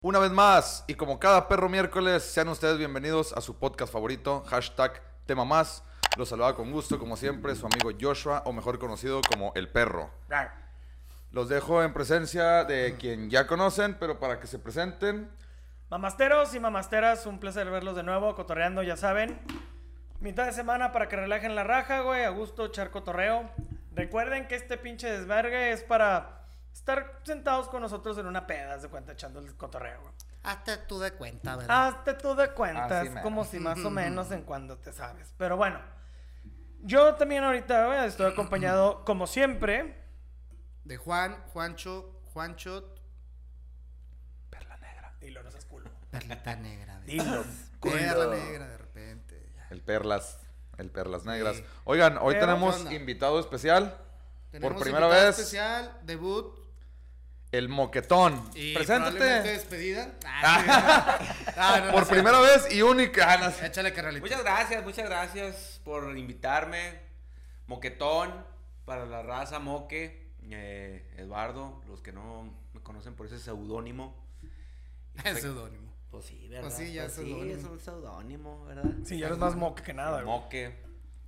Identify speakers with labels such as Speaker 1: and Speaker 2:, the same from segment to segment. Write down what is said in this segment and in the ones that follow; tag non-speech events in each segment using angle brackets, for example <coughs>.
Speaker 1: Una vez más, y como cada perro miércoles, sean ustedes bienvenidos a su podcast favorito, hashtag tema más. Los saluda con gusto, como siempre, su amigo Joshua, o mejor conocido como El Perro. Los dejo en presencia de quien ya conocen, pero para que se presenten.
Speaker 2: Mamasteros y mamasteras, un placer verlos de nuevo, cotorreando, ya saben. Mitad de semana para que relajen la raja, güey, a gusto, charco torreo. Recuerden que este pinche desvergue es para estar sentados con nosotros en una peda, haz de cuenta, echando el cotorreo, güey.
Speaker 3: Hazte tú de cuenta,
Speaker 1: Ah.
Speaker 3: ¿verdad?
Speaker 2: Hazte tú de cuentas,
Speaker 1: Así mero.
Speaker 2: como si más o menos en cuando te sabes. Pero bueno, yo también ahorita güey, estoy acompañado, como siempre,
Speaker 3: De Juan, Juancho, Juancho,
Speaker 2: dilo, no seas culo.
Speaker 3: Perlita Negra. ¿verdad?
Speaker 2: Dilo.
Speaker 3: Perla Negra de repente. ya.
Speaker 1: El Perlas, el Perlas Negras.
Speaker 3: Sí.
Speaker 1: Oigan, hoy
Speaker 2: Pero,
Speaker 1: tenemos
Speaker 3: ¿qué onda?
Speaker 1: invitado especial.
Speaker 3: Tenemos
Speaker 1: Por primera
Speaker 3: invitado
Speaker 1: vez,
Speaker 3: especial, debut.
Speaker 1: el Moquetón.
Speaker 3: Y probablemente
Speaker 1: Preséntate. <laughs>
Speaker 3: despedida. Ah, sí. Ah, no, no,
Speaker 1: Por
Speaker 3: sí.
Speaker 1: primera vez y única. Ah, no sé.
Speaker 3: Échale, carnalito.
Speaker 4: Muchas gracias, muchas gracias por invitarme. Moquetón, para la raza Moque, eh, Eduardo, los que no me conocen por ese seudónimo. Y
Speaker 3: <laughs> Es
Speaker 4: pues-
Speaker 3: seudónimo.
Speaker 4: Pues sí, ¿verdad?
Speaker 3: Pues sí, ya es seudónimo.
Speaker 4: es un seudónimo, ¿verdad?
Speaker 2: Sí, ya eres más moque que nada, güey.
Speaker 4: Moque.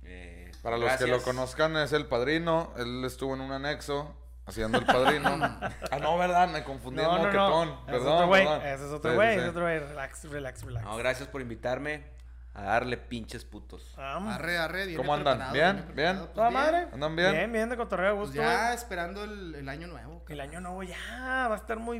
Speaker 4: eh,
Speaker 1: Para los que
Speaker 4: gracias.
Speaker 1: lo conozcan, es el padrino. Él estuvo en un anexo haciendo el padrino.
Speaker 2: <laughs>
Speaker 1: ah, no, ¿verdad? Me confundí en Moquetón.
Speaker 2: Ese es
Speaker 1: Perdón,
Speaker 2: otro güey,
Speaker 1: perdón.
Speaker 2: ese es otro
Speaker 1: Sí,
Speaker 2: güey,
Speaker 1: sí,
Speaker 2: ese
Speaker 1: sí.
Speaker 2: es otro güey. Relax, relax, relax.
Speaker 4: No, gracias por invitarme a darle pinches putos.
Speaker 2: Vamos.
Speaker 3: Arre, arre. viene
Speaker 1: Mm. ¿Cómo andan?
Speaker 3: preparado,
Speaker 1: ¿Bien?
Speaker 3: viene
Speaker 1: ¿Bien?
Speaker 3: preparado, pues,
Speaker 2: ¿Toda
Speaker 3: bien.
Speaker 2: madre?
Speaker 1: ¿Andan bien?
Speaker 2: Bien, bien, de cotorreo a
Speaker 3: Pues
Speaker 2: gusto,
Speaker 3: ya
Speaker 2: güey.
Speaker 3: esperando el, el año nuevo.
Speaker 2: El año nuevo ya va a estar muy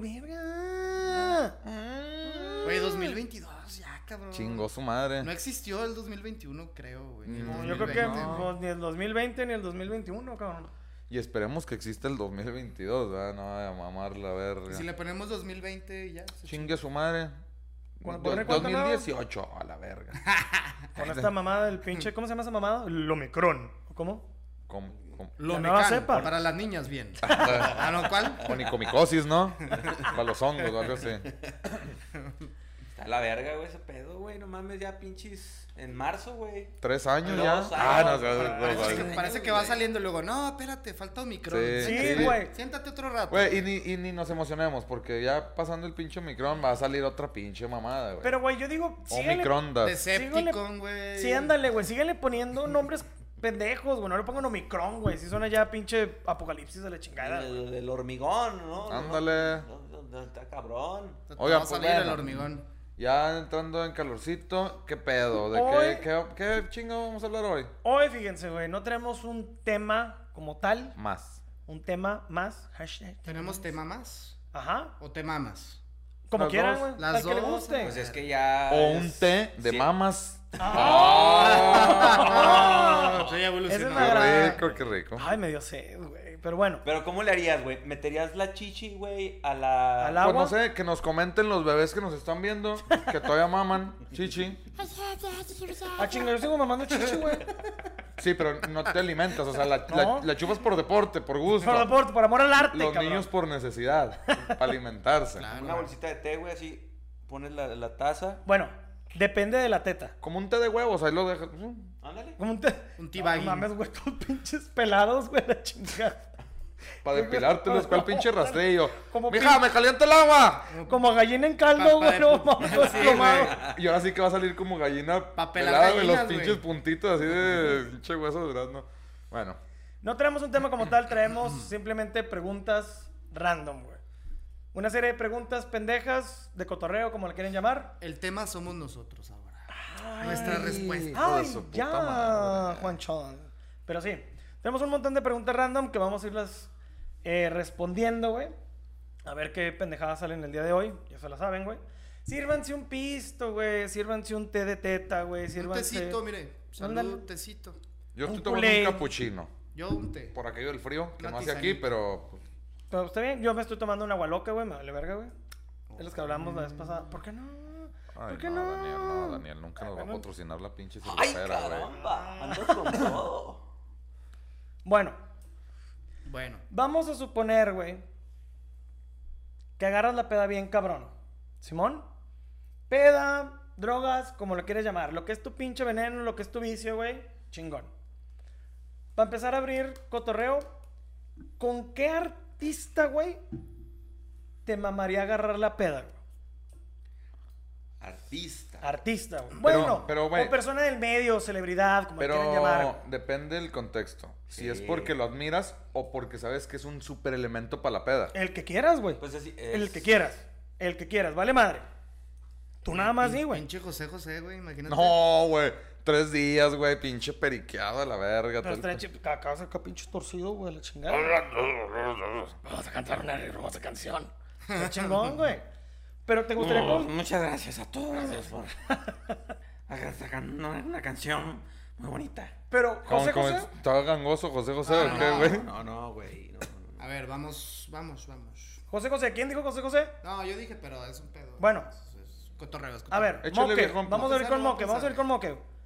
Speaker 2: verga.
Speaker 1: Mm.
Speaker 3: Güey, 2022, ya, cabrón.
Speaker 1: Chingó su madre.
Speaker 3: No existió el 2021, creo, güey. ni el
Speaker 1: No,
Speaker 2: No, yo creo que
Speaker 3: 2020, güey.
Speaker 2: pues, ni el 2020 ni el 2021, cabrón.
Speaker 1: Y esperemos que exista el 2022, ¿verdad? No vaya a mamarla, a ver.
Speaker 3: Y Si le ponemos 2020, ya. se
Speaker 1: Chingue su madre.
Speaker 2: ¿Cuál-
Speaker 1: Do-
Speaker 2: ponle cuánto, no?
Speaker 1: 2018, a la verga.
Speaker 2: Con esta mamada del pinche, ¿cómo se llama esa mamada? El Omicron. ¿o ¿Cómo?
Speaker 1: Com, com,
Speaker 3: Lo
Speaker 2: La nueva
Speaker 3: mecan,
Speaker 2: cepa.
Speaker 3: Para las niñas,
Speaker 1: <laughs>
Speaker 3: bien.
Speaker 1: Ah,
Speaker 3: ¿A lo cual?
Speaker 1: onicomicosis,
Speaker 2: <laughs>
Speaker 1: ¿no? Para los hongos o algo así.
Speaker 4: Está la verga, güey, ese pedo, güey. No mames, ya pinches. En marzo, güey.
Speaker 1: ¿Tres años
Speaker 4: Dos
Speaker 1: ya?
Speaker 4: años.
Speaker 1: ah, no, no, no,
Speaker 4: Parece
Speaker 1: no,
Speaker 3: Parece que,
Speaker 1: no.
Speaker 3: parece que va saliendo y luego. No, espérate, falta Omicron.
Speaker 1: Sí.
Speaker 2: Sí,
Speaker 3: Siéntate,
Speaker 2: güey.
Speaker 3: Siéntate otro rato.
Speaker 1: Güey, y ni, y ni nos emocionemos, porque ya pasando el pinche Omicron va a salir otra pinche mamada, güey.
Speaker 2: Pero, güey, yo digo, síguele.
Speaker 1: Omicrondas.
Speaker 3: Decepticon, güey.
Speaker 2: Sí, ándale, güey, síguele poniendo nombres pendejos, güey. No le pongan Omicron, güey. Si suena ya pinche apocalipsis de la chingada, güey.
Speaker 4: El, el hormigón, ¿no?
Speaker 1: Ándale.
Speaker 4: No, no, no, está cabrón.
Speaker 3: Te- te
Speaker 1: Oigan,
Speaker 3: va a
Speaker 1: pues,
Speaker 3: salir el
Speaker 1: bueno.
Speaker 3: hormigón.
Speaker 1: Ya entrando en calorcito, ¿qué pedo? ¿De
Speaker 2: Hoy-
Speaker 1: qué, qué, qué chingo vamos a hablar hoy?
Speaker 2: Hoy, fíjense, güey, no tenemos un tema como tal.
Speaker 1: Más.
Speaker 2: Un tema más. Hashtag.
Speaker 3: ¿Tenemos te mamas
Speaker 2: Ajá.
Speaker 3: o te mamas?
Speaker 2: Como
Speaker 1: Las
Speaker 2: quieran,
Speaker 1: dos.
Speaker 2: güey.
Speaker 3: Las
Speaker 2: Las que le
Speaker 3: dos,
Speaker 2: guste.
Speaker 4: Pues es que ya.
Speaker 1: O un
Speaker 4: es-
Speaker 1: té de
Speaker 4: sí.
Speaker 1: mamas. <laughs>
Speaker 3: Ah, soy
Speaker 2: Ese es
Speaker 3: evolucionado.
Speaker 2: más
Speaker 1: Qué
Speaker 2: grave.
Speaker 1: rico, qué rico.
Speaker 2: Ay, me dio sed, güey. Pero bueno.
Speaker 4: Pero ¿cómo le harías, güey? ¿Meterías la chichi, güey, a la...
Speaker 2: A la-
Speaker 1: Pues
Speaker 2: agua.
Speaker 1: no sé, que nos comenten los bebés que nos están viendo, que todavía maman, chichi.
Speaker 2: Ah, chinga, yo sigo mamando chichi, güey.
Speaker 1: Sí, pero no te alimentas, o sea, la, la-
Speaker 2: No.
Speaker 1: la chupas por deporte, por gusto.
Speaker 2: Por deporte, por amor al arte,
Speaker 1: Los
Speaker 2: cabrón.
Speaker 1: niños por necesidad, para alimentarse.
Speaker 3: Claro.
Speaker 4: Una bolsita de té, güey, así pones la, la taza.
Speaker 2: Bueno, depende de la teta.
Speaker 1: Como un té de huevos, ahí lo dejas.
Speaker 4: Ándale.
Speaker 2: Como un te...
Speaker 3: Un T-Bag.
Speaker 2: No mames, güey, todos pinches pelados, güey, la chingada.
Speaker 1: Para depilártelos, ¿cuál pinche rastrillo?
Speaker 2: Como
Speaker 1: ¡Mija,
Speaker 2: pin-
Speaker 1: me calienta el agua!
Speaker 2: Como gallina en caldo,
Speaker 3: Papá
Speaker 2: güey,
Speaker 3: de
Speaker 2: no
Speaker 3: pu-
Speaker 2: mames,
Speaker 3: Sí,
Speaker 2: tomado.
Speaker 3: güey.
Speaker 1: Y ahora sí que va a salir como gallina
Speaker 3: Pa' pelar
Speaker 1: pelada, güey, los
Speaker 3: gallinas, güey.
Speaker 1: pinches puntitos así de pinche hueso durazno. Bueno,
Speaker 2: No traemos un tema como tal, traemos simplemente preguntas random, güey. Una serie de preguntas pendejas, de cotorreo, como le quieren llamar.
Speaker 3: El tema somos nosotros ahora. Nuestra respuesta.
Speaker 1: Hijo de
Speaker 2: Ay,
Speaker 1: su puta
Speaker 2: ya,
Speaker 1: madre.
Speaker 2: Juanchón. Pero sí, tenemos un montón de preguntas random que vamos a irlas eh, respondiendo, güey. A ver qué pendejadas salen el día de hoy. Ya se la saben, güey. Sírvanse un pisto, güey. Sírvanse un té de teta, güey.
Speaker 3: Un
Speaker 2: Sírvanse...
Speaker 3: tecito, mire.
Speaker 2: Ándale.
Speaker 3: Salud, tecito.
Speaker 1: yo
Speaker 2: Un
Speaker 1: estoy tomando
Speaker 2: culé.
Speaker 1: un capuchino.
Speaker 3: Yo un té.
Speaker 1: Por aquello del frío, que
Speaker 3: Una
Speaker 1: no hace aquí,
Speaker 3: tisanita.
Speaker 1: pero pues,
Speaker 2: Pero está bien, yo me estoy tomando una gualoca, güey, me vale verga, güey. Es los que hablamos la vez pasada. ¿Por qué no?
Speaker 1: Ay,
Speaker 2: ¿Por qué
Speaker 1: no,
Speaker 2: no?
Speaker 1: Daniel, no, Daniel, nunca nos va a
Speaker 2: Bueno.
Speaker 1: patrocinar la pinche
Speaker 4: ¡Ay,
Speaker 1: cervecera, güey.
Speaker 2: Ah.
Speaker 4: caramba! Andas con todo.
Speaker 2: Bueno,
Speaker 3: Bueno.
Speaker 2: vamos a suponer, güey, que agarras la peda bien cabrón. Simón, peda, drogas, como lo quieras llamar. Lo que es tu pinche veneno, lo que es tu vicio, güey, chingón. Para empezar a abrir cotorreo, ¿con qué artista, güey, te mamaría agarrar la peda, güey?
Speaker 4: artista.
Speaker 2: Artista, güey. Bueno,
Speaker 1: pero, güey.
Speaker 2: o persona del medio, celebridad, como le quieran
Speaker 1: Pero
Speaker 2: llamar.
Speaker 1: depende del contexto. Si es
Speaker 4: Sí.
Speaker 1: porque lo admiras o porque sabes que es un super elemento para la peda.
Speaker 2: El que quieras, güey.
Speaker 4: Pues así es.
Speaker 2: El que quieras. El que quieras, vale madre. Tú nada más
Speaker 3: Pin-
Speaker 2: di, güey.
Speaker 3: Pinche José José, güey, imagínate.
Speaker 1: No, güey. Tres días, güey. Pinche periqueado a la verga.
Speaker 2: Pero
Speaker 1: todo el-
Speaker 2: estaría chi- acá saca pinche torcido, güey, la chingada. Vamos a cantar una hermosa canción. Está chingón, güey. Pero te gustaría
Speaker 4: Oh,
Speaker 2: con-
Speaker 4: muchas gracias a todos por acá sacan una, una canción muy bonita.
Speaker 2: Pero,
Speaker 1: ¿Cómo-
Speaker 2: José
Speaker 1: cómo
Speaker 2: José.
Speaker 1: es? ¿Estaba gangoso José José o qué,
Speaker 4: no,
Speaker 1: güey?
Speaker 4: no, no, güey. No, no, no.
Speaker 3: A ver, vamos, vamos, vamos.
Speaker 2: José José, ¿quién dijo José José?
Speaker 3: No, yo dije, pero es un pedo.
Speaker 2: Bueno.
Speaker 3: Es- es cotorreo, es
Speaker 2: A
Speaker 3: cotorreo.
Speaker 2: ver,
Speaker 1: Échale,
Speaker 2: Moque.
Speaker 1: viejón.
Speaker 2: Vamos a abrir con
Speaker 3: Vamos a
Speaker 2: Moque, vamos a abrir
Speaker 3: empezar.
Speaker 2: con Moque.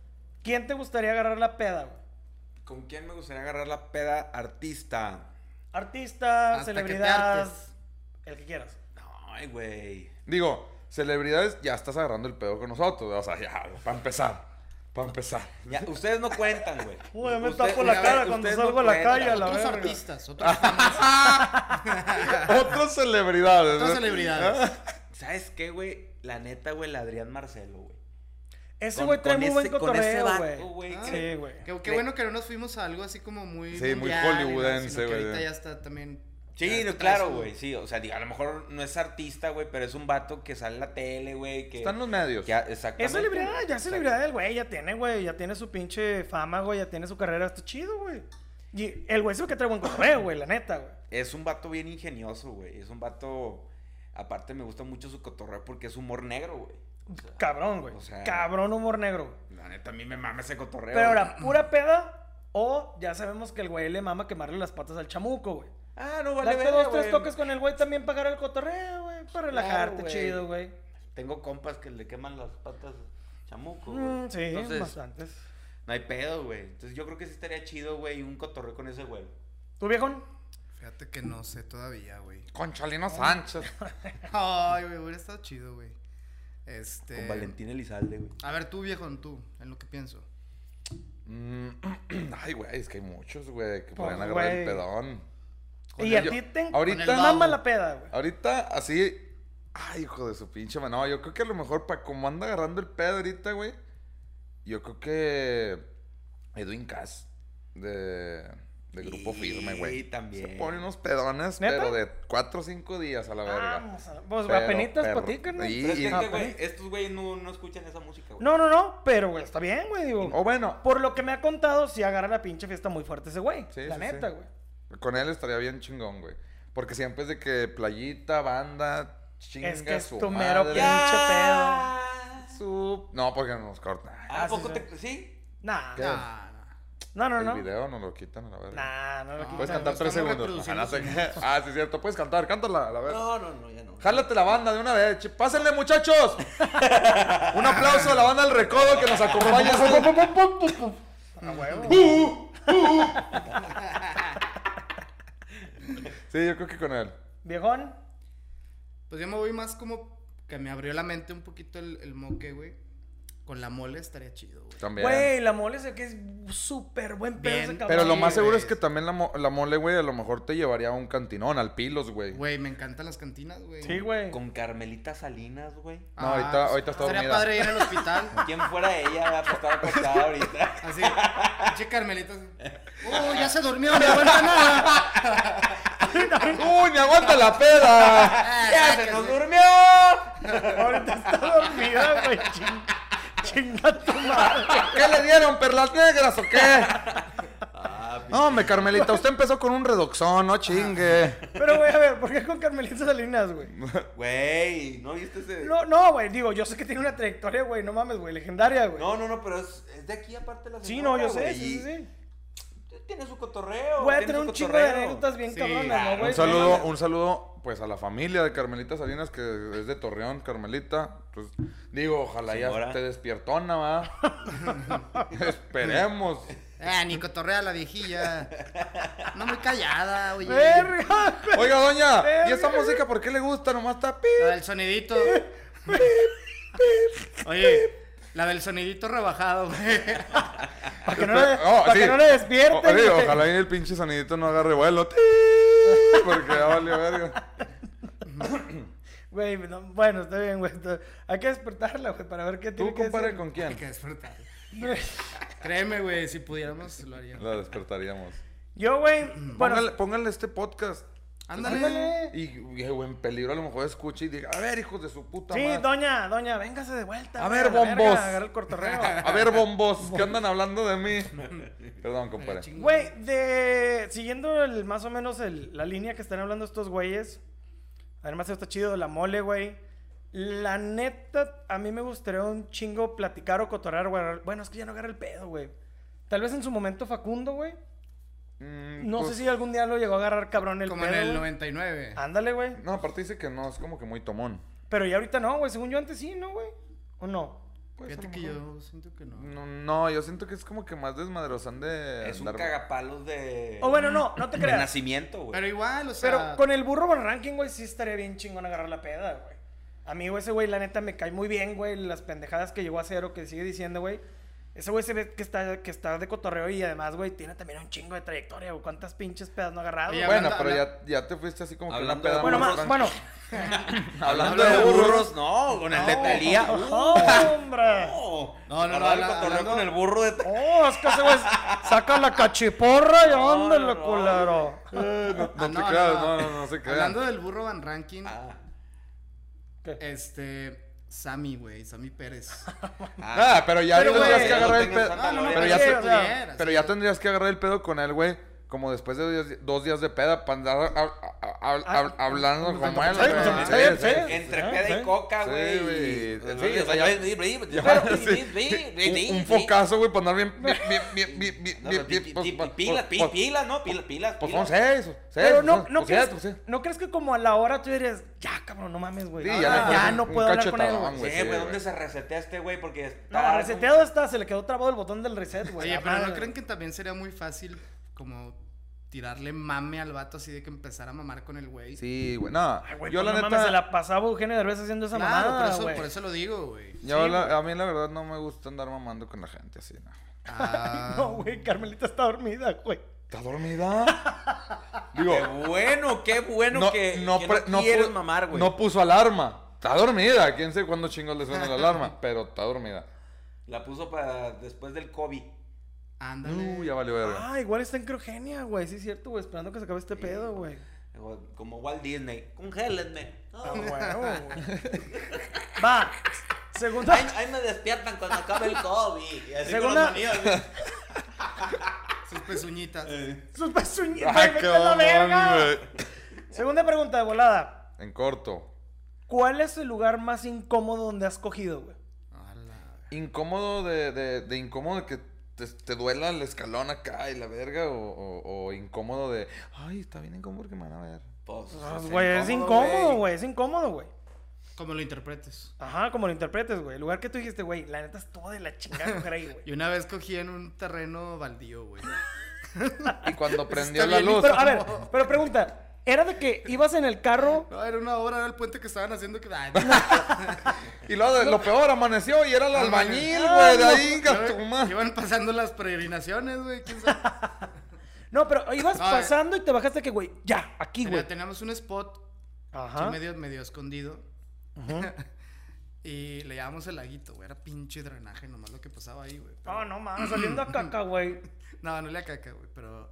Speaker 2: ¿Quién te gustaría agarrar la peda, güey?
Speaker 4: ¿Con quién me gustaría agarrar la peda artista?
Speaker 2: Artista,
Speaker 3: Hasta que te
Speaker 2: celebridad,
Speaker 3: hartes.
Speaker 2: el que quieras.
Speaker 4: Ay, güey.
Speaker 1: Digo, celebridades, ya estás agarrando el pedo con nosotros. güey. O sea, ya, para empezar. Para empezar.
Speaker 4: Ya, ustedes no cuentan, güey.
Speaker 2: Uy, me
Speaker 4: Usted-
Speaker 2: tapo la
Speaker 4: ustedes-
Speaker 2: cara cuando
Speaker 4: ustedes
Speaker 2: salgo a la
Speaker 4: cuentan.
Speaker 2: calle, a la
Speaker 3: Otros
Speaker 2: verga.
Speaker 3: artistas, otros
Speaker 1: Otras celebridades.
Speaker 4: <laughs>
Speaker 3: otras
Speaker 1: ¿no? ¿Eh?
Speaker 3: celebridades.
Speaker 4: ¿Sabes qué, güey? La neta, güey, el Adrián Marcelo, güey.
Speaker 2: Ese
Speaker 4: Con-
Speaker 2: güey trae
Speaker 4: con
Speaker 2: muy
Speaker 4: ese-
Speaker 2: buen
Speaker 4: con ese
Speaker 2: cotorreo,
Speaker 4: vato,
Speaker 2: güey.
Speaker 4: güey,
Speaker 3: Ah,
Speaker 4: que-
Speaker 2: Sí, güey.
Speaker 3: Qué, qué bueno que no nos fuimos a algo así como muy.
Speaker 1: Sí, muy
Speaker 3: mundial, ¿no?
Speaker 1: hollywoodense,
Speaker 3: Sino que
Speaker 1: güey.
Speaker 3: Ahorita ya está también.
Speaker 4: Sí,
Speaker 3: ya
Speaker 4: no,
Speaker 3: traes
Speaker 4: claro,
Speaker 3: un-
Speaker 4: güey, sí, o sea, digo, a lo mejor no es artista, güey, pero es un vato que sale en la tele, güey, que...
Speaker 1: Están los medios.
Speaker 4: que ha- exactamente.
Speaker 2: Es celebridad, ya es
Speaker 4: Exacto.
Speaker 2: celebridad el güey, ya tiene, güey, ya tiene su pinche fama, güey, ya tiene su carrera, está chido, güey. Y el güey es el que trae buen correo, güey, la neta, güey.
Speaker 4: Es un vato bien ingenioso, güey, es un vato... Aparte me gusta mucho su cotorreo porque es humor negro, güey. O sea,
Speaker 2: Cabrón, güey.
Speaker 4: o sea-
Speaker 2: Cabrón humor negro. güey.
Speaker 4: La neta, a mí me mama ese cotorreo.
Speaker 2: Pero
Speaker 4: güey.
Speaker 2: ahora, pura peda o ya sabemos que el güey le mama quemarle las patas al chamuco, güey.
Speaker 4: Ah, no, vale,
Speaker 2: Date
Speaker 4: verga,
Speaker 2: dos, tres
Speaker 4: güey.
Speaker 2: toques con el güey también pagar el cotorreo, güey, para relajarte,
Speaker 4: güey.
Speaker 2: chido, güey.
Speaker 4: Tengo compas que le queman las patas chamuco, güey.
Speaker 2: Mm, sí,
Speaker 4: Entonces,
Speaker 2: bastantes.
Speaker 4: no hay pedo, güey. Entonces yo creo que sí estaría chido, güey, un cotorreo con ese güey.
Speaker 2: ¿Tú, viejón?
Speaker 3: Fíjate que no sé todavía, güey.
Speaker 1: Con Chalino Sánchez.
Speaker 3: Ay, güey, hubiera estado chido, güey. Este.
Speaker 4: Con Valentín Elizalde, güey.
Speaker 3: A ver, tú, viejo, tú, en lo que pienso.
Speaker 1: Mm, <clears throat> Ay, güey, es que hay muchos, güey, que pueden
Speaker 2: Pues,
Speaker 1: agarrar
Speaker 2: güey.
Speaker 1: el pedón.
Speaker 3: Con
Speaker 2: Y
Speaker 3: el-
Speaker 2: a
Speaker 1: yo-
Speaker 2: ti te
Speaker 1: ahorita-
Speaker 2: te mama la peda, güey.
Speaker 1: Ahorita, así. Ay, hijo de su pinche madre. No, yo creo que a lo mejor, para como anda agarrando el pedo ahorita, güey. Yo creo que. Edwin Cass. De. De Grupo
Speaker 4: Sí,
Speaker 1: Firme, güey.
Speaker 4: también.
Speaker 1: Se pone unos pedones,
Speaker 2: ¿Neta?
Speaker 1: pero de 4 o 5 días a la verga.
Speaker 2: Vamos a... Pues,
Speaker 1: Pero,
Speaker 2: apenitas
Speaker 1: perro.
Speaker 2: platican, ¿no?
Speaker 1: Sí,
Speaker 4: Pero es
Speaker 1: y-
Speaker 4: que,
Speaker 2: Ah,
Speaker 4: güey,
Speaker 2: pues.
Speaker 4: estos güeyes no, no escuchan esa música, güey.
Speaker 2: No, no, no, pero, güey, está bien, güey, digo.
Speaker 1: O bueno,
Speaker 2: Por lo que me ha contado, sí agarra la pinche fiesta muy fuerte ese güey.
Speaker 1: Sí,
Speaker 2: la
Speaker 1: sí,
Speaker 2: neta,
Speaker 1: sí.
Speaker 2: güey.
Speaker 1: con él estaría bien chingón, güey. Porque siempre es de que playita, banda, chinga
Speaker 2: Es que es
Speaker 1: su
Speaker 2: tu mero
Speaker 1: madre.
Speaker 4: Ya.
Speaker 1: Su- No, porque nos cortan.
Speaker 4: ¿A
Speaker 2: Ah, sí,
Speaker 4: Ah, poco
Speaker 2: sí.
Speaker 4: te.? ¿Sí?
Speaker 2: Nah,
Speaker 1: ¿Qué?
Speaker 3: Ah,
Speaker 2: no,
Speaker 3: no.
Speaker 2: no, no.
Speaker 1: El video pues, nos lo quitan a la verga.
Speaker 2: Nah, no lo
Speaker 3: Ah,
Speaker 2: quitan.
Speaker 1: Puedes
Speaker 3: Bueno,
Speaker 1: cantar tres
Speaker 3: estamos
Speaker 1: segundos. Ajá, no sé
Speaker 3: reproduciendo
Speaker 1: qué. <laughs> Ah, sí, es cierto. Puedes cantar, cántala, a la verga.
Speaker 4: No, no, no, ya no.
Speaker 1: Jálate la banda de una vez. che. Pásenle,
Speaker 2: <laughs>
Speaker 1: muchachos. Un aplauso a la banda del recodo que nos
Speaker 2: <laughs>
Speaker 1: acompaña.
Speaker 2: A huevo. Uh,
Speaker 1: <laughs> sí, yo creo que con él.
Speaker 2: Viejón,
Speaker 3: Pues yo me voy más como que me abrió la mente un poquito el, el moque, güey. Con la mole estaría chido, güey.
Speaker 1: También.
Speaker 2: güey, la mole es que es súper buen pedo
Speaker 3: Bien,
Speaker 2: ese cabrón.
Speaker 1: Pero lo
Speaker 3: Sí,
Speaker 1: más seguro
Speaker 3: güey.
Speaker 1: es que también la, mo- la mole, güey, a lo mejor te llevaría a un cantinón, al pilos, güey.
Speaker 3: Güey, me encantan las cantinas, güey. Ah, pues,
Speaker 2: Sí, güey.
Speaker 4: Con Carmelita Salinas, güey.
Speaker 1: No, ahorita- ahorita está
Speaker 3: Estaría
Speaker 1: dormida.
Speaker 3: padre ir
Speaker 1: <laughs>
Speaker 3: al hospital.
Speaker 4: ¿Quién fuera ella? Va a estar
Speaker 2: <laughs>
Speaker 4: acostada ahorita.
Speaker 3: Así, pinche
Speaker 1: <laughs>
Speaker 3: Carmelita. así. Oh, ya se durmió, no aguanta nada.
Speaker 1: ¡Uy, me aguanta la peda! <laughs>
Speaker 3: Ah,
Speaker 2: <laughs>
Speaker 4: ¡Ya
Speaker 3: sáquese.
Speaker 4: se nos durmió!
Speaker 2: <laughs> Ahorita está dormida, güey. Ching- Chinga tu madre.
Speaker 1: ¿Qué le dieron, perlas negras o qué?
Speaker 4: Ah,
Speaker 1: No, hombre, Carmelita, usted empezó con un redoxón, no chingue.
Speaker 2: Pero, güey, a ver, ¿por qué con Carmelita Salinas, güey?
Speaker 4: güey, ¿no viste ese.?
Speaker 2: No, no, güey, digo, yo sé que tiene una trayectoria, güey, no mames, güey, legendaria, güey.
Speaker 4: No, no, no, pero es, es de aquí aparte la
Speaker 2: sí, no,
Speaker 4: señora,
Speaker 2: yo sé,
Speaker 4: güey,
Speaker 2: sí, sí,
Speaker 4: y
Speaker 2: sí.
Speaker 4: Tiene su cotorreo.
Speaker 2: Voy a
Speaker 4: tiene
Speaker 2: tener
Speaker 4: su
Speaker 2: un chingo de
Speaker 4: cotorreo.
Speaker 2: anécdotas bien
Speaker 3: Sí.
Speaker 2: cabronas, ¿no,
Speaker 4: Claro.
Speaker 2: güey?
Speaker 1: Ah, Un saludo, un saludo, pues, a la familia de Carmelita Salinas, que es de Torreón, Carmelita. Pues, digo, ojalá ya
Speaker 4: Señora.
Speaker 1: esté despiertona, va.
Speaker 2: <laughs>
Speaker 1: Esperemos.
Speaker 3: Ah, ni cotorrea la viejilla. No muy callada, oye.
Speaker 2: ¡Verga!
Speaker 1: Oiga, doña, ¿y esta música por qué le gusta? Nomás está pi.
Speaker 3: La del sonidito. Oye, la del sonidito rebajado, güey.
Speaker 2: Para que no
Speaker 1: Espe-
Speaker 2: le,
Speaker 1: oh,
Speaker 2: para
Speaker 1: sí.
Speaker 2: que no le despierten.
Speaker 1: O- oye,
Speaker 2: güey.
Speaker 1: ojalá y el pinche
Speaker 2: <laughs>
Speaker 1: sonidito no agarre vuelo. Ti, Porque ya valió verga.
Speaker 2: Güey, no, bueno, está bien, güey. está- Hay que despertarla, güey, para ver qué tiene
Speaker 1: ¿Tú
Speaker 2: que
Speaker 1: compadre
Speaker 2: decir.
Speaker 1: con
Speaker 3: Hay
Speaker 1: quién?
Speaker 3: que despertar.
Speaker 2: Güey,
Speaker 3: Créeme, güey, si pudiéramos lo haríamos.
Speaker 1: La despertaríamos.
Speaker 2: Yo,
Speaker 1: <clears throat>
Speaker 2: güey, bueno,
Speaker 1: Póngale, póngale este podcast.
Speaker 3: Ándale.
Speaker 1: Y, güey, en peligro a lo mejor escuche y diga, a ver, hijos de su puta
Speaker 2: sí,
Speaker 1: madre.
Speaker 2: doña, doña, véngase de vuelta.
Speaker 1: A
Speaker 2: güey,
Speaker 1: ver,
Speaker 2: la verga,
Speaker 1: bombos.
Speaker 2: Agarra el
Speaker 1: <laughs>
Speaker 2: cortorreo.
Speaker 1: A ver, bombos, ¿qué andan hablando de mí? Perdón, compadre.
Speaker 3: Chingón.
Speaker 2: Güey, de. Siguiendo el, más o menos el- la línea que están hablando estos güeyes. Además, está chido la mole, güey. La neta, a mí me gustaría un chingo platicar o cotorar, güey. Bueno, es que ya no agarra el pedo, güey. Tal vez en su momento Facundo, güey.
Speaker 1: Mm,
Speaker 2: No
Speaker 1: pues,
Speaker 2: sé si algún día lo llegó a agarrar cabrón el
Speaker 3: Como
Speaker 2: pedo.
Speaker 3: en el
Speaker 2: güey.
Speaker 3: 99.
Speaker 1: Ah,
Speaker 2: Ándale, güey.
Speaker 1: No, aparte dice que no, es como que muy tomón.
Speaker 2: Pero ya ahorita no, güey. Según yo antes sí, ¿no, güey? ¿O no?
Speaker 1: Pues, a
Speaker 3: Fíjate
Speaker 1: lo
Speaker 3: que
Speaker 1: mejor.
Speaker 3: yo siento que no.
Speaker 1: No, no, yo siento que es como que más desmadrozán de
Speaker 4: Es un
Speaker 1: andar-
Speaker 4: cagapalos de.
Speaker 2: O Oh, bueno, no, no te
Speaker 4: de
Speaker 2: creas.
Speaker 4: nacimiento,
Speaker 1: Pues.
Speaker 4: güey.
Speaker 3: Pero igual, Eh, o sea.
Speaker 2: Pero con el burro Von Ranking, güey, sí estaría bien chingón agarrar la peda, güey. A mí, güey, ese güey, la neta, me cae muy bien, güey. Las pendejadas que llegó a hacer o que sigue diciendo, güey. Ese güey se ve que está, que está de cotorreo y además, güey, tiene también un chingo de trayectoria, güey. ¿Cuántas pinches pedas no ha agarrado?
Speaker 3: Oye,
Speaker 2: güey?
Speaker 1: Bueno,
Speaker 3: Hablando-
Speaker 1: pero
Speaker 3: habla-
Speaker 1: ya, ya te fuiste así como que una
Speaker 4: Hablando
Speaker 1: peda
Speaker 4: de
Speaker 2: Bueno,
Speaker 1: más
Speaker 2: más,
Speaker 4: burros.
Speaker 1: franca.
Speaker 2: bueno.
Speaker 1: hablando de burros.
Speaker 4: no, con el
Speaker 2: <laughs>
Speaker 4: de Talía.
Speaker 3: Uh.
Speaker 2: ¡Oh, hombre!
Speaker 4: No,
Speaker 3: No, no, no,
Speaker 4: Agarrar el
Speaker 3: habla-
Speaker 4: cotorreo
Speaker 3: hablando-
Speaker 4: con el burro
Speaker 2: <laughs>
Speaker 4: de Talía.
Speaker 2: ¡Oh, es que ese güey saca la
Speaker 1: <laughs>
Speaker 2: cachiporra y
Speaker 4: No,
Speaker 2: ándale,
Speaker 4: no, no,
Speaker 2: culero!
Speaker 1: Eh, no, no
Speaker 3: Ah,
Speaker 1: te creas, no, no, no se crean.
Speaker 3: Hablando del burro Van Ranking,
Speaker 1: Ah.
Speaker 4: Ah,
Speaker 2: ¿Qué?
Speaker 3: este. Sammy, güey, Sammy Pérez.
Speaker 1: <laughs> Ah, pero ya
Speaker 2: Pero,
Speaker 1: tendrías
Speaker 2: güey,
Speaker 1: que agarrar
Speaker 4: no
Speaker 1: el
Speaker 4: tengas
Speaker 1: pedo.
Speaker 4: tanta
Speaker 3: No, no, no,
Speaker 1: pero,
Speaker 4: lorena.
Speaker 1: ya
Speaker 2: sí,
Speaker 1: te-
Speaker 2: o sea,
Speaker 3: pudieras,
Speaker 1: pero ya tendrías que agarrar el pedo con él, güey. Como después de dos días, dos días de peda, para andar a- a-
Speaker 2: Ah,
Speaker 1: a- a- hablando como él.
Speaker 2: sí,
Speaker 1: güey.
Speaker 2: sí, sí,
Speaker 4: Entre
Speaker 2: Sí,
Speaker 4: peda
Speaker 2: sí.
Speaker 4: y coca,
Speaker 1: Sí,
Speaker 4: güey.
Speaker 1: güey.
Speaker 4: Pues,
Speaker 1: Sí,
Speaker 4: o sea,
Speaker 1: ya-
Speaker 4: yo-
Speaker 1: Ya, <laughs>
Speaker 4: pero-
Speaker 1: sí. Un, un focazo, güey, para andar bien.
Speaker 2: <laughs>
Speaker 1: bien, bien, bien, bien, bien,
Speaker 4: No,
Speaker 1: bien,
Speaker 4: pero
Speaker 1: bien,
Speaker 4: pi-
Speaker 1: pues,
Speaker 4: pi-
Speaker 1: pues,
Speaker 4: Pilas,
Speaker 1: pues,
Speaker 4: pi- pilas, ¿no? Pilas, pilas.
Speaker 1: Pues son
Speaker 4: pilas.
Speaker 1: seis. seis,
Speaker 2: Pero no,
Speaker 1: pues,
Speaker 2: no,
Speaker 1: pues,
Speaker 2: crees,
Speaker 1: siete, pues, sí.
Speaker 2: ¿no crees que como a la hora tú dirías, ya, cabrón, no mames, güey?
Speaker 1: Sí,
Speaker 2: ya,
Speaker 1: ya, un-
Speaker 2: no
Speaker 1: un
Speaker 2: puedo hablar con él,
Speaker 1: cachetadón,
Speaker 2: güey.
Speaker 4: Sí,
Speaker 1: güey, Ah, sí,
Speaker 4: güey, ¿dónde
Speaker 1: güey.
Speaker 4: se resetea este güey? Porque
Speaker 2: No,
Speaker 4: está-
Speaker 2: reseteado está, se le quedó trabado el botón del reset, güey.
Speaker 3: Oye,
Speaker 2: La
Speaker 3: pero
Speaker 2: madre.
Speaker 3: ¿no creen que también sería muy fácil como tirarle mame al vato así de que empezar a mamar con el güey?
Speaker 1: Sí, güey. No,
Speaker 2: Ay, güey,
Speaker 1: yo
Speaker 2: pues
Speaker 1: la
Speaker 2: no
Speaker 1: neta.
Speaker 2: mames, se la pasaba Eugenio Derbez haciendo esa
Speaker 3: Claro,
Speaker 2: mamada,
Speaker 3: por, eso,
Speaker 2: güey.
Speaker 3: por eso lo digo, güey.
Speaker 1: yo
Speaker 2: Sí,
Speaker 1: la-
Speaker 2: güey.
Speaker 1: a mí la verdad no me gusta andar mamando con la gente así, no. <laughs>
Speaker 3: Ah,
Speaker 2: No, güey, Carmelita está dormida, güey.
Speaker 1: ¿Estás dormida? <laughs> Digo,
Speaker 4: Qué bueno, qué bueno
Speaker 1: no,
Speaker 4: que
Speaker 1: no,
Speaker 4: que
Speaker 1: pre- no
Speaker 4: quieres
Speaker 1: pu-
Speaker 4: mamar, güey.
Speaker 1: no puso alarma. Está dormida. Quién sé cuándo chingos le suena la alarma, pero está dormida.
Speaker 4: La puso para después del COVID.
Speaker 3: Ándale.
Speaker 1: Uh, ya valió verga.
Speaker 2: Ah, igual está en Crogenia, güey. Sí, es cierto, güey. Esperando que se acabe este pedo, güey.
Speaker 4: Digo, Como Walt Disney. Congélenme.
Speaker 2: Ah,
Speaker 4: No,
Speaker 2: güey,
Speaker 4: güey.
Speaker 2: güey. <laughs> Va. Segunda.
Speaker 4: Ahí, ahí me despiertan cuando acabe el COVID. Y así con
Speaker 2: Segunda-
Speaker 4: los anillos, güey.
Speaker 3: Sus pezuñitas.
Speaker 2: Sus pezuñitas,
Speaker 1: Ah,
Speaker 2: güey,
Speaker 1: qué
Speaker 2: vete a la
Speaker 1: mamón,
Speaker 2: verga.
Speaker 1: güey.
Speaker 2: Segunda pregunta de volada.
Speaker 1: En corto.
Speaker 2: ¿Cuál es el lugar más incómodo donde has cogido, güey?
Speaker 3: Ala.
Speaker 1: Incómodo de, de, de incómodo que te, te duela el escalón acá y la verga. O, o- o incómodo de. Ay, está bien incómodo porque me van a ver.
Speaker 4: Pues,
Speaker 2: Pues, güey, es incómodo, güey. Es incómodo, güey.
Speaker 3: Como lo interpretes.
Speaker 2: Ajá, como lo interpretes, güey. El lugar que tú dijiste, güey, la neta es todo de la chingada coger ahí, güey.
Speaker 3: Y una vez cogí en un terreno baldío, güey.
Speaker 1: Y cuando prendió
Speaker 3: Está
Speaker 1: la
Speaker 3: bien
Speaker 1: luz.
Speaker 2: Pero, a ver, pero pregunta, ¿era de que ibas en el carro?
Speaker 3: No, era una obra, era el puente que estaban haciendo que.
Speaker 1: <laughs>
Speaker 3: Ay,
Speaker 1: Y luego de- lo peor, amaneció y era el albañil,
Speaker 2: Ah,
Speaker 1: güey. De
Speaker 2: no.
Speaker 1: ahí,
Speaker 3: iban-
Speaker 1: gatuma.
Speaker 3: Iban pasando las peregrinaciones, güey. ¿Quién sabe?
Speaker 2: No, pero ibas
Speaker 3: No, eh.
Speaker 2: pasando y te bajaste que, güey, ya, aquí,
Speaker 3: Tenía-
Speaker 2: güey.
Speaker 3: teníamos un spot
Speaker 2: Ajá.
Speaker 3: sí, medio, medio escondido. <laughs> y le llamamos el laguito, güey. Era pinche drenaje nomás lo que pasaba ahí, güey. pero-
Speaker 2: Ah, No, no, mames, saliendo a caca, güey.
Speaker 3: No, no le caca, güey, pero.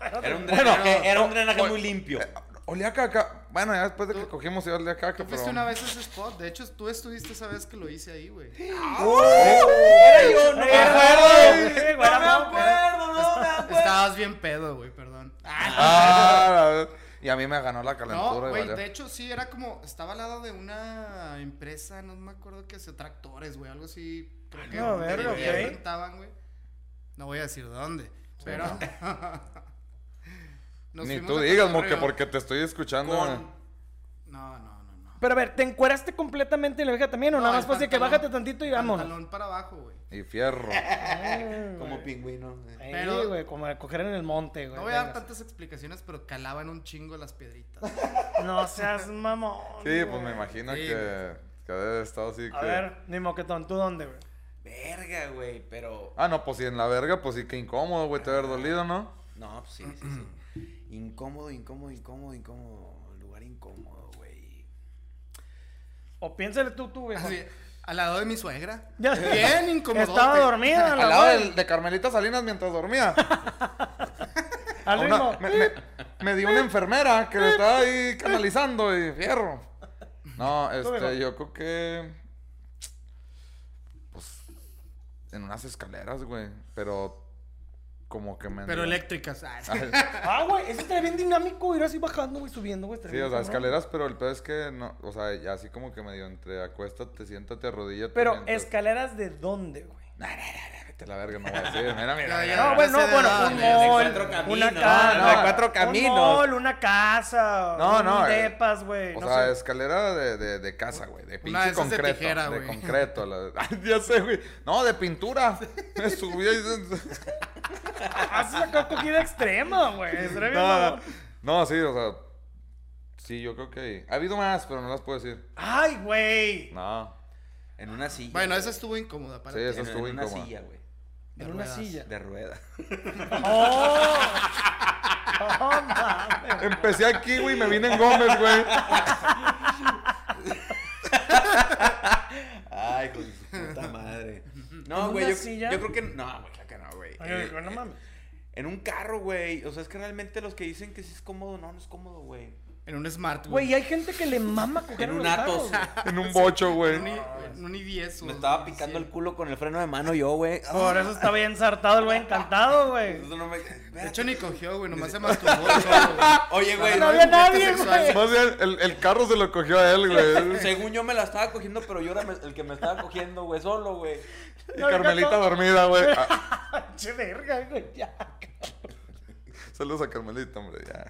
Speaker 4: Era
Speaker 2: <laughs>
Speaker 4: un
Speaker 1: Bueno,
Speaker 4: drenaje, era un drenaje
Speaker 1: oye,
Speaker 4: muy limpio.
Speaker 1: Olía caca. Bueno, ya después de que
Speaker 3: Tú-
Speaker 1: cogimos, ya olía caca.
Speaker 3: Tú
Speaker 1: Pero...
Speaker 3: fuiste una vez a ese spot. De hecho, tú estuviste esa vez que lo hice
Speaker 2: <laughs>
Speaker 3: ahí, güey.
Speaker 4: Ah, Era yo, no
Speaker 2: No
Speaker 4: me
Speaker 2: me
Speaker 4: acuerdo.
Speaker 2: acuerdo. Sí, güey,
Speaker 4: oh. No me
Speaker 2: era
Speaker 4: acuerdo, no me
Speaker 2: Ah,
Speaker 4: acuerdo.
Speaker 3: Estabas bien pedo, güey, perdón.
Speaker 1: Ah, y a mí me ganó la
Speaker 3: No,
Speaker 1: calentura. y
Speaker 3: güey,
Speaker 1: valió.
Speaker 3: de hecho sí, era como, estaba al lado de una empresa, no me acuerdo qué hacía, tractores, güey, algo así. Creo que
Speaker 2: Ah, no, verga,
Speaker 3: que
Speaker 2: ok.
Speaker 3: rentaban, güey. No voy a decir dónde, pero... <laughs> Nos
Speaker 1: Ni
Speaker 3: fuimos
Speaker 1: tú
Speaker 3: a
Speaker 1: digas,
Speaker 3: cotorreo.
Speaker 1: moque, porque te estoy escuchando. eh, güey.
Speaker 4: Con-
Speaker 3: No, no, no, no.
Speaker 2: Pero a ver, ¿te encueraste completamente en la vieja también o nada
Speaker 3: No,
Speaker 2: más
Speaker 3: el
Speaker 2: fue así de que
Speaker 3: pantalón-
Speaker 2: bájate tantito y vamos?
Speaker 3: Pantalón para abajo, güey.
Speaker 1: Y fierro.
Speaker 4: Como pingüino. eh.
Speaker 2: Ahí,
Speaker 3: Pero-
Speaker 2: güey, como de coger en el monte, güey.
Speaker 3: No voy a dar
Speaker 2: Venga.
Speaker 3: tantas explicaciones, pero calaban un chingo las piedritas. <laughs>
Speaker 2: No seas mamón.
Speaker 1: Sí, pues
Speaker 2: güey.
Speaker 1: me imagino
Speaker 3: Sí,
Speaker 1: que, que debe haber estado así.
Speaker 2: A
Speaker 1: que-
Speaker 2: ver, mi moquetón, ¿tú dónde, güey?
Speaker 4: Verga, güey, pero.
Speaker 1: Ah, no, pues sí, en la verga, pues sí, que incómodo, güey, te haber dolido, ¿no?
Speaker 4: No, pues sí, sí, sí. Incómodo, incómodo, incómodo, incómodo. Lugar incómodo, güey.
Speaker 2: O piénsale tú, tú,
Speaker 1: Ah,
Speaker 2: viejo.
Speaker 3: Así, al lado de mi suegra.
Speaker 2: Ya sé.
Speaker 1: <laughs>
Speaker 3: Bien incomodote.
Speaker 2: Estaba dormida. la
Speaker 1: Al lado
Speaker 2: madre.
Speaker 1: del- de, Carmelita Salinas mientras dormía. A
Speaker 2: Al
Speaker 1: una-
Speaker 2: ritmo.
Speaker 1: me, <laughs> me- me dio una enfermera que le estaba ahí canalizando y fierro. No,
Speaker 2: viejo.
Speaker 1: este, yo creo que. Pues. En unas escaleras, güey. Pero. Como que me.
Speaker 3: Pero eléctricas. Ah, sí.
Speaker 2: Ah, güey, eso estaría bien dinámico, ir así bajando, güey, subiendo, güey. estaría
Speaker 1: Sí,
Speaker 2: bien
Speaker 1: o sea,
Speaker 2: cabrón.
Speaker 1: escaleras, pero el pedo es que no, o sea, ya así como que medio entre acuéstate, siéntate, arrodíllate.
Speaker 2: Pero
Speaker 1: mientras-
Speaker 2: escaleras de dónde, güey.
Speaker 1: Vete a la verga, no voy a decir, mira, mira.
Speaker 3: Ya, ya.
Speaker 1: mira.
Speaker 2: No, bueno, no,
Speaker 3: Ah, no sé
Speaker 2: bueno,
Speaker 3: de
Speaker 2: un
Speaker 3: dónde,
Speaker 4: de
Speaker 2: mall,
Speaker 4: cuatro caminos.
Speaker 2: una
Speaker 1: Ah, No, no,
Speaker 2: casa,
Speaker 1: de cuatro
Speaker 2: un
Speaker 1: caminos.
Speaker 2: mall, una casa,
Speaker 1: No, no,
Speaker 2: un
Speaker 1: eh,
Speaker 2: depas, güey,
Speaker 1: O
Speaker 2: no
Speaker 1: sea,
Speaker 2: sé.
Speaker 1: escalera de, de, de casa, güey, de pinche
Speaker 3: de esas de
Speaker 1: concreto.
Speaker 3: tijera,
Speaker 1: de
Speaker 3: güey.
Speaker 1: concreto, la- <laughs> Ay, ya sé, güey. No, de
Speaker 3: <laughs>
Speaker 1: pintura. Me subí y...
Speaker 2: Haces acá cogida extrema,
Speaker 1: <laughs>
Speaker 2: güey, estaría bien,
Speaker 1: No,
Speaker 2: mamón.
Speaker 1: no, no, sí, o sea, sí, yo creo que ha habido más, pero no las puedo decir.
Speaker 2: Ay, güey,
Speaker 1: No,
Speaker 4: En una silla.
Speaker 3: Bueno,
Speaker 4: güey.
Speaker 3: esa estuvo incómoda para
Speaker 1: Sí,
Speaker 3: ti.
Speaker 4: En-
Speaker 1: Eso estuvo
Speaker 4: en una
Speaker 1: incómodo.
Speaker 4: silla, güey.
Speaker 3: De
Speaker 2: en una
Speaker 3: ruedas.
Speaker 2: silla.
Speaker 4: De rueda.
Speaker 2: ¡Oh! <laughs> ¡Oh, mames!
Speaker 1: empecé aquí, güey, me vine en Gómez, güey.
Speaker 4: Ay, con su
Speaker 2: <laughs>
Speaker 4: puta madre.
Speaker 2: ¿En
Speaker 4: No,
Speaker 2: una
Speaker 4: güey, yo,
Speaker 2: silla?
Speaker 4: yo creo que. No, güey, claro que no, güey.
Speaker 2: Ay,
Speaker 4: Eh,
Speaker 2: güey, no
Speaker 4: eh,
Speaker 2: mames.
Speaker 4: En un carro, güey. O sea, es que realmente los que dicen que sí es cómodo, no, no es cómodo, güey.
Speaker 3: En un smart,
Speaker 2: Güey, hay gente que le mama coger
Speaker 4: En
Speaker 2: en
Speaker 4: un
Speaker 2: los carros,
Speaker 4: Atos.
Speaker 2: güey.
Speaker 1: En un bocho, güey.
Speaker 3: En un i- en un i10. o
Speaker 4: <laughs> Me estaba
Speaker 3: un
Speaker 4: picando
Speaker 3: i100.
Speaker 4: el culo con el freno de mano yo, güey.
Speaker 2: Por eso está bien ensartado el güey encantado, güey.
Speaker 4: Eso no me- <laughs>
Speaker 3: De hecho, ni cogió, güey. Nomás se masturbó. solo, güey.
Speaker 4: Oye, güey.
Speaker 2: No
Speaker 4: no-
Speaker 2: había
Speaker 3: juguete
Speaker 2: nadie,
Speaker 3: sexual.
Speaker 2: güey.
Speaker 1: Más bien, el, el carro se lo cogió a él, güey.
Speaker 4: Según yo me la estaba cogiendo, pero yo era me- el que me estaba cogiendo, güey, solo, güey.
Speaker 1: Y
Speaker 2: No,
Speaker 1: Carmelita
Speaker 2: gato.
Speaker 1: dormida, güey. Ah,
Speaker 2: Che, verga, güey, ya.
Speaker 1: saludos a Carmelita, hombre, ya.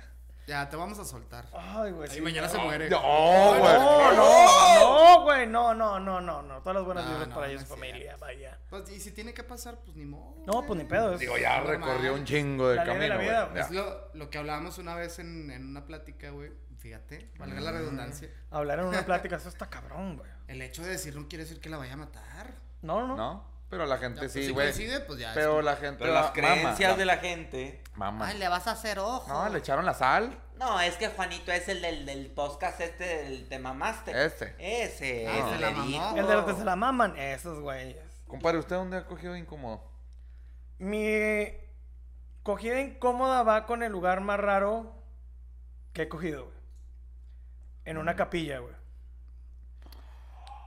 Speaker 3: Ya, te vamos a soltar.
Speaker 2: Ay, güey.
Speaker 3: Ahí
Speaker 2: sí.
Speaker 3: mañana se muere.
Speaker 1: No, güey.
Speaker 2: No, no, no, güey, no, no, no, no, no. Todas las buenas
Speaker 3: No,
Speaker 2: vibras
Speaker 3: no,
Speaker 2: para
Speaker 3: no
Speaker 2: ellos,
Speaker 3: es
Speaker 2: familia, vaya.
Speaker 3: Pues, y si tiene que pasar, pues ni modo.
Speaker 2: No,
Speaker 3: güey.
Speaker 2: pues ni pedo. es-
Speaker 1: Digo, ya recorrió un chingo de
Speaker 2: La ley de
Speaker 1: camino,
Speaker 2: la
Speaker 1: güey.
Speaker 2: vida, pues, güey.
Speaker 1: Ya.
Speaker 3: Es lo, lo que hablábamos una vez en, en una plática, güey. Fíjate, valga
Speaker 2: Ah.
Speaker 3: la redundancia.
Speaker 2: Hablar en una plática, eso está cabrón, güey.
Speaker 3: El hecho de decir no quiere decir que la vaya a matar.
Speaker 2: No, no, no.
Speaker 1: ¿No? Pero la gente
Speaker 3: Ya, pues,
Speaker 1: sí,
Speaker 3: si
Speaker 1: güey.
Speaker 3: coincide, pues ya.
Speaker 1: pero
Speaker 3: es-
Speaker 1: la gente.
Speaker 4: Pero
Speaker 1: la-
Speaker 4: las creencias
Speaker 1: mama,
Speaker 4: de la gente.
Speaker 1: Mama.
Speaker 3: Ay, le vas a hacer ojo.
Speaker 1: No, le echaron la sal.
Speaker 4: No, es que Juanito es el del, del podcast este del Te Mamaste.
Speaker 1: Este.
Speaker 4: Ese,
Speaker 3: Ah,
Speaker 4: ese
Speaker 3: se
Speaker 4: le
Speaker 3: la mamó.
Speaker 4: dijo.
Speaker 2: El de los que se la maman, esos güeyes.
Speaker 1: Compadre, ¿usted dónde ha cogido incómodo?
Speaker 2: Mi cogida incómoda va con el lugar más raro que he cogido, güey. En una capilla, güey.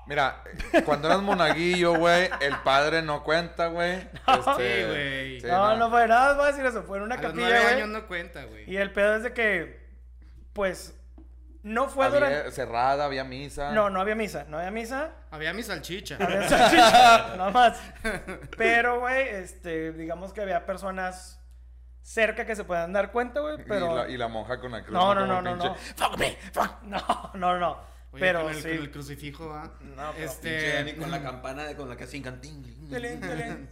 Speaker 1: Mira, eh, cuando eras monaguillo, güey, el padre no cuenta,
Speaker 2: <laughs>
Speaker 1: güey. Este,
Speaker 3: Sí, güey.
Speaker 2: no, no fue nada, voy a decir eso. Fue en una
Speaker 3: a los
Speaker 2: capilla,
Speaker 3: nueve años
Speaker 2: güey.
Speaker 3: no cuenta, güey.
Speaker 2: Y el pedo es de que, pues, no fue
Speaker 1: Había-
Speaker 2: durante...
Speaker 1: Cerrada, había misa.
Speaker 2: No, no había misa, no había misa.
Speaker 3: Había mi salchicha.
Speaker 2: Había salchicha, <laughs> nada más.
Speaker 1: <laughs>
Speaker 2: Pero, güey, este, digamos que había personas cerca que se puedan dar cuenta, güey,
Speaker 1: Y,
Speaker 2: pero...
Speaker 1: la, y la monja con la cruz.
Speaker 2: No, no,
Speaker 1: Como
Speaker 2: no, no, no.
Speaker 1: pinche-
Speaker 2: <laughs> No, no, no.
Speaker 3: Oye,
Speaker 2: Pero
Speaker 3: con el,
Speaker 2: sí.
Speaker 3: con el crucifijo, va.
Speaker 2: No, pero
Speaker 4: Pinche Dani
Speaker 3: este,
Speaker 4: con la campana de con la que hacen cantín.
Speaker 2: Telín,
Speaker 3: <laughs>
Speaker 2: telín.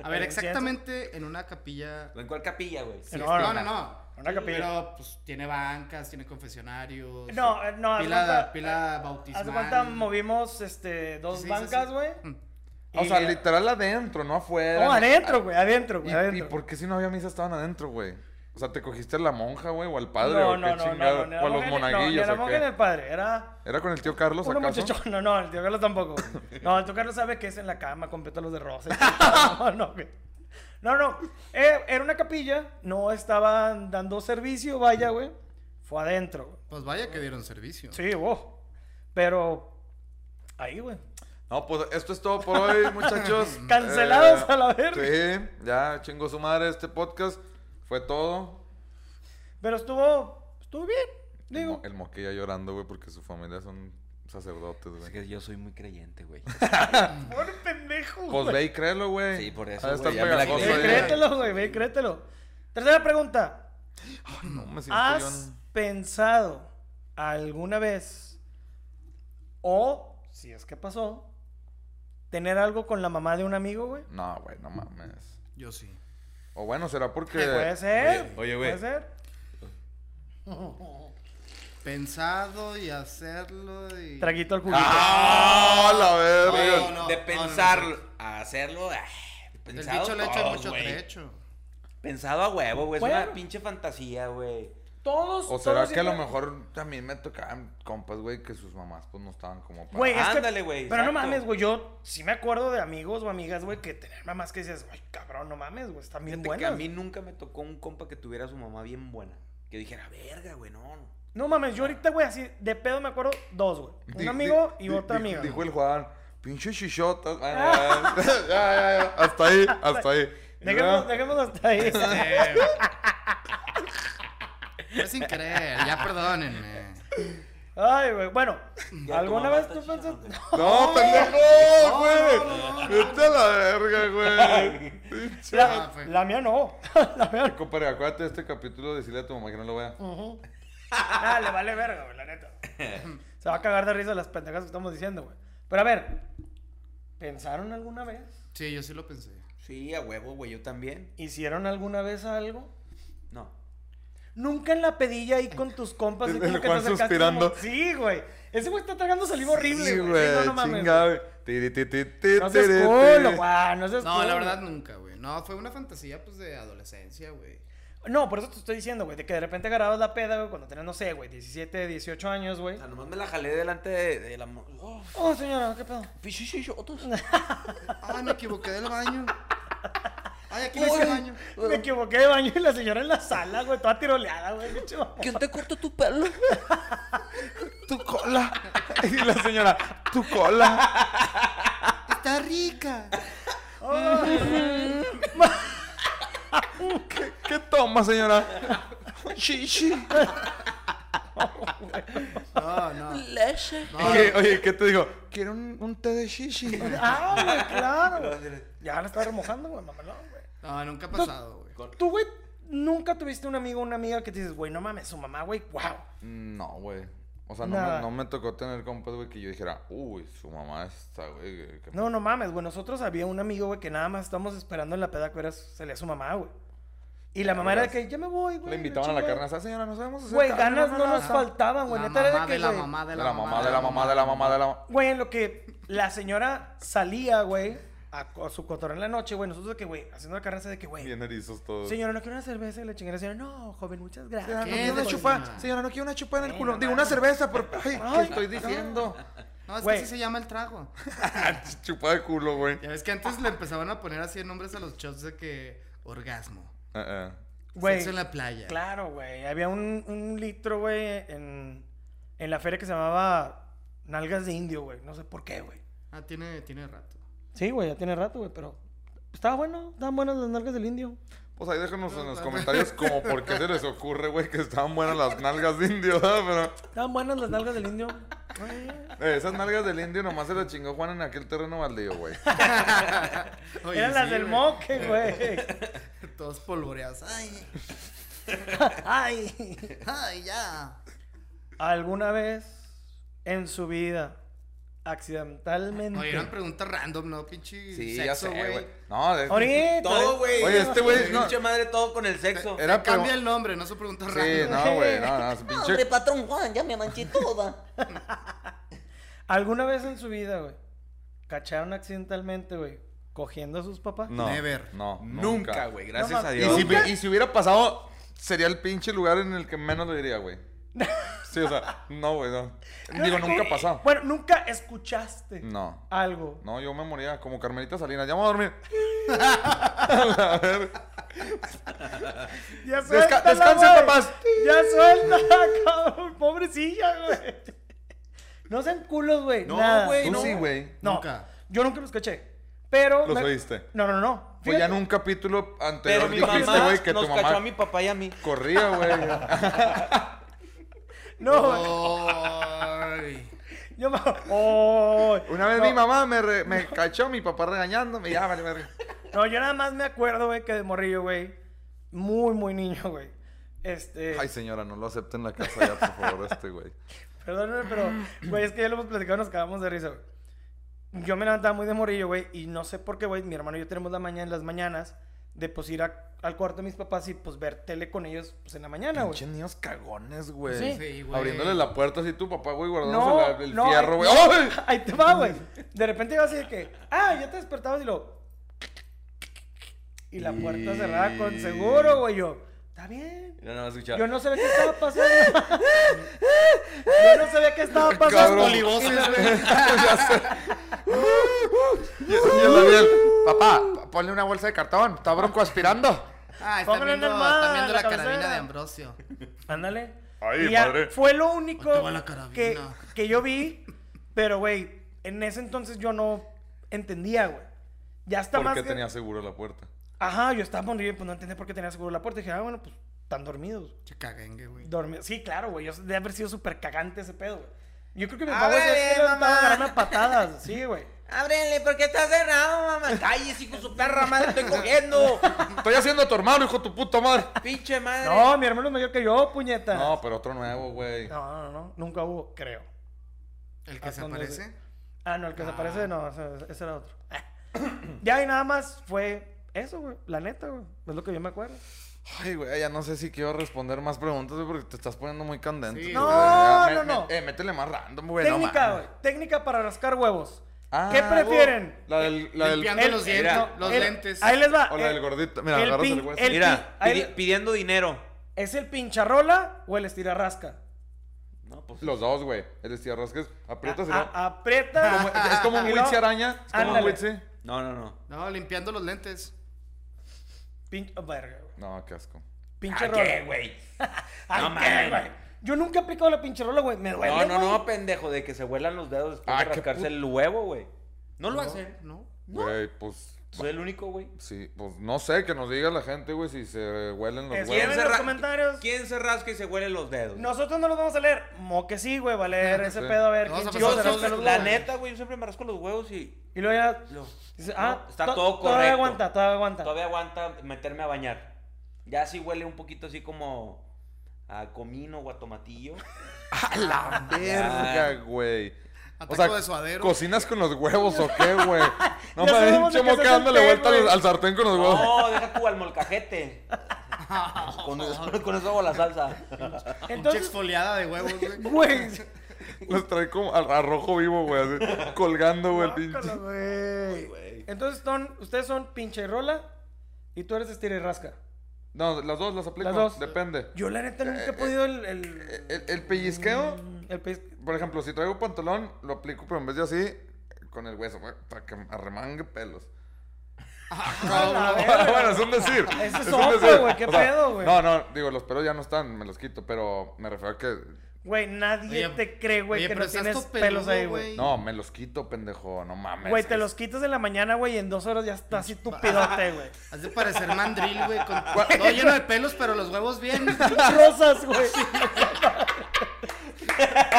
Speaker 3: a ver,
Speaker 2: el
Speaker 3: exactamente en una capilla.
Speaker 4: ¿En cuál capilla, güey?
Speaker 2: Sí,
Speaker 3: no, no,
Speaker 2: explica.
Speaker 3: no,
Speaker 2: Una capilla.
Speaker 3: Pero pues tiene bancas, tiene confesionarios.
Speaker 2: No, eh, no, haz
Speaker 3: pila,
Speaker 2: cuenta-
Speaker 3: pila
Speaker 2: Hace
Speaker 3: bautismal.
Speaker 2: cuenta movimos este, dos
Speaker 3: Sí, sí, sí,
Speaker 2: bancas,
Speaker 3: sí.
Speaker 2: güey.
Speaker 1: <laughs> O sea,
Speaker 2: y- eh,
Speaker 1: literal adentro, no afuera.
Speaker 2: No,
Speaker 1: ni-
Speaker 2: adentro, güey, adentro, güey,
Speaker 1: ¿Y, ¿Y
Speaker 2: adentro.
Speaker 1: por qué si no había misa estaban adentro, güey? O sea, ¿te cogiste a la monja, güey? ¿O al padre?
Speaker 2: no,
Speaker 1: ¿O
Speaker 2: no,
Speaker 1: qué
Speaker 2: no,
Speaker 1: chingado?
Speaker 2: no, no, ni la
Speaker 1: ¿O a los
Speaker 2: monja ni- no, ni
Speaker 1: monaguillos?
Speaker 2: la
Speaker 1: o
Speaker 2: monja
Speaker 1: qué?
Speaker 2: ni el padre, era...
Speaker 1: ¿Era con el tío Carlos
Speaker 2: Uno
Speaker 1: acaso?
Speaker 2: muchacho, <laughs> no, no, el tío Carlos tampoco. No, el tío Carlos sabe que es en la cama con pétalos de rosa. y todo. No, no, güey. No, no. Eh, era una capilla, no estaban dando servicio, vaya, güey. Fue adentro. güey.
Speaker 3: Pues vaya que dieron servicio.
Speaker 2: Sí, wow. Pero ahí, güey.
Speaker 1: No, pues esto es todo por
Speaker 2: <laughs>
Speaker 1: hoy, muchachos. Eh,
Speaker 2: Cancelados a la verga.
Speaker 1: Sí, ya chingo su madre este podcast. Fue todo.
Speaker 2: Pero estuvo, estuvo bien,
Speaker 1: El mo-
Speaker 2: digo.
Speaker 1: El moquilla llorando, güey, porque su familia son sacerdotes,
Speaker 4: Es
Speaker 1: güey.
Speaker 4: que yo soy muy creyente, <laughs> güey.
Speaker 2: Por pendejo.
Speaker 1: Pues
Speaker 2: güey.
Speaker 1: ve y créelo, güey.
Speaker 4: Sí, por eso,
Speaker 1: Ha de estar
Speaker 4: güey, ya me la
Speaker 1: pegajoso,
Speaker 2: Ve y
Speaker 1: güey.
Speaker 2: créetelo, güey, ve y créetelo. Tercera pregunta.
Speaker 1: Ay, no, me siento yo
Speaker 2: ¿Has
Speaker 1: en-
Speaker 2: pensado alguna vez o si es que pasó tener algo con la mamá de un amigo, güey?
Speaker 1: No, güey, no mames.
Speaker 3: Yo sí.
Speaker 1: O bueno, será porque...
Speaker 2: Puede ser.
Speaker 4: Oye, oye,
Speaker 2: Puede
Speaker 4: güey.
Speaker 2: ser.
Speaker 3: Pensado y hacerlo y.
Speaker 2: Traguito al juguito.
Speaker 1: ¡Ah, la
Speaker 3: Oye,
Speaker 1: verga!
Speaker 3: No, no,
Speaker 4: de
Speaker 3: no, no,
Speaker 4: pensarlo
Speaker 3: no,
Speaker 4: a hacerlo, ah,
Speaker 3: El
Speaker 4: pensado
Speaker 1: Oh,
Speaker 3: dicho le echa
Speaker 4: todo,
Speaker 1: <laughs>
Speaker 3: mucho
Speaker 4: güey.
Speaker 3: trecho.
Speaker 4: Pensado a huevo, güey. Es
Speaker 2: Bueno.
Speaker 4: una pinche fantasía, güey.
Speaker 2: Todos.
Speaker 1: O será
Speaker 2: todos
Speaker 1: que a lo
Speaker 2: siempre-
Speaker 1: mejor también me tocaban compas, güey, que sus mamás pues no estaban como para.
Speaker 2: Güey, es que-
Speaker 4: Ándale, güey,
Speaker 2: Pero no
Speaker 4: exacto.
Speaker 2: mames, güey. Yo sí me acuerdo de amigos o amigas, güey, que tenían mamás que dices, ay, cabrón, no mames, güey, están bien
Speaker 4: Fíjate que a
Speaker 2: buenas.
Speaker 4: mí nunca me tocó un compa que tuviera a su mamá bien buena. Que dijera, verga, güey, no. no".
Speaker 2: No mames, yo ahorita, güey, así de pedo me acuerdo dos, güey. Un
Speaker 1: Di-
Speaker 2: amigo
Speaker 1: di-
Speaker 2: y
Speaker 1: di-
Speaker 2: otra
Speaker 1: di-
Speaker 2: amiga.
Speaker 1: Dijo el Juan, pinche
Speaker 2: <laughs>
Speaker 1: chichota. Ah, ya, ya, ya, Hasta ahí, hasta ahí.
Speaker 2: Dejemos,
Speaker 1: Ya.
Speaker 2: dejemos hasta ahí.
Speaker 1: <laughs>
Speaker 3: <laughs> Fue sin querer, ya perdónenme.
Speaker 2: Ay, güey.
Speaker 3: <clears throat>
Speaker 2: Bueno,
Speaker 4: Ya
Speaker 2: ¿alguna
Speaker 4: tu mamá
Speaker 2: vez
Speaker 4: está
Speaker 2: tú
Speaker 4: chillando,
Speaker 2: pensaste?
Speaker 4: güey.
Speaker 1: No, pendejo, güey. Vete a la verga, güey. Pinche-
Speaker 2: La,
Speaker 3: Ah, fue.
Speaker 2: la mía no. la mía no.
Speaker 1: Compadre, acuérdate de este capítulo, decirle a tu mamá que no lo vea.
Speaker 2: Ujú. <laughs> Ah, le vale verga, güey, la neta.
Speaker 1: <clears throat>
Speaker 2: Se va a cagar de risa las pendejas que estamos diciendo, güey. Pero a ver, ¿pensaron alguna vez?
Speaker 3: Sí, yo sí lo pensé.
Speaker 4: Sí, a huevo, güey, yo también.
Speaker 2: ¿Hicieron alguna vez algo?
Speaker 4: No.
Speaker 2: Nunca en la pedilla ahí con tus compas.
Speaker 1: El-
Speaker 2: y como
Speaker 1: el
Speaker 2: que te
Speaker 1: Juan
Speaker 2: acercaste
Speaker 1: suspirando.
Speaker 2: como- Sí, güey. Ese güey está tragando saliva horrible,
Speaker 1: Sí,
Speaker 2: güey.
Speaker 1: güey,
Speaker 2: Sí, no, no mames.
Speaker 1: chinga, güey. Tiri, ti, ti, ti,
Speaker 2: No seas
Speaker 1: tiri,
Speaker 2: culo,
Speaker 1: ti.
Speaker 2: güey. No seas
Speaker 3: No, la
Speaker 2: culo.
Speaker 3: verdad nunca, güey. No, fue una fantasía pues de adolescencia, güey.
Speaker 2: No, por eso te estoy diciendo, güey, de que de repente agarrabas la peda, güey, cuando tenías, no sé, güey, 17, 18 años, güey.
Speaker 4: O sea, nomás me la jalé delante de, de la... mo- Oh,
Speaker 2: Oh, señora, ¿qué pedo?
Speaker 4: pinche chichotos.
Speaker 3: Ay, Ah, me equivoqué del baño. Ay, aquí no hice baño.
Speaker 2: Me equivoqué de baño y la señora en la sala, güey, toda tiroleada, güey, qué chido.
Speaker 1: <laughs>
Speaker 4: ¿Quién te cortó tu pelo?
Speaker 1: Tu cola. <laughs> Y la señora, tu cola.
Speaker 3: Está rica.
Speaker 1: ¿Qué, qué toma, señora? Chichi.
Speaker 3: No, no.
Speaker 1: Oye, oye, ¿qué te digo? Quiero un, un té de chichi.
Speaker 2: Ah, güey, claro. güey. Ya la estaba remojando, güey, mamalón, güey.
Speaker 3: No, nunca ha pasado, güey.
Speaker 2: Tú, güey, nunca tuviste un amigo o una amiga que te dices, güey, no mames, su mamá, güey, wow.
Speaker 1: No, güey. O sea, no,
Speaker 2: Nada.
Speaker 1: me, no me tocó tener compas, güey, que yo dijera, uy, su mamá está, güey. que- que-
Speaker 2: No, no mames, güey. Nosotros había un amigo, güey, que nada más estamos esperando en la peda que era, su- salía su mamá, güey. Y la mamá era de que ya me voy, güey.
Speaker 1: Le invitaban a la
Speaker 2: chinga".
Speaker 1: carne asada, señora, nos vemos.
Speaker 2: Güey, ganas no nos faltaban, güey.
Speaker 3: La
Speaker 2: Neta era
Speaker 3: mamá
Speaker 2: de
Speaker 3: de
Speaker 2: que,
Speaker 3: la
Speaker 2: güey.
Speaker 3: mamá de
Speaker 1: De
Speaker 3: la
Speaker 1: la mamá, de la mamá, de la mamá, de la mamá.
Speaker 2: Güey, en lo que la señora salía, güey, a, a su cotorreo en la noche, güey. Nosotros de que, güey, haciendo la carne asada de que, güey.
Speaker 1: Bien erizos todos.
Speaker 2: Señora, ¿no quiere una cerveza? Y la chingada señora, no, joven, muchas gracias.
Speaker 3: ¿Qué? quiero una
Speaker 2: Joven.
Speaker 3: chupa- señora? señora,
Speaker 1: no quiero una chupa en
Speaker 2: el culo. Digo, una
Speaker 1: cerveza por... Ay,
Speaker 2: ¿qué estoy
Speaker 1: diciendo?
Speaker 3: No, es
Speaker 2: Güey.
Speaker 3: que así se llama el trago.
Speaker 1: <laughs> chupa de culo, güey. Eh,
Speaker 3: Ya ves que antes le empezaban a poner así nombres a los shots de que orgasmo.
Speaker 1: Eh, eh.
Speaker 2: Güey,
Speaker 3: Sexo en la playa.
Speaker 2: Claro, güey. Había un, un litro, güey, en, en la feria que se llamaba Nalgas de Indio, güey. No sé por qué, güey.
Speaker 3: Ah, tiene, tiene
Speaker 2: <laughs>
Speaker 3: rato.
Speaker 2: Sí, güey, ya tiene rato, güey, pero estaba bueno, estaban buenas las nalgas del indio.
Speaker 1: Pues ahí déjanos en los comentarios como por qué se les ocurre, güey, que estaban buenas las nalgas de indio, <laughs> ¿verdad?
Speaker 2: Estaban buenas las nalgas del indio. Ay,
Speaker 1: Pero eh, esas nalgas del indio nomás se las chingó Juan en aquel terreno baldío, güey.
Speaker 3: Oye,
Speaker 2: Eran las
Speaker 3: sí,
Speaker 2: del
Speaker 3: güey.
Speaker 2: moque, güey.
Speaker 3: <laughs> Todos polvoreados. Ay,
Speaker 2: Ay.
Speaker 3: ay, ya.
Speaker 2: ¿Alguna vez en su vida, accidentalmente?
Speaker 3: Oye, eran preguntas random, ¿no? Pinche
Speaker 4: Sí, ya
Speaker 3: sexo,
Speaker 4: sé,
Speaker 3: güey.
Speaker 4: güey.
Speaker 1: No, de...
Speaker 2: Ahorita.
Speaker 4: Todo, güey.
Speaker 1: Oye, este güey, no.
Speaker 4: Pinche madre, todo con el sexo.
Speaker 1: Era pre-
Speaker 3: Cambia el nombre, no son preguntas
Speaker 1: Sí,
Speaker 3: random.
Speaker 1: no, güey, no, no, es
Speaker 5: No, hombre,
Speaker 1: pinche...
Speaker 5: patrón Juan, ya me manché toda.
Speaker 2: ¿Alguna vez en su vida, güey? ¿Cacharon accidentalmente, güey? ¿Cogiendo a sus papás?
Speaker 1: No,
Speaker 3: Never.
Speaker 1: no,
Speaker 4: Nunca, güey,
Speaker 2: No
Speaker 4: gracias a
Speaker 2: mames.
Speaker 1: Y
Speaker 4: Dios.
Speaker 1: si, me- y si hubiera pasado, sería el pinche lugar en el que menos lo diría, güey. Sí, o sea, no, güey, no. Digo, nunca ha pasado.
Speaker 2: Bueno, nunca escuchaste
Speaker 1: No.
Speaker 2: algo.
Speaker 1: No, yo me moría como Carmelita Salinas. Ya vamos a dormir.
Speaker 2: Ya
Speaker 1: Desca-
Speaker 2: suéltala,
Speaker 1: descansen,
Speaker 2: güey.
Speaker 1: papás.
Speaker 2: Ya suelta, <laughs> cabrón. Pobrecilla, güey. No sean culos, güey.
Speaker 4: No,
Speaker 2: nada.
Speaker 4: güey,
Speaker 1: Tú
Speaker 4: no.
Speaker 1: sí, güey.
Speaker 2: No,
Speaker 3: Nunca.
Speaker 2: yo nunca los caché. Pero.
Speaker 1: Los oíste.
Speaker 2: No, no, no.
Speaker 1: Pues
Speaker 2: Fíjate.
Speaker 1: ya en un capítulo anterior
Speaker 4: <laughs> Pero mi
Speaker 1: dijiste,
Speaker 4: mamá
Speaker 1: güey, que
Speaker 4: nos
Speaker 1: tu
Speaker 4: cachó a
Speaker 1: mamá
Speaker 4: mi papá y a mí.
Speaker 1: corría, <laughs> güey.
Speaker 2: No, güey.
Speaker 3: Ay.
Speaker 2: Yo me. ¡Oh!
Speaker 1: Una vez
Speaker 2: No.
Speaker 1: mi mamá me, re- me cachó, mi papá regañándome. Ya, vale, verga.
Speaker 2: No, yo nada más me acuerdo, güey, que de morrillo, güey. Muy, muy niño, güey. Este.
Speaker 1: <laughs> Ay, señora, no lo acepten en la casa ya, por favor, este güey.
Speaker 2: Perdónenme, pero, güey, es que ya lo hemos platicado, nos cagamos de risa, güey. Yo me levantaba muy de morrillo, güey, y no sé por qué, güey, mi hermano y yo tenemos la mañana, las mañanas de, pues, ir a- al cuarto de mis papás y, pues, ver tele con ellos, pues, en la mañana, güey.
Speaker 1: <laughs> Pinche niños cagones, güey.
Speaker 2: Sí.
Speaker 3: Sí, güey.
Speaker 1: Abriéndole la puerta así tu papá, güey, guardándose
Speaker 2: No,
Speaker 1: la- el
Speaker 2: no,
Speaker 1: fierro,
Speaker 2: ahí-
Speaker 1: güey. ¡Oh!
Speaker 2: no,
Speaker 1: ¡Ay!
Speaker 2: <laughs> Ahí te va, güey. De repente iba así de que, ah, ya te despertabas y lo... Y la puerta cerrada con seguro, güey, yo. Está bien.
Speaker 4: Yo nada más escuchaba.
Speaker 2: Yo no sabía qué estaba pasando. <laughs> Yo no sabía qué estaba pasando.
Speaker 1: Cabrón. <laughs>
Speaker 2: Uh,
Speaker 1: Y, y el Daniel, papá, p- ponle una bolsa de cartón, está bronco aspirando.
Speaker 3: Ah, está
Speaker 2: Póngale en
Speaker 3: viendo,
Speaker 2: el mar,
Speaker 3: está viendo
Speaker 2: la
Speaker 3: la,
Speaker 2: cabecera.
Speaker 3: carabina de Ambrosio.
Speaker 2: Ándale.
Speaker 1: Ay,
Speaker 2: Y ya
Speaker 1: madre.
Speaker 2: Fue lo único
Speaker 3: Ahí te va la carabina.
Speaker 2: que, que yo vi, pero güey, en ese entonces yo no entendía, güey. Ya está
Speaker 1: ¿Por
Speaker 2: más.
Speaker 1: qué
Speaker 2: que-
Speaker 1: tenía seguro la puerta?
Speaker 2: Ajá, yo estaba mordido, pues no entendía por qué tenía seguro la puerta. dije, ah, bueno, pues están dormidos.
Speaker 3: Che cagengue, güey.
Speaker 2: Dormido. Sí, claro, güey. Yo debe haber sido súper cagante ese pedo, güey. Yo creo que mi
Speaker 4: A
Speaker 2: papá, güey,
Speaker 4: ver,
Speaker 2: se
Speaker 4: eh,
Speaker 2: le estaba
Speaker 4: mamá.
Speaker 2: agarrando a patadas. Sí, güey.
Speaker 4: Ábrele, porque está cerrado, mamá. Cállese, hijo de su perra madre, estoy <laughs> cogiendo.
Speaker 1: Estoy haciendo a tu hermano, hijo de tu puta madre.
Speaker 4: Pinche madre.
Speaker 2: No, mi hermano es mayor que yo, puñeta.
Speaker 1: No, pero otro nuevo, güey.
Speaker 2: no, no, no. Nunca hubo, creo.
Speaker 3: El que
Speaker 2: Ah,
Speaker 3: se
Speaker 2: ¿dónde es?
Speaker 3: aparece.
Speaker 2: Ah, no, el que se parece, no, ese, ese era otro. <coughs> ya, y nada más fue eso, güey. La neta, güey. Es lo que yo me acuerdo.
Speaker 1: Ay, güey, ya no sé si quiero responder más preguntas, güey, porque te estás poniendo muy candente.
Speaker 3: Sí,
Speaker 1: güey.
Speaker 3: No,
Speaker 1: Ya,
Speaker 2: no,
Speaker 1: me-
Speaker 2: no.
Speaker 1: me- eh, métele más random, güey. no
Speaker 2: técnica,
Speaker 1: mames.
Speaker 2: güey. Técnica para rascar huevos.
Speaker 1: Ah,
Speaker 2: ¿Qué
Speaker 1: oh,
Speaker 2: prefieren?
Speaker 1: La del, la del,
Speaker 3: Limpiando los dientes,
Speaker 2: no,
Speaker 3: los
Speaker 2: el-
Speaker 3: lentes.
Speaker 2: Ahí les va. eh,
Speaker 1: o la
Speaker 2: El-
Speaker 1: del gordito. Mira,
Speaker 2: el
Speaker 1: agarras el
Speaker 2: pin-
Speaker 1: hueso.
Speaker 2: el-
Speaker 4: Mira,
Speaker 2: Ahí
Speaker 4: pidi-
Speaker 2: le-
Speaker 4: pidiendo dinero.
Speaker 2: ¿Es el pincharrola o el estirarrasca?
Speaker 4: No, pues.
Speaker 1: Los dos, güey. El estirarrasques. Aprietas y
Speaker 2: A-
Speaker 1: luego- <laughs>
Speaker 2: a- aprieta.
Speaker 1: como- es- Es como un
Speaker 2: <laughs> y luego-
Speaker 1: Witsi araña. Es como un
Speaker 2: Ándale.
Speaker 1: Witsi.
Speaker 4: No, no, no.
Speaker 3: No, limpiando los lentes.
Speaker 2: Pin- oh, verga, güey.
Speaker 1: No, qué asco.
Speaker 2: Pinche
Speaker 4: ¿A
Speaker 2: rola.
Speaker 4: qué, güey?
Speaker 2: Ay,
Speaker 4: No
Speaker 2: qué,
Speaker 4: mames.
Speaker 2: güey. Yo nunca he aplicado la pinche rola, güey. Me duele,
Speaker 4: No, no,
Speaker 2: güey.
Speaker 4: no, pendejo, de que se vuelan los dedos después
Speaker 1: Ah,
Speaker 4: de
Speaker 1: qué
Speaker 4: rascarse
Speaker 1: put-
Speaker 4: el huevo, güey. No lo
Speaker 3: No,
Speaker 4: hacen.
Speaker 3: No.
Speaker 1: Güey, pues.
Speaker 4: Soy el único, güey.
Speaker 1: Sí, pues no sé, que nos diga la gente, güey, si se huelen los
Speaker 2: Es-
Speaker 1: huevos.
Speaker 2: Escriben en
Speaker 4: se
Speaker 2: los
Speaker 4: ra-
Speaker 2: comentarios.
Speaker 4: ¿Quién se rasca y se huele los dedos?
Speaker 2: Nosotros no los vamos a leer. Mo que sí, güey, va a leer ese
Speaker 1: Sí.
Speaker 2: pedo a ver
Speaker 3: No,
Speaker 2: quién
Speaker 3: o sea,
Speaker 2: chingos
Speaker 4: Yo,
Speaker 2: se
Speaker 3: nosotros-
Speaker 2: rasca los
Speaker 4: la
Speaker 2: huevos.
Speaker 4: neta, güey, yo siempre me rasco los huevos y.
Speaker 2: Y luego ya.
Speaker 4: lo-
Speaker 2: dice,
Speaker 4: no,
Speaker 2: ah,
Speaker 4: está
Speaker 2: to-
Speaker 4: todo correcto.
Speaker 2: Todavía aguanta, todavía aguanta.
Speaker 4: Todavía aguanta meterme a bañar. Ya sí huele un poquito así como a comino o a tomatillo.
Speaker 1: <laughs> A la verga, güey.
Speaker 3: Ataco Ah. de suadero.
Speaker 1: ¿cocinas con los huevos o qué,
Speaker 2: <laughs>
Speaker 1: güey? No
Speaker 2: Ya
Speaker 1: me
Speaker 2: sabemos
Speaker 1: pinche
Speaker 2: de qué se
Speaker 1: moca dándole
Speaker 2: trata,
Speaker 1: vuelta al,
Speaker 2: güey.
Speaker 1: al sartén con los huevos. <laughs>
Speaker 4: No, deja tú al molcajete. con, eso, <laughs> con eso hago la salsa.
Speaker 3: Pinche
Speaker 2: Entonces,
Speaker 3: exfoliada de huevos, güey.
Speaker 1: <laughs>
Speaker 2: güey.
Speaker 1: Los trae como al a rojo vivo, güey, así,
Speaker 2: <laughs>
Speaker 1: colgando, güey, el pinche.
Speaker 2: guácala, güey. Entonces, son, ustedes son pinche rola y tú eres estira y rasca.
Speaker 1: No, las dos las aplico,
Speaker 2: Las dos.
Speaker 1: depende.
Speaker 2: Yo, la neta, nunca he podido el. el,
Speaker 1: Eh,
Speaker 2: Mm,
Speaker 1: El, el pellizqueo,
Speaker 2: el pez-
Speaker 1: por ejemplo, si traigo pantalón, lo aplico, pero en vez de así, con el hueso, güey, para que arremangue pelos. <laughs>
Speaker 2: A ver,
Speaker 1: Bueno,
Speaker 2: güey.
Speaker 1: bueno, es un
Speaker 2: <laughs>
Speaker 1: decir.
Speaker 2: Ese es
Speaker 1: un
Speaker 2: otro,
Speaker 1: decir.
Speaker 2: güey, qué
Speaker 1: O sea,
Speaker 2: pedo, güey.
Speaker 1: No, no, digo, los pelos ya no están, me los quito, pero me refiero a que
Speaker 2: Güey, <laughs> nadie
Speaker 3: Oye,
Speaker 2: te cree, güey,
Speaker 3: oye,
Speaker 2: que
Speaker 3: pero
Speaker 2: no
Speaker 3: estás
Speaker 2: tienes
Speaker 3: todo
Speaker 2: pelos
Speaker 3: peludo,
Speaker 2: ahí, güey.
Speaker 3: güey.
Speaker 1: No, me los quito, pendejo, no mames.
Speaker 2: Güey, te
Speaker 1: Es-
Speaker 2: los quitas en la mañana, güey, y en dos horas ya está así tupidote, güey.
Speaker 3: Has de parecer mandril, güey. Con... Todo lleno de pelos, pero los
Speaker 2: <laughs>
Speaker 3: huevos bien.
Speaker 2: Rosas, güey.
Speaker 1: <laughs>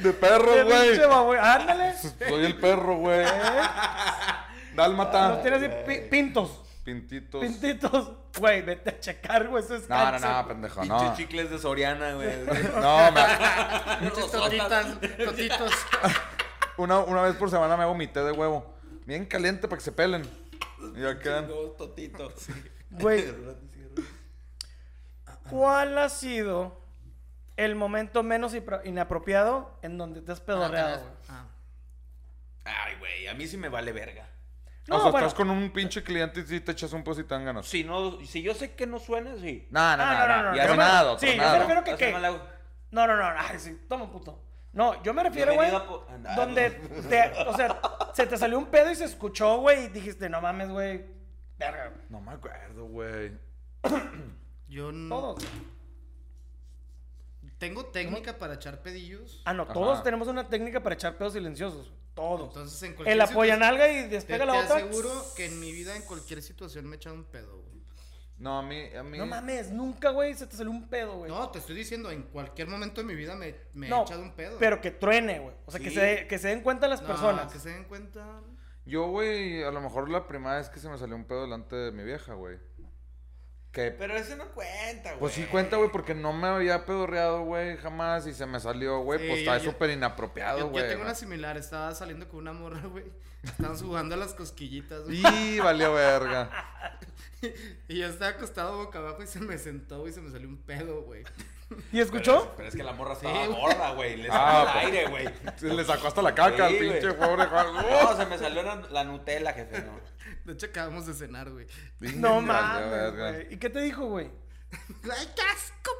Speaker 1: De perro, güey.
Speaker 2: Pinche babue- Ándale.
Speaker 1: <laughs> Soy el perro, güey.
Speaker 2: Los
Speaker 1: Dálmata.
Speaker 2: tienes así pi- pintos.
Speaker 1: Pintitos.
Speaker 2: Pintitos. Güey, vete a checar, güey. Eso es
Speaker 1: No, no,
Speaker 2: cáncer,
Speaker 1: no,
Speaker 2: güey.
Speaker 1: pendejo,
Speaker 4: Pinches
Speaker 1: no.
Speaker 4: chicles de Soriana, güey.
Speaker 1: <laughs> No, me-
Speaker 3: Pinches totitas,
Speaker 2: <laughs>
Speaker 3: totitos.
Speaker 1: una, una vez por semana me hago mi té de huevo. Bien caliente para que se pelen. Y ya quedan.
Speaker 4: Dos totitos. <laughs>
Speaker 1: <laughs>
Speaker 2: Güey, ¿cuál ha sido el momento menos ipro- inapropiado en donde te has pedorreado, güey?
Speaker 3: Ah.
Speaker 4: Ay, güey, a mí sí me vale verga.
Speaker 2: No,
Speaker 1: o sea,
Speaker 2: bueno.
Speaker 1: estás con un pinche cliente y sí te echas un pos y te dan ganas.
Speaker 4: Si, no, si yo sé que no suena, sí.
Speaker 1: No, no,
Speaker 2: Ah,
Speaker 1: no, no.
Speaker 2: no, no,
Speaker 1: Y
Speaker 2: no, yo me-
Speaker 1: tronado,
Speaker 2: sí, yo me
Speaker 1: tronado.
Speaker 2: refiero- Creo que
Speaker 4: O sea,
Speaker 2: qué.
Speaker 4: no la hago.
Speaker 2: No, no, no, no, ay, sí, toma puto. No, yo me refiero, güey,
Speaker 4: Bienvenido a po- Ah, no.
Speaker 2: donde te, o sea, se te salió un pedo y se escuchó, güey, y dijiste, no mames, güey, verga, güey.
Speaker 1: No me acuerdo, güey.
Speaker 3: Yo no.
Speaker 2: todos.
Speaker 3: Tengo técnica para echar pedillos.
Speaker 2: Ah, no,
Speaker 1: Ajá.
Speaker 2: todos tenemos una técnica para echar pedos silenciosos, todos.
Speaker 3: Entonces en cualquier
Speaker 2: el apoyanalga y
Speaker 3: situ-
Speaker 2: despega
Speaker 3: Te,
Speaker 2: la
Speaker 3: te
Speaker 2: otra.
Speaker 3: aseguro que en mi vida en cualquier situación me he echado un pedo, güey.
Speaker 1: No, a mí. A mí...
Speaker 2: No mames, nunca, güey, se te salió un pedo, güey.
Speaker 3: No, te estoy diciendo, en cualquier momento de mi vida me, me
Speaker 2: No,
Speaker 3: he echado un pedo.
Speaker 2: Pero que truene, güey. O sea, que,
Speaker 4: Sí.
Speaker 2: se, que se den cuenta las
Speaker 3: No,
Speaker 2: personas.
Speaker 3: Que se den cuenta.
Speaker 1: Yo, güey, a lo mejor la primera vez que se me salió un pedo delante de mi vieja, güey. Que
Speaker 4: Pero ese no cuenta, güey.
Speaker 1: Pues sí cuenta, güey, porque no me había pedorreado, güey, jamás, y se me salió, güey,
Speaker 3: Sí,
Speaker 1: pues
Speaker 3: yo-
Speaker 1: está
Speaker 3: yo-
Speaker 1: súper
Speaker 3: Yo,
Speaker 1: inapropiado,
Speaker 3: yo
Speaker 1: güey.
Speaker 3: tengo una similar, estaba saliendo con una morra, <laughs> güey. Estaban jugando a las cosquillitas, güey.
Speaker 1: Y valió verga.
Speaker 3: Y yo estaba acostado boca abajo y se me sentó, güey, y se me salió un pedo, güey.
Speaker 2: ¿Y
Speaker 4: Pero
Speaker 2: escuchó?
Speaker 4: es- Pero es que la morra estaba
Speaker 3: güey.
Speaker 4: gorda, güey. Le sacó
Speaker 1: Ah,
Speaker 4: el
Speaker 1: pues.
Speaker 4: aire, güey.
Speaker 1: Se Le sacó hasta la caca al
Speaker 4: Sí, güey.
Speaker 1: pinche pobre Juan.
Speaker 4: No, se me salió la, la Nutella, jefe, no.
Speaker 3: De hecho, acabamos de cenar, güey.
Speaker 1: Sí,
Speaker 2: <laughs> No
Speaker 1: valió
Speaker 2: mames,
Speaker 1: verga.
Speaker 2: güey. <laughs> ¿Y qué te dijo, güey?
Speaker 3: ¡Ay, qué asco,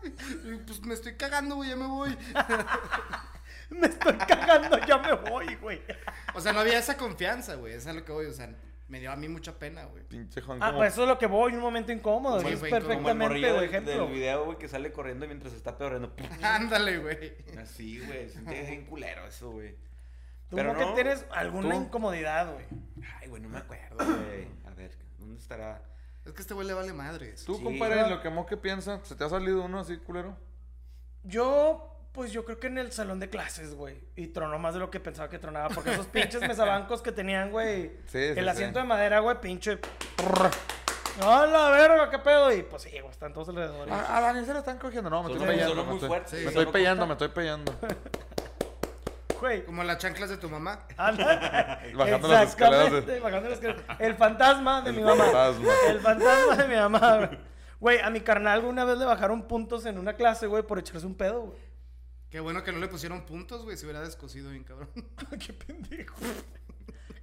Speaker 3: pendejo! Y, Pues me estoy cagando, güey, ya me voy.
Speaker 2: Me estoy cagando, ya me voy, güey.
Speaker 3: O sea, no había esa confianza, güey. Esa es lo que voy, o sea, me dio a mí mucha pena, güey. <laughs>
Speaker 1: Pinche Juan.
Speaker 2: Ah,
Speaker 1: como-
Speaker 2: pues eso es lo que voy, un momento incómodo.
Speaker 3: Sí,
Speaker 2: es
Speaker 3: fue incómodo.
Speaker 4: Como el
Speaker 2: perfectamente
Speaker 4: morrillo
Speaker 2: de
Speaker 4: del,
Speaker 2: ejemplo.
Speaker 4: del video, güey, que sale corriendo mientras se está peorando.
Speaker 3: Ándale, güey.
Speaker 4: <laughs> Así, güey. Se siente bien culero eso, güey.
Speaker 2: Tú
Speaker 4: Pero
Speaker 2: no que
Speaker 4: no,
Speaker 2: tienes alguna
Speaker 4: tú.
Speaker 2: incomodidad, güey.
Speaker 4: Ay, güey, no me acuerdo, güey. A ver, ¿dónde estará?
Speaker 3: Es que este güey le vale madres.
Speaker 1: Tú,
Speaker 4: Sí,
Speaker 1: compadre,
Speaker 4: ¿no?
Speaker 1: en lo que Moque piensa, ¿se te ha salido uno así, culero?
Speaker 2: Yo, pues yo creo que en el salón de clases, güey. Y tronó más de lo que pensaba que tronaba. Porque esos
Speaker 4: <laughs>
Speaker 2: pinches mesabancos que tenían, güey.
Speaker 1: Sí, sí,
Speaker 2: el
Speaker 1: sí.
Speaker 2: asiento de madera, güey, pinche. ¡No, la verga, qué pedo! Y pues sí, güey, están todos alrededor.
Speaker 4: Ah.
Speaker 1: A, a Daniel se lo están cogiendo, no, me
Speaker 4: Sonó-
Speaker 1: estoy peleando.
Speaker 4: sonó
Speaker 1: me
Speaker 4: muy
Speaker 1: estoy-
Speaker 4: fuerte,
Speaker 1: Me
Speaker 4: sí.
Speaker 1: estoy
Speaker 4: Sonó
Speaker 1: peleando, me estoy peleando.
Speaker 2: Güey.
Speaker 3: Como las chanclas de tu mamá.
Speaker 2: Anda.
Speaker 1: Bajando las escaleras de-
Speaker 2: Exactamente, bajando las escaleras. El fantasma de
Speaker 1: El
Speaker 2: mi mamá.
Speaker 1: fantasma.
Speaker 2: El fantasma de mi mamá, güey. Güey, a mi carnal una vez le bajaron puntos en una clase, güey, por echarse un pedo, güey. <laughs>
Speaker 3: Qué bueno que no le pusieron puntos, güey. Se hubiera descosido bien, cabrón.
Speaker 2: Qué pendejo.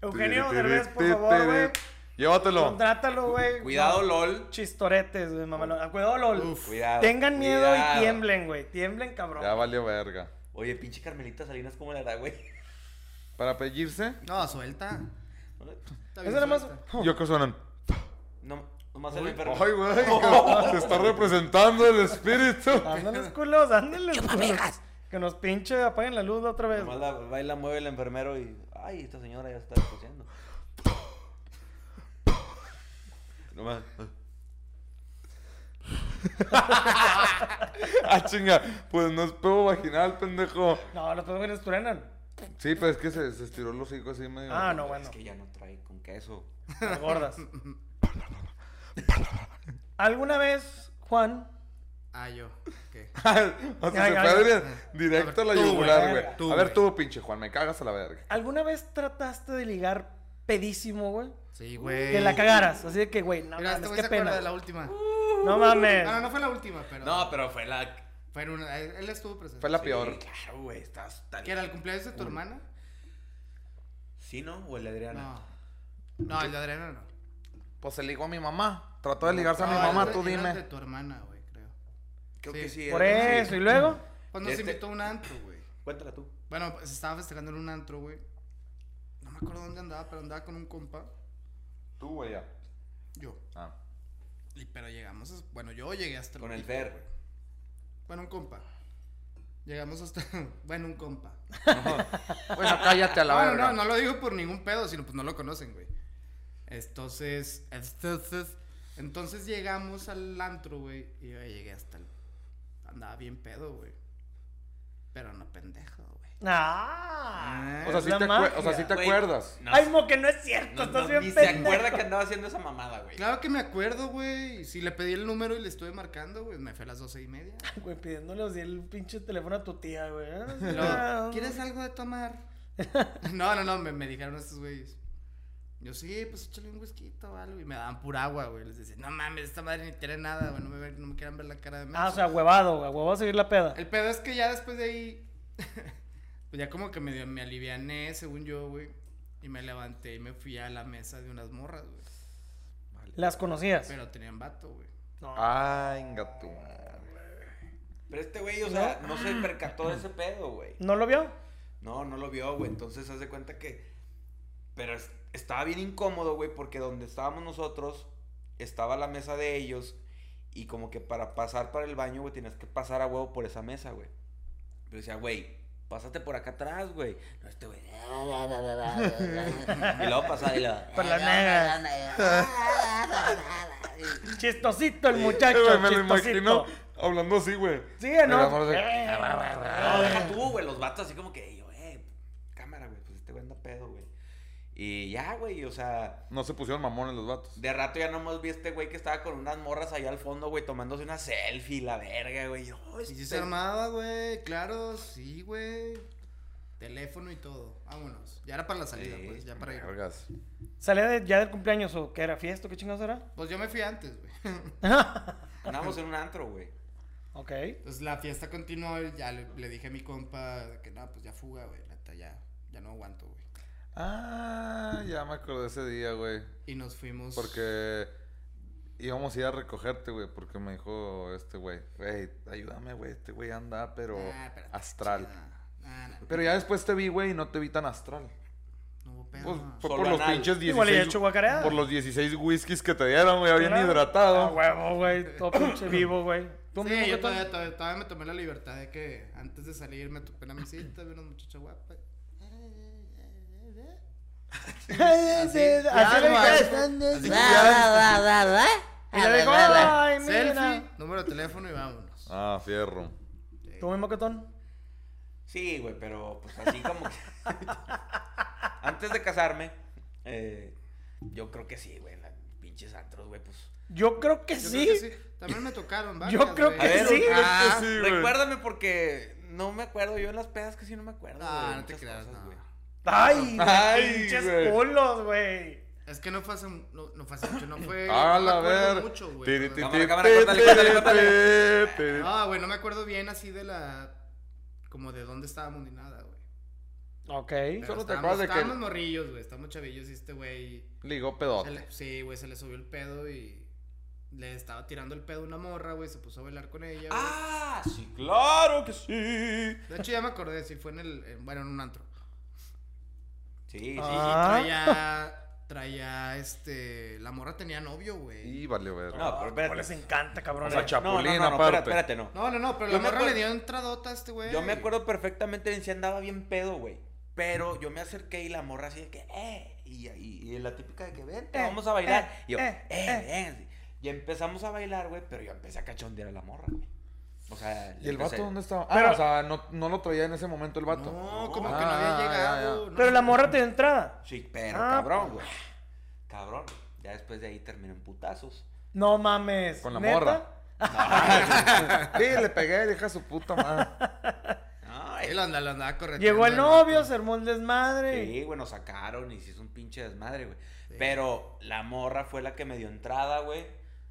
Speaker 2: Eugenio Derbez, por favor, güey.
Speaker 1: Llévatelo.
Speaker 2: Contrátalo, güey.
Speaker 4: Cuidado, LOL.
Speaker 2: Chistoretes, güey, mamalón. Ah, Cuidado, LOL.
Speaker 3: Uf.
Speaker 4: Cuidado.
Speaker 2: Tengan miedo
Speaker 4: cuidado.
Speaker 2: y tiemblen, güey. Tiemblen, cabrón.
Speaker 1: Ya valió verga.
Speaker 4: Oye, pinche Carmelita Salinas, ¿cómo le hará, güey? <laughs>
Speaker 1: Para pellirse,
Speaker 3: No, suelta. Está bien
Speaker 2: Eso era más.
Speaker 3: suelta.
Speaker 1: yo que suenan.
Speaker 4: No, nomás el enfermo.
Speaker 1: Ay, güey, que <laughs> se está representando el espíritu.
Speaker 2: Ándenles, culos, ándenles. culos. Que nos pinche, apaguen la luz otra vez.
Speaker 4: Nomás la baila, mueve el enfermero y. Ay, esta señora ya está cosiendo. Nomás.
Speaker 1: <laughs> Ah, chinga. Pues no es peo vaginal, pendejo.
Speaker 2: No, los pedos güeyes truenan.
Speaker 1: Sí, pero es que se, se estiró el hocico así medio.
Speaker 2: Ah, no, bueno.
Speaker 4: Es que ya no trae con queso.
Speaker 2: <laughs> Las gordas. ¿Alguna vez, Juan?
Speaker 3: Ah, yo. ¿Qué?
Speaker 1: <laughs> o sea,
Speaker 2: Ay,
Speaker 1: se
Speaker 2: ay,
Speaker 1: fue dire-
Speaker 2: ay.
Speaker 1: directo a la
Speaker 3: A ver, tú,
Speaker 1: yugular,
Speaker 2: güey,
Speaker 1: güey.
Speaker 3: tú,
Speaker 1: a ver
Speaker 3: güey.
Speaker 1: tú, pinche Juan, me cagas a la verga.
Speaker 2: ¿Alguna vez trataste de ligar pedísimo, güey?
Speaker 3: Sí, güey.
Speaker 2: Que la cagaras. Así de que, güey, no
Speaker 3: Mira, este
Speaker 2: mames,
Speaker 3: güey
Speaker 2: qué
Speaker 3: se acuerda
Speaker 2: pena.
Speaker 3: de la última.
Speaker 2: No mames.
Speaker 3: Ah, <laughs> no, no fue la última, pero.
Speaker 4: No, pero fue la.
Speaker 3: Fue en una- él él estuvo presente.
Speaker 1: Fue la
Speaker 4: Sí,
Speaker 1: peor.
Speaker 4: Claro, güey, estás tan.
Speaker 3: ¿Que era el cumpleaños de tu hermana?
Speaker 4: ¿Sí, no? ¿O el de Adriana?
Speaker 3: No. No, el de Adriana no.
Speaker 1: Pues se ligó a mi mamá. Trató de ligarse a mi
Speaker 3: No,
Speaker 1: mamá,
Speaker 3: era-
Speaker 1: tú
Speaker 3: era
Speaker 1: dime.
Speaker 3: de tu hermana, güey, creo.
Speaker 4: Creo
Speaker 3: Sí.
Speaker 4: que sí.
Speaker 2: Por
Speaker 4: era-
Speaker 2: eso,
Speaker 4: sí.
Speaker 2: y
Speaker 3: <laughs>
Speaker 2: luego.
Speaker 3: Pues nos
Speaker 4: Este-
Speaker 3: invitó a un antro, güey.
Speaker 4: Cuéntala tú.
Speaker 3: Bueno, pues estaba festejando en un antro, güey. No me acuerdo dónde andaba, pero andaba con un compa.
Speaker 1: Tú, güey, ya.
Speaker 3: Yo.
Speaker 1: Ah.
Speaker 3: Y, pero llegamos. a- Bueno, yo llegué hasta.
Speaker 4: Con el
Speaker 3: pico,
Speaker 4: Fer.
Speaker 3: güey. Bueno, un compa. Llegamos hasta. <laughs> Bueno, un compa.
Speaker 1: Bueno, cállate <laughs> a la
Speaker 3: No, no,
Speaker 1: verga.
Speaker 3: no, no lo digo por ningún pedo, sino pues no lo conocen, güey. Entonces, entonces, entonces llegamos al antro, güey, y yo llegué hasta el... Andaba bien pedo, güey. Pero no pendejo, güey.
Speaker 2: Ah,
Speaker 3: Eh.
Speaker 1: O sea,
Speaker 2: es
Speaker 1: sí
Speaker 2: la
Speaker 1: te, acue-
Speaker 2: magia.
Speaker 1: o sea, sí te
Speaker 4: Güey,
Speaker 1: acuerdas.
Speaker 4: No,
Speaker 2: Ay, mo, que no es cierto.
Speaker 4: no,
Speaker 2: estás
Speaker 4: no, ni
Speaker 2: bien
Speaker 4: se
Speaker 2: pendejo.
Speaker 4: acuerda que andaba haciendo esa mamada, güey.
Speaker 3: Claro que me acuerdo, güey. Si le pedí el número y le estuve marcando, güey, me fue a las doce y media.
Speaker 2: Güey, pidiéndole así el pinche teléfono a tu tía, güey.
Speaker 3: Y
Speaker 2: Ah,
Speaker 3: luego, ¿Quieres algo de tomar?
Speaker 2: <laughs>
Speaker 3: No, no, no, me, me dijeron estos güeyes. Yo, sí, pues échale un whisky o algo. Y me daban pura agua, güey. Les decía, no mames, esta madre ni tiene nada, güey. No me, ve- no me quieran ver la cara de mí.
Speaker 2: Ah, o sea, huevado, güey. Huevado a seguir la peda.
Speaker 3: El pedo es que ya después de ahí, <laughs> pues ya como que me, dio- me aliviané, según yo, güey. Y me levanté y me fui a la mesa de unas morras, güey.
Speaker 2: Las conocías.
Speaker 3: Pero tenían vato, güey.
Speaker 2: No.
Speaker 1: Ay, gato.
Speaker 4: Pero este güey, o sea, no se percató de ese pedo, güey.
Speaker 2: ¿No lo vio?
Speaker 4: No, no lo vio, güey. Entonces, haz de cuenta que. Pero es- estaba bien incómodo, güey, porque donde estábamos nosotros, estaba la mesa de ellos. Y como que para pasar para el baño, güey, tenías que pasar a huevo por esa mesa, güey. Pero decía, güey, pásate por acá atrás, güey. No, este güey. Y luego pasaba y luego.
Speaker 2: Por las negras. Chistosito el muchacho.
Speaker 1: Eh, güey, me lo
Speaker 2: chistosito.
Speaker 1: imagino hablando así, güey.
Speaker 2: Sí, ¿o
Speaker 1: Mira, vamos
Speaker 2: ¿no? Eh,
Speaker 1: a Ah, ver.
Speaker 2: Ah,
Speaker 4: No, deja tú, güey, los vatos así como que, yo, eh, cámara, güey, pues este güey anda pedo, güey. Y ya, güey, o sea,
Speaker 1: No se pusieron mamones los vatos.
Speaker 4: de rato ya nomás vi a este güey que estaba con unas morras allá al fondo, güey, tomándose una selfie, la verga, güey. Yo,
Speaker 3: Y
Speaker 4: este-
Speaker 3: sí se armaba, güey. Claro, sí, güey. Teléfono y todo. Vámonos. Ya era para la salida,
Speaker 4: Sí,
Speaker 3: pues. Ya para ir.
Speaker 1: Vergas.
Speaker 2: ¿Salía de- ya del cumpleaños o qué era? ¿Fiesta? ¿Qué chingados era?
Speaker 3: Pues yo me fui antes, güey.
Speaker 4: Andábamos en un antro, güey.
Speaker 2: Ok.
Speaker 3: Entonces la fiesta continuó. y Ya le, le dije a mi compa de que no, pues ya fuga, güey. La neta, ya, ya no aguanto, güey.
Speaker 1: Ah, ya me acordé ese día, güey.
Speaker 3: Y nos fuimos.
Speaker 1: Porque íbamos a ir a recogerte, güey, porque me dijo este güey, güey, ayúdame, güey, este güey anda, pero
Speaker 3: Ah, pero está
Speaker 1: astral.
Speaker 3: chida. Ah, no,
Speaker 1: Pero ya después te vi, güey, y no te vi tan astral.
Speaker 3: no hubo pedo.
Speaker 1: Pues,
Speaker 3: no.
Speaker 1: fue
Speaker 4: Solo
Speaker 1: por los
Speaker 4: anal.
Speaker 1: pinches 16.
Speaker 2: Igual y hecho guacareada.
Speaker 1: Por los 16 whiskies que te dieron, güey, ya bien
Speaker 2: Claro. Ah, <laughs>
Speaker 1: hidratado.
Speaker 2: huevo, güey.
Speaker 1: <coughs>
Speaker 2: Todo pinche vivo, güey. ¿Tú
Speaker 3: Sí,
Speaker 2: mismo
Speaker 3: yo
Speaker 2: qué
Speaker 3: todavía,
Speaker 2: tal?
Speaker 3: todavía- todavía me tomé la libertad de que antes de salir me topé en la mesita, vi una muchacha guapa.
Speaker 2: Así le
Speaker 5: <laughs> Va, va, va, va, va.
Speaker 2: Y le dijo,
Speaker 5: Va, va, va.
Speaker 2: ay,
Speaker 3: Selfie,
Speaker 2: mira.
Speaker 3: número de teléfono y vámonos.
Speaker 1: Ah, fierro.
Speaker 2: ¿Tú mismo qué tal?
Speaker 4: Sí, güey, pero pues así como que... <laughs> Antes de casarme, eh, yo creo que sí, güey, la pinches antros, güey, pues...
Speaker 2: Yo creo que
Speaker 3: Yo
Speaker 2: sí.
Speaker 3: creo que sí. También me tocaron, ¿vale?
Speaker 2: Yo creo que
Speaker 4: sí, yo creo que
Speaker 3: Ah,
Speaker 1: sí. güey.
Speaker 4: Recuérdame porque no me acuerdo, yo en las pedas casi no me acuerdo.
Speaker 3: Ah,
Speaker 4: güey,
Speaker 3: no te
Speaker 4: muchas
Speaker 3: creas,
Speaker 4: cosas,
Speaker 3: no.
Speaker 4: güey.
Speaker 2: Ay,
Speaker 1: Ay,
Speaker 2: pinches
Speaker 1: güey.
Speaker 2: culos, güey.
Speaker 3: Es que no fue hace, no, no fue hace mucho, no fue.
Speaker 1: Ah,
Speaker 3: no me
Speaker 1: la
Speaker 3: acuerdo
Speaker 1: ver.
Speaker 3: mucho, güey.
Speaker 1: Tiri,
Speaker 3: No,
Speaker 1: tiri,
Speaker 4: Cámara, cámara,
Speaker 1: tiri,
Speaker 4: córtale, córtale,
Speaker 1: tiri,
Speaker 4: córtale.
Speaker 1: tiri, tiri.
Speaker 3: No, güey, no me acuerdo bien así de la. Como de dónde estábamos ni nada, güey.
Speaker 2: Ok.
Speaker 3: Pero
Speaker 1: Solo te
Speaker 3: estábamos-
Speaker 1: acuerdas de que-
Speaker 3: Estábamos morrillos, güey. Estábamos chavillos y este güey.
Speaker 1: Ligó
Speaker 3: se
Speaker 1: pedote.
Speaker 3: le- Sí, güey, se le subió el pedo y. Le estaba tirando el pedo a una morra, güey. Se puso a bailar con ella. güey.
Speaker 4: Ah, sí, claro que sí.
Speaker 3: De hecho, ya me acordé, sí, fue en el. en- bueno, en un antro.
Speaker 4: Sí, sí.
Speaker 2: Ah.
Speaker 3: Y traía. Traía este. La morra tenía novio, güey.
Speaker 1: Y valió ver.
Speaker 4: No, pero espérate.
Speaker 2: ¿Cómo les encanta, cabrón?
Speaker 1: O sea,
Speaker 2: eh?
Speaker 1: chap- Chapulín
Speaker 4: no, no, no,
Speaker 1: aparte.
Speaker 4: Espérate, espérate, no.
Speaker 3: No, no, no, pero
Speaker 4: Yo
Speaker 3: la
Speaker 4: me
Speaker 3: morra
Speaker 4: acuer-
Speaker 3: le dio entradota a este güey.
Speaker 4: Yo me acuerdo perfectamente de si andaba bien pedo, güey. Pero yo me acerqué y la morra así de que, eh. Y, y- y la típica de que, vente,
Speaker 2: Eh,
Speaker 4: vamos a bailar.
Speaker 2: eh,
Speaker 4: y yo,
Speaker 2: eh,
Speaker 4: eh,
Speaker 2: eh".
Speaker 4: ven". Y empezamos a bailar, güey, pero yo empecé a cachondear a la morra, güey. O sea,
Speaker 1: ¿Y el
Speaker 4: empecé-
Speaker 1: vato dónde estaba?
Speaker 2: Pero-
Speaker 1: Ah, o sea, no, no lo traía en ese momento el vato.
Speaker 3: No, como
Speaker 1: Ah,
Speaker 3: que no había
Speaker 1: ya,
Speaker 3: llegado.
Speaker 1: ya.
Speaker 3: no.
Speaker 2: Pero la morra te entrada.
Speaker 4: Sí, pero
Speaker 2: Ah,
Speaker 4: cabrón, güey. Cabrón. Ya después de ahí terminan
Speaker 2: <laughs>
Speaker 4: putazos.
Speaker 2: No mames.
Speaker 1: Con la
Speaker 2: ¿neta?
Speaker 1: morra. Sí, le pegué, deja su puta madre.
Speaker 4: Ay,
Speaker 3: Él andaba, andaba correteando.
Speaker 2: Llegó el
Speaker 3: al
Speaker 2: novio,
Speaker 3: vato.
Speaker 2: se armó el desmadre.
Speaker 4: Sí, bueno, sacaron y se hizo un pinche desmadre, güey. Pero la morra fue la que me dio entrada, güey.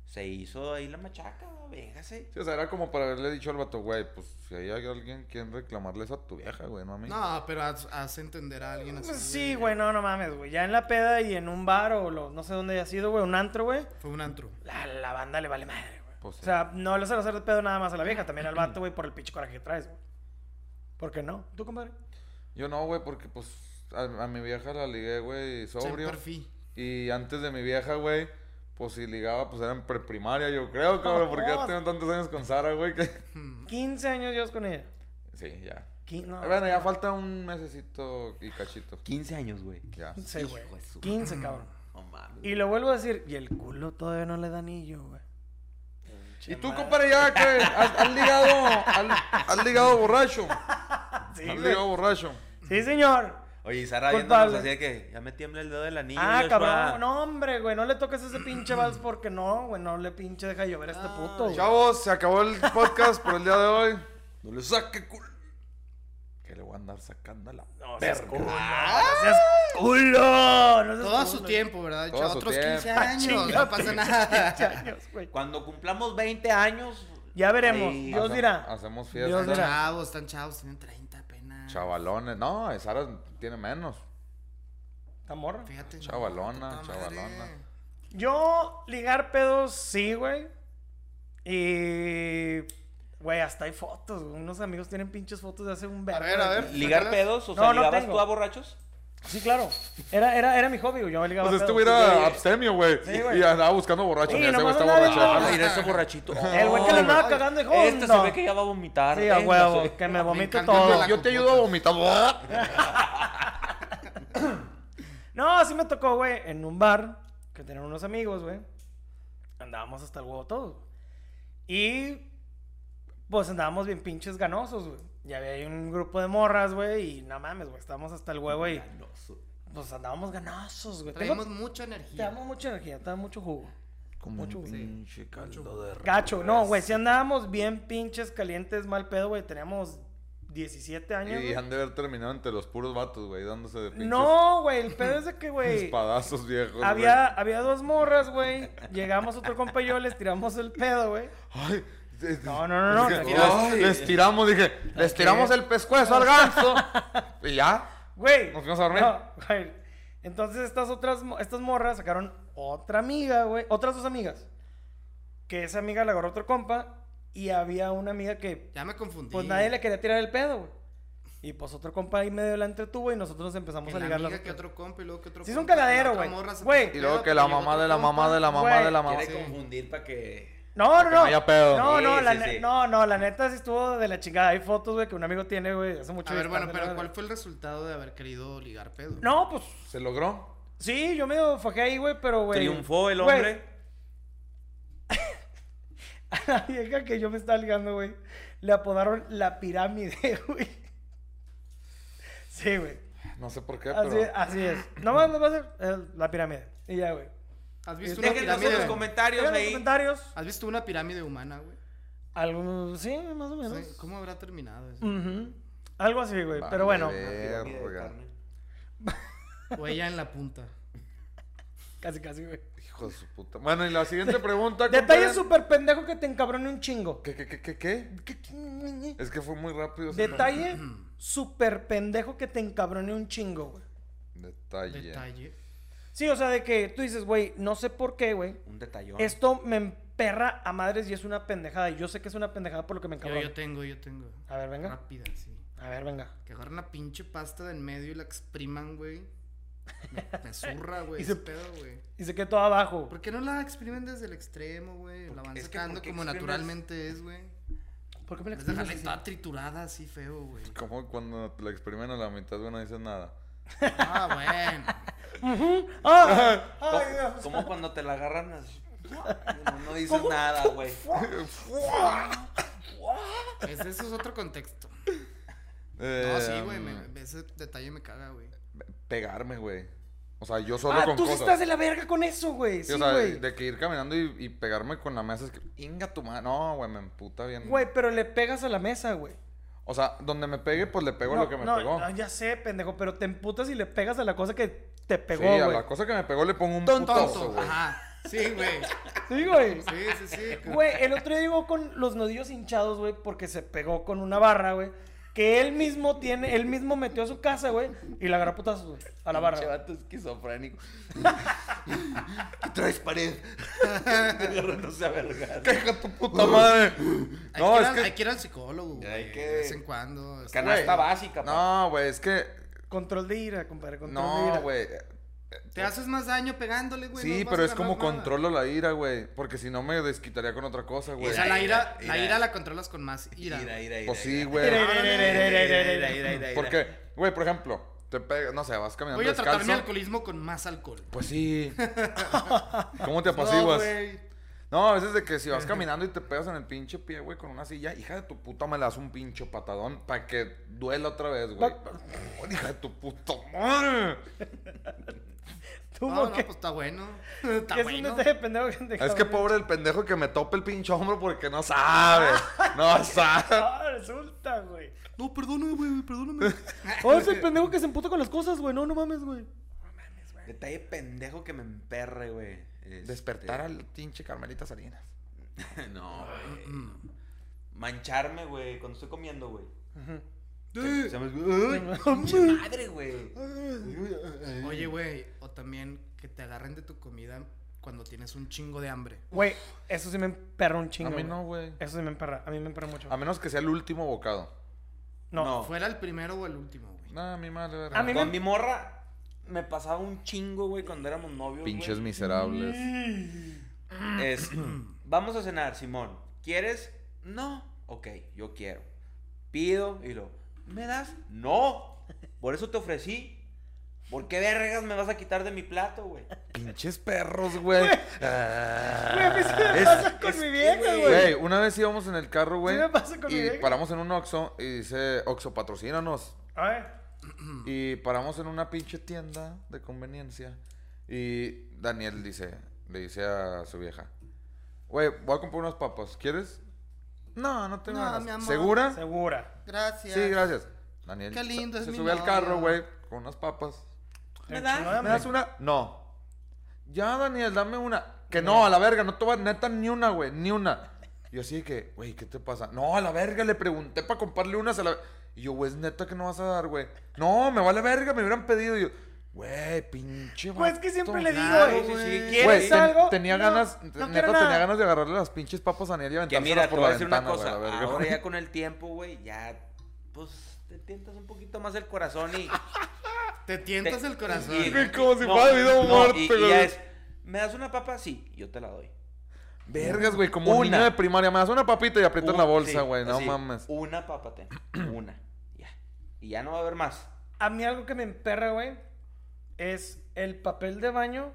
Speaker 4: Se hizo ahí la machaca, véngase.
Speaker 1: Sí, o sea, era como para haberle dicho al vato, güey, pues si hay alguien quien reclamarle eso a tu vieja, güey, no a mí.
Speaker 3: No, pero haz- hace entender a alguien así.
Speaker 2: Pues Sí, güey, no, no mames, güey. Ya en la peda y en un bar o lo- no sé dónde haya sido, güey, un antro, güey.
Speaker 3: Fue un antro.
Speaker 2: La, la banda le vale madre, güey.
Speaker 1: Pues sí.
Speaker 2: O sea, no le vas a hacer de pedo nada más a la vieja, también al vato, güey, por el pinche coraje que traes, güey. ¿Por qué no? ¿Tú, compadre?
Speaker 1: Yo no, güey, porque pues a, a mi vieja la ligué, güey, sobrio.
Speaker 3: Siempre fui.
Speaker 1: Y antes de mi vieja, güey, pues si ligaba, pues era en preprimaria, yo creo, cabrón, porque ya tengo tantos años con Sara, güey, que... <laughs>
Speaker 2: 15 años llevas con ella.
Speaker 1: Sí, ya.
Speaker 2: Qui- no,
Speaker 1: bueno, ya falta un mesecito y cachito.
Speaker 4: 15 años, güey.
Speaker 1: Ya.
Speaker 2: 15, güey.
Speaker 4: Hijo de su-
Speaker 2: 15, cabrón.
Speaker 4: No mames.
Speaker 2: Y lo vuelvo a decir, y el culo todavía no le da anillo, güey.
Speaker 1: ¿Y tú, compadre, ya que has, has ligado, has, has ligado borracho?
Speaker 2: Sí,
Speaker 1: has
Speaker 2: güey.
Speaker 1: ligado borracho.
Speaker 2: Sí, señor.
Speaker 4: Oye, y Sara
Speaker 2: Culpable.
Speaker 4: viéndonos así de que ya me tiembla el dedo del anillo.
Speaker 2: Ah,
Speaker 4: Joshua.
Speaker 2: cabrón. No, hombre, güey. No le toques ese pinche vals porque no, güey. No le pinche deja llover a este
Speaker 4: Ah,
Speaker 2: puto, güey.
Speaker 1: Chavos, se acabó el podcast por el día de hoy.
Speaker 4: No le saque, culo.
Speaker 1: Que le voy a andar sacando a la...
Speaker 2: No seas culo. No Ah, seas culo. No seas
Speaker 3: Todo a su
Speaker 2: culo.
Speaker 3: tiempo, ¿verdad?
Speaker 1: Todo a su
Speaker 3: Otros
Speaker 1: tiempo.
Speaker 3: 15 años.
Speaker 2: Ah, Chinga, pues,
Speaker 3: No pasa nada.
Speaker 2: Años, güey.
Speaker 4: Cuando cumplamos 20 años.
Speaker 2: Ya veremos.
Speaker 4: ahí-
Speaker 2: Dios
Speaker 1: Hace-
Speaker 2: dirá.
Speaker 1: Hacemos
Speaker 2: Dios
Speaker 1: fiesta.
Speaker 2: dirá.
Speaker 3: Están chavos, están chavos, tienen 30 apenas.
Speaker 1: Chavalones. No, Sara tiene menos.
Speaker 2: ¿Está morra?
Speaker 3: Fíjate. no,
Speaker 1: Chavalona,
Speaker 3: puta madre.
Speaker 1: chavalona.
Speaker 2: Yo ligar pedos, sí, güey. Y... Güey, hasta hay fotos. güey. Unos amigos tienen pinches fotos de hace un verano.
Speaker 3: ver, a ver.
Speaker 4: ¿Ligar
Speaker 3: Sácalas.
Speaker 4: pedos?
Speaker 2: No,
Speaker 4: O sea,
Speaker 2: no
Speaker 4: ¿ligabas
Speaker 2: tengo.
Speaker 4: tú a borrachos?
Speaker 2: Sí, claro. Era, era, era mi hobby, güey. Yo ligaba
Speaker 1: Pues este
Speaker 2: pedos.
Speaker 1: güey era abstemio, güey.
Speaker 2: Sí, güey.
Speaker 1: Y andaba buscando borracho.
Speaker 2: Sí,
Speaker 1: Mira, ese güey
Speaker 2: nomás
Speaker 1: está
Speaker 2: andaba
Speaker 1: borracho.
Speaker 2: viendo-
Speaker 1: Déjalo.
Speaker 4: Ay, era ese borrachito.
Speaker 2: El güey que le
Speaker 4: Ay,
Speaker 2: andaba cagando dijo,
Speaker 4: Este se
Speaker 2: "No".
Speaker 4: ve que ya va a vomitar.
Speaker 2: Sí, a
Speaker 4: Eh, no
Speaker 2: huevo.
Speaker 4: sé.
Speaker 2: Que me vomito
Speaker 3: encantó
Speaker 2: todo.
Speaker 3: la-
Speaker 1: Yo te ayudo a vomitar.
Speaker 2: No, sí me tocó, güey, en un bar que tenían unos amigos, güey. Andábamos hasta el huevo todos. güey. Y pues andábamos bien pinches ganosos, güey. Y había ahí un grupo de morras, güey, y no mames, güey, estábamos hasta el huevo y
Speaker 4: Ganoso.
Speaker 2: pues andábamos ganosos, güey. Tengo-
Speaker 3: Traemos mucha
Speaker 2: Te
Speaker 3: energía.
Speaker 2: damos mucha energía, te damos mucho jugo.
Speaker 1: Como
Speaker 2: Mucho,
Speaker 1: un
Speaker 2: güey.
Speaker 1: pinche caldo de
Speaker 2: Gacho, no, güey, si andábamos bien pinches calientes, mal pedo, güey, teníamos 17 años.
Speaker 1: Y
Speaker 2: güey.
Speaker 1: han de haber terminado entre los puros vatos, güey, dándose de pinches
Speaker 2: No, güey, el pedo es de que, güey.
Speaker 1: espadazos viejos.
Speaker 2: Había, había dos morras, güey. Llegamos otro compa y yo, les tiramos el pedo, güey.
Speaker 1: güey. Ay, de- de-
Speaker 2: No, no, no, no,
Speaker 1: es que-
Speaker 2: tranquilo.
Speaker 1: ay, les tiramos, dije, les tiramos el pescuezo al
Speaker 2: <laughs>
Speaker 1: ganso. y ya.
Speaker 2: Güey.
Speaker 1: Nos fuimos a dormir.
Speaker 2: No, güey. Entonces estas otras, mo- estas morras sacaron otra amiga, güey. Otras dos amigas. que esa amiga le agarró otro compa y había una amiga que
Speaker 3: Ya me confundí.
Speaker 2: pues nadie le quería tirar el pedo, güey. Y pues otro compa ahí medio la entretuvo y nosotros nos empezamos
Speaker 3: Que
Speaker 2: a
Speaker 3: la
Speaker 2: ligar las
Speaker 3: amiga que
Speaker 2: otras.
Speaker 3: otro compa y luego que otro
Speaker 2: Sí, es un
Speaker 3: compa, que la
Speaker 2: cagadero,
Speaker 3: otra
Speaker 2: güey.
Speaker 3: morra se
Speaker 2: Güey.
Speaker 3: puso
Speaker 1: Y luego
Speaker 3: pedo,
Speaker 1: que la
Speaker 3: llegó
Speaker 1: mamá
Speaker 3: otro
Speaker 1: de la mamá
Speaker 3: compa.
Speaker 1: de la mamá
Speaker 2: Güey,
Speaker 1: de la mamá.
Speaker 4: Quiere
Speaker 3: sí.
Speaker 4: confundir para que.
Speaker 2: No, no,
Speaker 1: que no
Speaker 2: no.
Speaker 1: haya pedo.
Speaker 2: No, no,
Speaker 4: Sí,
Speaker 2: la
Speaker 4: sí,
Speaker 2: ne-
Speaker 4: sí.
Speaker 2: no, no, la neta sí estuvo de la chingada. Hay fotos, güey, que un amigo tiene, güey, hace mucho
Speaker 3: A ver,
Speaker 2: de
Speaker 3: bueno,
Speaker 2: estar de la verga.
Speaker 3: pero ¿cuál fue el resultado de haber querido ligar pedo?
Speaker 2: No, pues
Speaker 1: ¿Se logró?
Speaker 2: sí, yo medio fajé ahí, güey, pero, güey.
Speaker 4: Triunfó el
Speaker 2: güey,
Speaker 4: hombre.
Speaker 2: <laughs> a la vieja que yo me estaba ligando, güey, le apodaron la pirámide, <laughs> güey. Sí, güey.
Speaker 1: No sé por qué,
Speaker 2: Así,
Speaker 1: pero.
Speaker 2: así es. No más, no va a ser eh, la pirámide. Y ya, güey.
Speaker 3: ¿Has visto una
Speaker 4: Déjenos en los
Speaker 3: pirámide?
Speaker 4: comentarios
Speaker 2: Oigan, los
Speaker 4: ahí.
Speaker 2: comentarios.
Speaker 3: ¿Has visto una pirámide humana, güey?
Speaker 2: Algo, sí, más o menos.
Speaker 3: Sí, ¿Cómo habrá terminado eso?
Speaker 2: Ujú. Algo así, güey. Pero
Speaker 1: Vale,
Speaker 2: bueno,
Speaker 1: Verga.
Speaker 4: Pirámide de carne.
Speaker 3: O ella en la punta.
Speaker 2: casi, casi, güey.
Speaker 1: Hijo de su puta. Bueno, y la
Speaker 2: <laughs>
Speaker 1: siguiente pregunta.
Speaker 2: Detalle
Speaker 1: compadre.
Speaker 2: súper pendejo que te encabrone un chingo.
Speaker 1: ¿Qué, qué, qué, qué, qué? Es que fue muy rápido. ese
Speaker 2: Detalle súper pendejo que te encabrone un chingo, güey.
Speaker 1: pedo. Detalle.
Speaker 3: Detalle.
Speaker 2: Sí, o sea, de que tú dices, güey, no sé por qué, güey.
Speaker 4: Un detallón.
Speaker 2: Esto me emperra a madres y es una pendejada. Y yo sé que es una pendejada por lo que me
Speaker 3: Yo,
Speaker 2: encabrona.
Speaker 3: yo tengo, yo tengo.
Speaker 2: A ver, venga.
Speaker 3: Rápida, sí.
Speaker 2: A ver, venga.
Speaker 3: Que agarren la pinche pasta de en medio y la expriman, güey.
Speaker 2: <laughs>
Speaker 3: Me, me zurra, güey.
Speaker 2: Y se-
Speaker 3: ese pedo, güey.
Speaker 2: Dice que todo abajo.
Speaker 3: ¿Por qué no la exprimen desde el extremo, güey? La
Speaker 4: Porque-
Speaker 3: van
Speaker 4: es que
Speaker 3: sacando
Speaker 4: porque
Speaker 3: como
Speaker 4: exprimes-
Speaker 3: naturalmente es, güey.
Speaker 2: ¿Por qué me la
Speaker 3: Es
Speaker 2: exprimes
Speaker 3: dejarla
Speaker 2: así?
Speaker 3: toda triturada así feo, güey.
Speaker 1: Como cuando te la exprimen a la mitad, güey, no dices nada.
Speaker 3: Ah, bueno.
Speaker 1: <laughs>
Speaker 2: ¡Ah!
Speaker 4: Co-
Speaker 2: ¡Ay, Dios!
Speaker 4: Como cuando te la agarran así. No, no dices nada, güey.
Speaker 3: Ese, ese es otro contexto.
Speaker 1: Eh,
Speaker 3: No, sí, güey.
Speaker 1: um,
Speaker 3: me- Ese detalle me caga, güey.
Speaker 1: Pegarme, güey. O sea, yo solo
Speaker 2: Ah,
Speaker 1: con
Speaker 2: tú sí
Speaker 1: cosas.
Speaker 2: estás de la verga con eso, güey.
Speaker 1: Sí,
Speaker 2: Sí,
Speaker 1: o sea,
Speaker 2: güey.
Speaker 1: de que ir caminando y, y pegarme con la mesa es que. Inga tu madre. No, güey, me emputa bien.
Speaker 2: Güey, pero le pegas a la mesa, güey.
Speaker 1: O sea, donde me pegue, pues le pego
Speaker 2: no,
Speaker 1: lo que me
Speaker 2: no,
Speaker 1: pegó.
Speaker 2: no, ya sé, pendejo, pero te emputas y le pegas a la cosa que te pegó,
Speaker 1: sí, a
Speaker 2: güey.
Speaker 1: la cosa que me pegó le pongo un
Speaker 2: Tonto.
Speaker 1: putazo,
Speaker 3: Tonto.
Speaker 1: güey.
Speaker 3: Ajá. Sí, güey.
Speaker 2: Sí, güey.
Speaker 3: Sí, sí, sí. como-
Speaker 2: Güey, el otro día llegó con los nudillos hinchados, güey, porque se pegó con una barra, güey. Que él mismo tiene, él mismo metió a su casa, güey, y la agarró a putazos, güey, a la barra.
Speaker 4: Pinche
Speaker 2: güey.
Speaker 4: vato
Speaker 1: <laughs>
Speaker 4: esquizofrénico. ¿Qué traes pared? <laughs> Agarrándose a verga.
Speaker 1: ¡Hija tu puta
Speaker 2: <laughs>
Speaker 1: madre!
Speaker 3: Hay,
Speaker 1: No, es
Speaker 3: que ir al- hay
Speaker 1: que.
Speaker 3: que ir al psicólogo, güey.
Speaker 4: Hay que-
Speaker 3: De vez en cuando. Es-
Speaker 4: Canasta
Speaker 1: Güey.
Speaker 4: básica, pa.
Speaker 1: No, güey, es que.
Speaker 2: Control de ira, compadre, control de ira.
Speaker 1: No, güey.
Speaker 3: Te haces más daño pegándole, güey.
Speaker 1: Sí,
Speaker 3: no vas
Speaker 1: pero
Speaker 3: a
Speaker 1: es como
Speaker 3: ganar nada.
Speaker 1: controlo la ira, güey. Porque si no me desquitaría con otra cosa,
Speaker 3: O
Speaker 1: güey.
Speaker 3: sea, la ira, la
Speaker 4: Ira.
Speaker 3: ira la controlas con más ira.
Speaker 4: Ira, ira, ira,
Speaker 1: Pues sí,
Speaker 4: ira.
Speaker 1: güey.
Speaker 4: Ira, ira, ira, ira, ira, ira, ira, ira.
Speaker 1: Porque, güey, por ejemplo, te pega, no sé, vas caminando
Speaker 3: Voy a tratar mi
Speaker 1: descalzo.
Speaker 3: alcoholismo con más alcohol.
Speaker 1: Pues
Speaker 3: <laughs>
Speaker 1: sí. ¿Cómo te
Speaker 3: No,
Speaker 1: apaciguas?
Speaker 3: güey.
Speaker 1: No, a veces de que si vas caminando y te pegas en el pinche pie, güey, con una silla, hija de tu puta me le das un pinche patadón para que duela otra vez, güey. hija de tu puta madre.
Speaker 2: Tú,
Speaker 3: No, no,
Speaker 2: moque-
Speaker 3: pues
Speaker 2: <laughs>
Speaker 3: está bueno. Está
Speaker 2: que es un
Speaker 3: bueno.
Speaker 2: detalle pendejo que te
Speaker 1: Es que
Speaker 2: cabrón.
Speaker 1: pobre el pendejo que me tope el pinche hombro porque no sabe. No
Speaker 3: <laughs>
Speaker 1: sabe.
Speaker 2: Ah, resulta, güey.
Speaker 3: No, perdóname, güey,
Speaker 2: <laughs>
Speaker 3: perdóname. <laughs>
Speaker 2: Oh, es el pendejo que se emputa con las cosas, güey. No, no mames, güey.
Speaker 4: Detalle pendejo que me emperre, güey. Este-
Speaker 1: Despertar al pinche Carmelita Salinas.
Speaker 4: <laughs> No, güey. no. Mancharme, güey, cuando estoy comiendo, güey.
Speaker 3: Eh,
Speaker 4: Se me- ¡Ay, pinche madre, güey!
Speaker 3: Oye, güey, o también que te agarren de tu comida cuando tienes un chingo de hambre.
Speaker 2: Güey, eso sí me emperra un chingo.
Speaker 1: a mí
Speaker 2: güey.
Speaker 1: no, güey.
Speaker 2: Eso sí me emperra. A mí me emperra mucho.
Speaker 1: A menos que sea el último bocado.
Speaker 2: No.
Speaker 4: No.
Speaker 3: Fuera el primero o el último, güey.
Speaker 1: Nada, mi madre, verga.
Speaker 2: A mí
Speaker 4: Con
Speaker 2: me-
Speaker 4: mi morra me pasaba un chingo, güey, cuando éramos novios.
Speaker 1: Pinches
Speaker 4: güey.
Speaker 1: miserables.
Speaker 4: Es, vamos a cenar, Simón. ¿Quieres? No. Ok, yo quiero. Pido y lo. ¿Me das? No. Por eso te ofrecí. ¿Por qué vergas me vas a quitar de mi plato, <laughs> güey?
Speaker 1: Pinches perros, güey. Ah.
Speaker 2: Güey, a mí sí me
Speaker 1: Es-
Speaker 2: pasa con mi vieja, güey.
Speaker 1: Güey, una vez íbamos en el carro, güey.
Speaker 2: me pasa con mi
Speaker 1: y
Speaker 2: vieja.
Speaker 1: paramos en un Oxxo y dice, Oxxo, patrocínanos.
Speaker 2: A ver.
Speaker 1: Y paramos en una pinche tienda de conveniencia. Y Daniel dice, le dice a su vieja, güey, voy a comprar unas papas, ¿quieres? No, no tengo
Speaker 3: No,
Speaker 1: ganas.
Speaker 3: mi amor.
Speaker 1: ¿Segura?
Speaker 2: Segura.
Speaker 3: Gracias.
Speaker 1: Sí, gracias. Daniel
Speaker 3: Qué lindo
Speaker 1: se,
Speaker 3: es
Speaker 1: se
Speaker 3: mi
Speaker 1: sube al carro,
Speaker 3: novio.
Speaker 1: güey, con unas papas.
Speaker 2: Me
Speaker 1: ¿Me das una? No. Ya, Daniel, dame una. Que no, a la verga, no te va neta ni una, güey, ni una. Yo así de que, güey, ¿qué te pasa? No, a la verga, le pregunté para comprarle unas a la... Y yo, güey, es neta que no vas a dar, güey. No, me vale verga, me hubieran pedido. Y yo, Güey, pinche vato.
Speaker 2: Pues que siempre le digo,
Speaker 4: Claro,
Speaker 2: güey,
Speaker 4: güey.
Speaker 2: si
Speaker 4: Güey,
Speaker 2: quieres
Speaker 1: ten-
Speaker 2: algo.
Speaker 1: tenía
Speaker 2: No,
Speaker 1: ganas,
Speaker 2: no
Speaker 1: neta,
Speaker 2: quiero nada.
Speaker 1: tenía ganas de agarrarle las pinches papas a Nelly y
Speaker 4: Que
Speaker 1: aventárselas
Speaker 4: mira, te
Speaker 1: por
Speaker 4: voy a
Speaker 1: la
Speaker 4: decir una
Speaker 1: ventana, güey,
Speaker 4: cosa.
Speaker 1: a la verga,
Speaker 4: ahora
Speaker 1: güey.
Speaker 4: ya con el tiempo, güey, ya. Pues te tientas un poquito más el corazón y.
Speaker 3: Te tientas
Speaker 4: te-
Speaker 3: el corazón.
Speaker 4: y-
Speaker 1: Güey, como si fuera vida o muerte,
Speaker 4: y- y
Speaker 1: güey.
Speaker 4: ya es, ¿Me das una papa? Sí, yo te la doy.
Speaker 1: <laughs> Vergas, güey, como un
Speaker 4: Una.
Speaker 1: niño de primaria. Me das una papita y aprietas
Speaker 4: Un-
Speaker 1: la bolsa,
Speaker 4: sí,
Speaker 1: güey. No
Speaker 4: así,
Speaker 1: mames.
Speaker 4: Una papa ten. <clears throat> Una. Ya. Y ya no va a haber más.
Speaker 2: A mí algo que me emperra, güey, es el papel de baño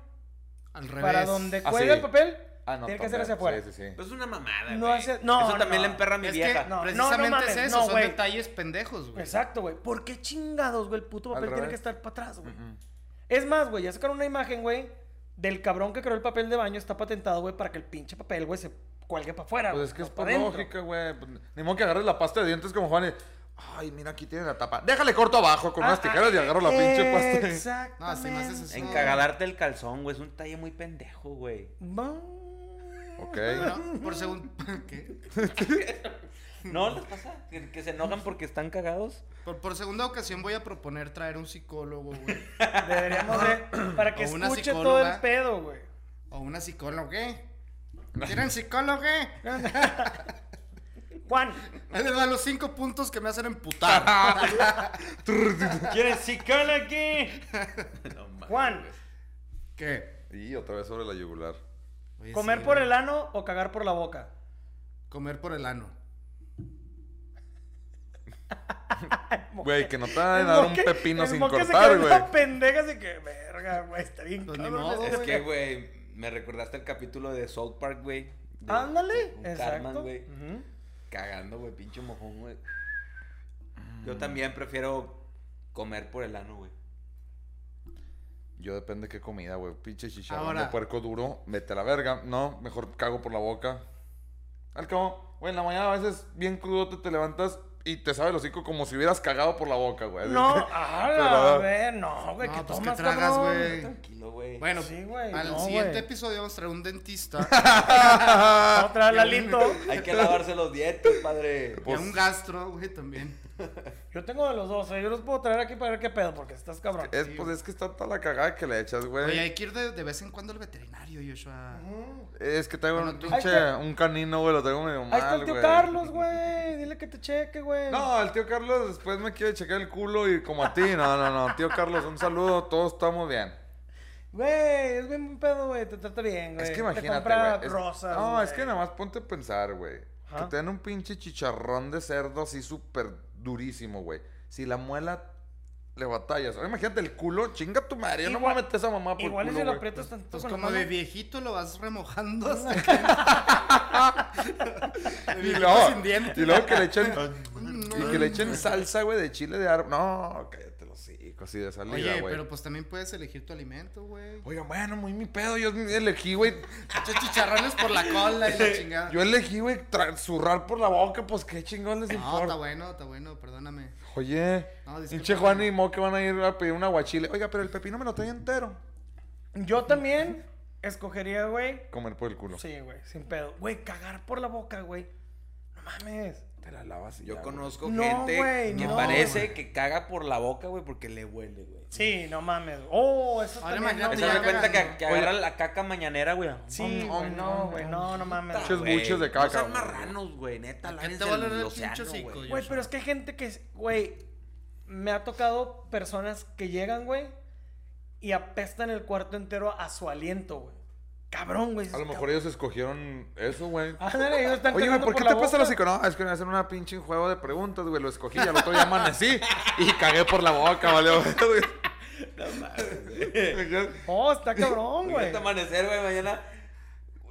Speaker 3: Al revés.
Speaker 2: para donde
Speaker 1: Ah,
Speaker 2: cuelga
Speaker 1: sí.
Speaker 2: el papel.
Speaker 1: Ah, no,
Speaker 2: tiene que ser
Speaker 1: también.
Speaker 2: hacia afuera.
Speaker 1: Sí, sí, sí.
Speaker 4: Pues es una mamada,
Speaker 2: No
Speaker 4: güey.
Speaker 2: hace- no,
Speaker 4: Eso
Speaker 2: no,
Speaker 4: también
Speaker 2: no.
Speaker 4: le emperra a mi
Speaker 3: Es
Speaker 4: vieja.
Speaker 3: que
Speaker 2: No, no
Speaker 3: precisamente
Speaker 2: mames,
Speaker 3: es eso,
Speaker 2: no,
Speaker 3: son
Speaker 2: güey.
Speaker 3: detalles pendejos, güey.
Speaker 2: Exacto, güey. ¿Por qué chingados, güey? El puto
Speaker 1: Al
Speaker 2: papel tiene
Speaker 1: revés.
Speaker 2: que estar para atrás, güey.
Speaker 1: Mm-mm.
Speaker 2: Es más, güey, ya sacaron una imagen, güey, del cabrón que creó el papel de baño. Está patentado, güey, para que el pinche papel, güey, se cuelgue para afuera.
Speaker 1: Pues
Speaker 2: güey,
Speaker 1: es que
Speaker 2: no
Speaker 1: es
Speaker 2: pa'
Speaker 1: por
Speaker 2: dentro.
Speaker 1: lógica, güey. Pues, Ni modo que agarres la pasta de dientes como Juan y... Ay, mira, aquí tiene la tapa. Déjale corto abajo con unas
Speaker 2: Ah,
Speaker 1: tijeras y agarro la pinche pasta.
Speaker 2: Exactamente.
Speaker 3: No, si no haces eso.
Speaker 4: Encagadarte el calzón, güey. Es un talle muy pendejo, güey.
Speaker 2: Va-
Speaker 1: Ok.
Speaker 3: Bueno, por segundo. <laughs> ¿Qué?
Speaker 4: ¿No les pasa? ¿Que, que se enojan porque están cagados.
Speaker 3: Por, por segunda ocasión voy a proponer traer un psicólogo,
Speaker 1: <laughs>
Speaker 3: güey.
Speaker 2: Deberíamos de... Para que
Speaker 3: O una
Speaker 2: escuche todo
Speaker 3: psicóloga.
Speaker 2: el pedo, güey.
Speaker 3: O una psicóloga. ¿Quieren psicóloga?
Speaker 1: <laughs>
Speaker 2: Juan,
Speaker 3: Ahí les van los cinco puntos que me hacen emputar.
Speaker 4: ¿Quieres
Speaker 2: <laughs>
Speaker 4: psicólogo aquí? no mames.
Speaker 2: Juan,
Speaker 3: ¿Qué?
Speaker 1: <laughs> Y otra vez sobre la yugular.
Speaker 3: Oye,
Speaker 2: ¿comer
Speaker 3: sí,
Speaker 2: por
Speaker 3: güey.
Speaker 2: el ano o cagar por la boca?
Speaker 3: Comer por el ano.
Speaker 1: Güey, que no te van a
Speaker 2: El
Speaker 1: dar un
Speaker 2: Moque-
Speaker 1: pepino
Speaker 2: el
Speaker 1: sin
Speaker 2: Moque
Speaker 1: cortar,
Speaker 2: se quedó
Speaker 1: güey.
Speaker 2: una pendeja así que, verga, güey, está bien
Speaker 3: Pues ni
Speaker 2: cabrón
Speaker 3: modo,
Speaker 2: este
Speaker 4: Es
Speaker 3: güey.
Speaker 4: que, güey, me recordaste el capítulo de South Park, güey. de-
Speaker 2: Ándale,
Speaker 4: con
Speaker 2: exacto.
Speaker 4: Cartman, güey.
Speaker 2: Ujú.
Speaker 4: Cagando, güey, pinche mojón, güey. Yo también prefiero comer por el ano, güey.
Speaker 1: Yo depende qué comida, güey. Pinche chicharrón
Speaker 3: Ahora.
Speaker 1: de puerco duro. Vete a la verga. No, mejor cago por la boca. Al cabo, güey, en la mañana a veces bien crudo te, te levantas y te sabe el hocico como si hubieras cagado por la boca, güey.
Speaker 2: No,
Speaker 1: Así que-
Speaker 2: ala,
Speaker 1: Pero-
Speaker 2: a ver, no, güey,
Speaker 3: No,
Speaker 2: que
Speaker 3: pues, ¿qué
Speaker 2: tomas,
Speaker 3: tragas,
Speaker 2: cabrón?
Speaker 3: güey?
Speaker 4: Tranquilo, güey.
Speaker 3: Bueno,
Speaker 2: Sí, güey,
Speaker 3: al
Speaker 2: no,
Speaker 3: siguiente
Speaker 2: güey.
Speaker 3: episodio vamos a traer un
Speaker 1: <laughs>
Speaker 3: dentista
Speaker 1: Ah,
Speaker 2: Otra, Lalito.
Speaker 4: Hay que lavarse los dientes, padre.
Speaker 3: y
Speaker 1: Pues
Speaker 3: a un gastro, güey, también.
Speaker 2: Yo tengo de los dos, eh, yo los puedo traer aquí para ver qué pedo, porque estás cabrón.
Speaker 1: <laughs> Es, pues es que está toda la cagada que le echas,
Speaker 3: Oye,
Speaker 1: güey.
Speaker 3: hay que ir de, de vez en cuando al veterinario, Joshua. Pues
Speaker 1: Es que traigo un
Speaker 3: Bueno, tú-
Speaker 2: Ahí
Speaker 1: pinche,
Speaker 2: está-
Speaker 1: un canino, güey, lo tengo medio mal,
Speaker 2: Ahí está el tío
Speaker 1: güey.
Speaker 2: Carlos, güey, dile que te cheque, güey.
Speaker 1: No, el tío Carlos después me quiere checar el culo y como a ti. No, no, no. Tío Carlos, un saludo. Todos estamos bien.
Speaker 2: Güey, es bien buen pedo, güey, te trata bien, güey.
Speaker 1: Es que
Speaker 2: Te
Speaker 1: imagínate,
Speaker 2: compra
Speaker 1: güey. es-
Speaker 2: rosas,
Speaker 1: No,
Speaker 2: güey.
Speaker 1: es que nada más ponte a pensar, güey. Que
Speaker 2: Ajá.
Speaker 1: te den un pinche chicharrón de cerdo así súper durísimo, güey. Si la muela le batallas. Ahora imagínate el culo, chinga tu madre. Yo no me voy
Speaker 2: Igual-
Speaker 1: a meter esa mamá por el
Speaker 2: Igual y
Speaker 1: culo,
Speaker 2: si lo
Speaker 1: güey. Pues,
Speaker 2: aprietas tanto
Speaker 3: Entonces,
Speaker 2: con la
Speaker 3: como de
Speaker 2: mano.
Speaker 3: viejito lo vas
Speaker 2: <laughs>
Speaker 3: remojando hasta que...
Speaker 1: <laughs>
Speaker 3: <laughs> de
Speaker 1: Y
Speaker 3: viejito
Speaker 1: luego,
Speaker 3: sin dientes.
Speaker 1: y luego que le echen
Speaker 3: Mm,
Speaker 1: y que le echen salsa, güey, de chile de árbol. No, cállate los hocico, así de salida,
Speaker 3: Oye,
Speaker 1: güey.
Speaker 3: pero pues también puedes elegir tu alimento, güey.
Speaker 1: Oigan, bueno, muy mi pedo. Yo elegí, güey.
Speaker 3: Muchos chicharrones por la cola y la chingada.
Speaker 1: Yo elegí, güey, tra- zurrar por la boca, pues qué chingón les
Speaker 3: No, está
Speaker 1: importa.
Speaker 3: bueno, está bueno, perdóname.
Speaker 1: Oye,
Speaker 3: No, disculpa.
Speaker 1: pinche Juan y Mo que van a ir a pedir un aguachile. Oiga, pero el pepino me lo trae entero.
Speaker 2: Yo también escogería, güey,
Speaker 1: Comer por el culo.
Speaker 2: Sí, güey, sin pedo. Güey, cagar por la boca, güey. No mames.
Speaker 1: Te la lavas y
Speaker 4: Yo
Speaker 1: ya,
Speaker 4: conozco
Speaker 2: No,
Speaker 4: gente
Speaker 2: güey,
Speaker 4: que
Speaker 2: no,
Speaker 4: parece
Speaker 3: güey.
Speaker 4: que caga por la boca, güey, porque le huele, güey.
Speaker 2: Sí, no mames. Oh, eso
Speaker 3: Ahora
Speaker 2: también,
Speaker 3: imagínate
Speaker 2: no,
Speaker 3: ya
Speaker 4: ¿Te
Speaker 3: Mm,
Speaker 4: das
Speaker 2: güey.
Speaker 4: cuenta que,
Speaker 3: cagando.
Speaker 4: que agarra la caca mañanera, güey?
Speaker 2: Sí,
Speaker 1: Om, om,
Speaker 2: güey, no,
Speaker 1: om,
Speaker 2: güey,
Speaker 1: om.
Speaker 2: no, no mames.
Speaker 1: Pinches
Speaker 4: Güey,
Speaker 1: buches de
Speaker 4: No
Speaker 1: caca,
Speaker 4: sean
Speaker 1: güey.
Speaker 4: marranos, güey, neta.
Speaker 3: ¿A qué te
Speaker 4: lávense
Speaker 3: va a
Speaker 4: el
Speaker 3: oler el
Speaker 4: océano,
Speaker 3: pinche hocico,
Speaker 4: güey.
Speaker 2: Güey, pero es que hay gente que, es- güey, me ha tocado personas que llegan, güey, y apestan el cuarto entero a su aliento, güey. Cabrón, güey.
Speaker 1: A lo mejor ellos escogieron eso, güey.
Speaker 2: Ándale, ellos están
Speaker 1: Oye, güey,
Speaker 2: cagando
Speaker 1: ¿por qué
Speaker 2: la
Speaker 1: te pasa
Speaker 2: boca.
Speaker 1: la psico? No, es que me hacen una pinche juego de preguntas, güey. Lo escogí y al otro día amanecí y cagué por la boca, vale, <laughs> güey.
Speaker 2: Oh, está cabrón, güey.
Speaker 4: Ahorita amanecer, güey, mañana.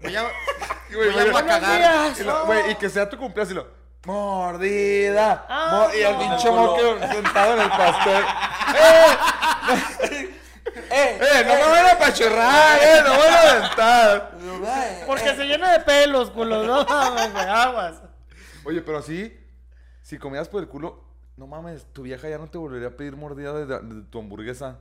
Speaker 3: Voy a,
Speaker 1: Güey,
Speaker 3: voy a
Speaker 1: vaya-
Speaker 3: cagar.
Speaker 1: Y lo- güey, y que sea tu cumpleaños y lo. Mordida.
Speaker 2: Ah,
Speaker 1: mor- y el
Speaker 2: no.
Speaker 1: pinche
Speaker 4: Culo.
Speaker 1: moque sentado en el pastel.
Speaker 2: <laughs>
Speaker 1: ¡Eh! ¡Eh! ¡No me van a pachurrar! ¡Eh! ¡No me van a aventar!
Speaker 4: eh,
Speaker 2: Porque se llena de pelos, culo. No mames, güey, aguas.
Speaker 1: Oye, pero así, si comías por el culo, no mames, tu vieja ya no te volvería a pedir mordida de, de tu hamburguesa.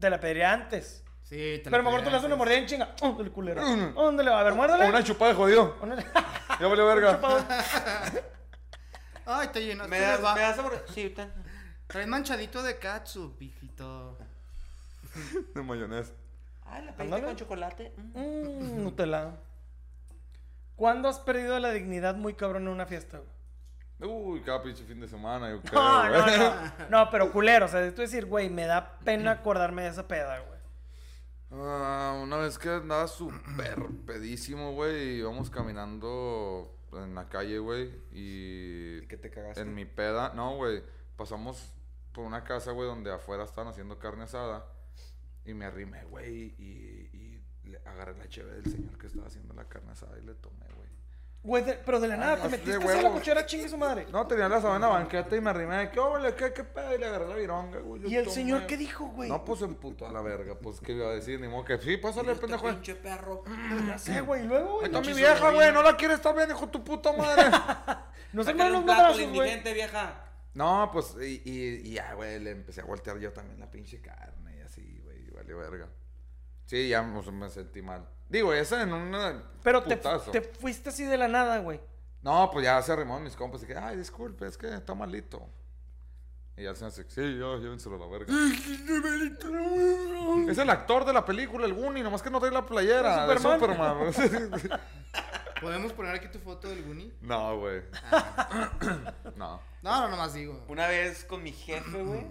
Speaker 2: Te la pediría antes.
Speaker 3: Sí, te
Speaker 2: Pero a lo mejor tú le das una mordida en chinga. ¡Oh, el culero! ¿Dónde va? A ver, muérdale.
Speaker 1: O una chupada de jodido.
Speaker 2: <laughs> Una-
Speaker 1: Ya valió verga.
Speaker 3: Ay, te llenas.
Speaker 4: ¿Me das, ¿Me das amor? Sí, ahorita.
Speaker 3: Traes manchadito de katsu, viejito.
Speaker 1: de mayonesa.
Speaker 4: Ah, la
Speaker 2: pediste con
Speaker 4: chocolate.
Speaker 2: Mm, Nutella. ¿Cuándo has perdido la dignidad muy cabrón en una fiesta? güey?
Speaker 1: Uy, cada pinche fin de semana, yo creo.
Speaker 2: No, no,
Speaker 1: güey.
Speaker 2: Ah, no. No, pero culero. O sea, tú decir, güey, me da pena acordarme de esa peda, güey.
Speaker 1: Ah, una vez que andaba súper pedísimo, güey, y íbamos caminando en la calle, güey, y...
Speaker 4: ¿Y que te cagaste?
Speaker 1: En mi peda, no, güey. Pasamos por una casa, güey, donde afuera estaban haciendo carne asada. Y me arrimé, güey, y, y le agarré la cheve del señor que estaba haciendo la carne asada y le tomé, güey.
Speaker 2: Güey, de- pero de la nada, te
Speaker 1: no,
Speaker 2: metiste
Speaker 1: de
Speaker 2: así a la
Speaker 1: huevo.
Speaker 2: cuchara, chingue su madre.
Speaker 1: No, tenía la sabana banqueta y me arrimé de que, oh, güey, ¿qué, qué pedo? Y le agarré la vironga, güey. yo
Speaker 2: ¿Y el
Speaker 1: tomé.
Speaker 2: señor qué dijo, güey?
Speaker 1: No, pues se emputó a la verga, pues, ¿qué iba a decir? Ni modo que, sí, pásale,
Speaker 4: Este
Speaker 1: pendejo. eh". Ahí
Speaker 4: pinche perro.
Speaker 2: Ya sé, güey. Y luego, güey.
Speaker 1: está
Speaker 2: No,
Speaker 1: mi vieja, güey, no la quieres también, hijo de tu puta madre. <laughs>
Speaker 2: no se
Speaker 4: Sácale
Speaker 2: mueven los
Speaker 4: un plato al
Speaker 2: madrazos, güey.
Speaker 4: indigente, vieja.
Speaker 1: No, pues, y, y- y ya, güey, le empecé a voltear yo también la pinche carne y así, güey, y valió verga. Sí, ya pues, me sentí mal. Digo, esa en una.
Speaker 2: Pero te,
Speaker 1: putazo.
Speaker 2: te fuiste así de la nada, güey.
Speaker 1: No, pues ya se arrimaron mis compas y que, ay, disculpe, es que está malito. Y ya se hace, sí, yo, llévenselo a la
Speaker 2: <laughs>
Speaker 1: verga. es el actor de la película, el Goonie, nomás que no trae la playera
Speaker 2: Es
Speaker 1: de
Speaker 2: Superman.
Speaker 1: Superman. <laughs>
Speaker 3: ¿Podemos poner aquí tu foto del Guni?
Speaker 1: no, güey. <clears throat> no.
Speaker 3: No, no, nomás digo.
Speaker 4: Una vez con mi jefe, güey.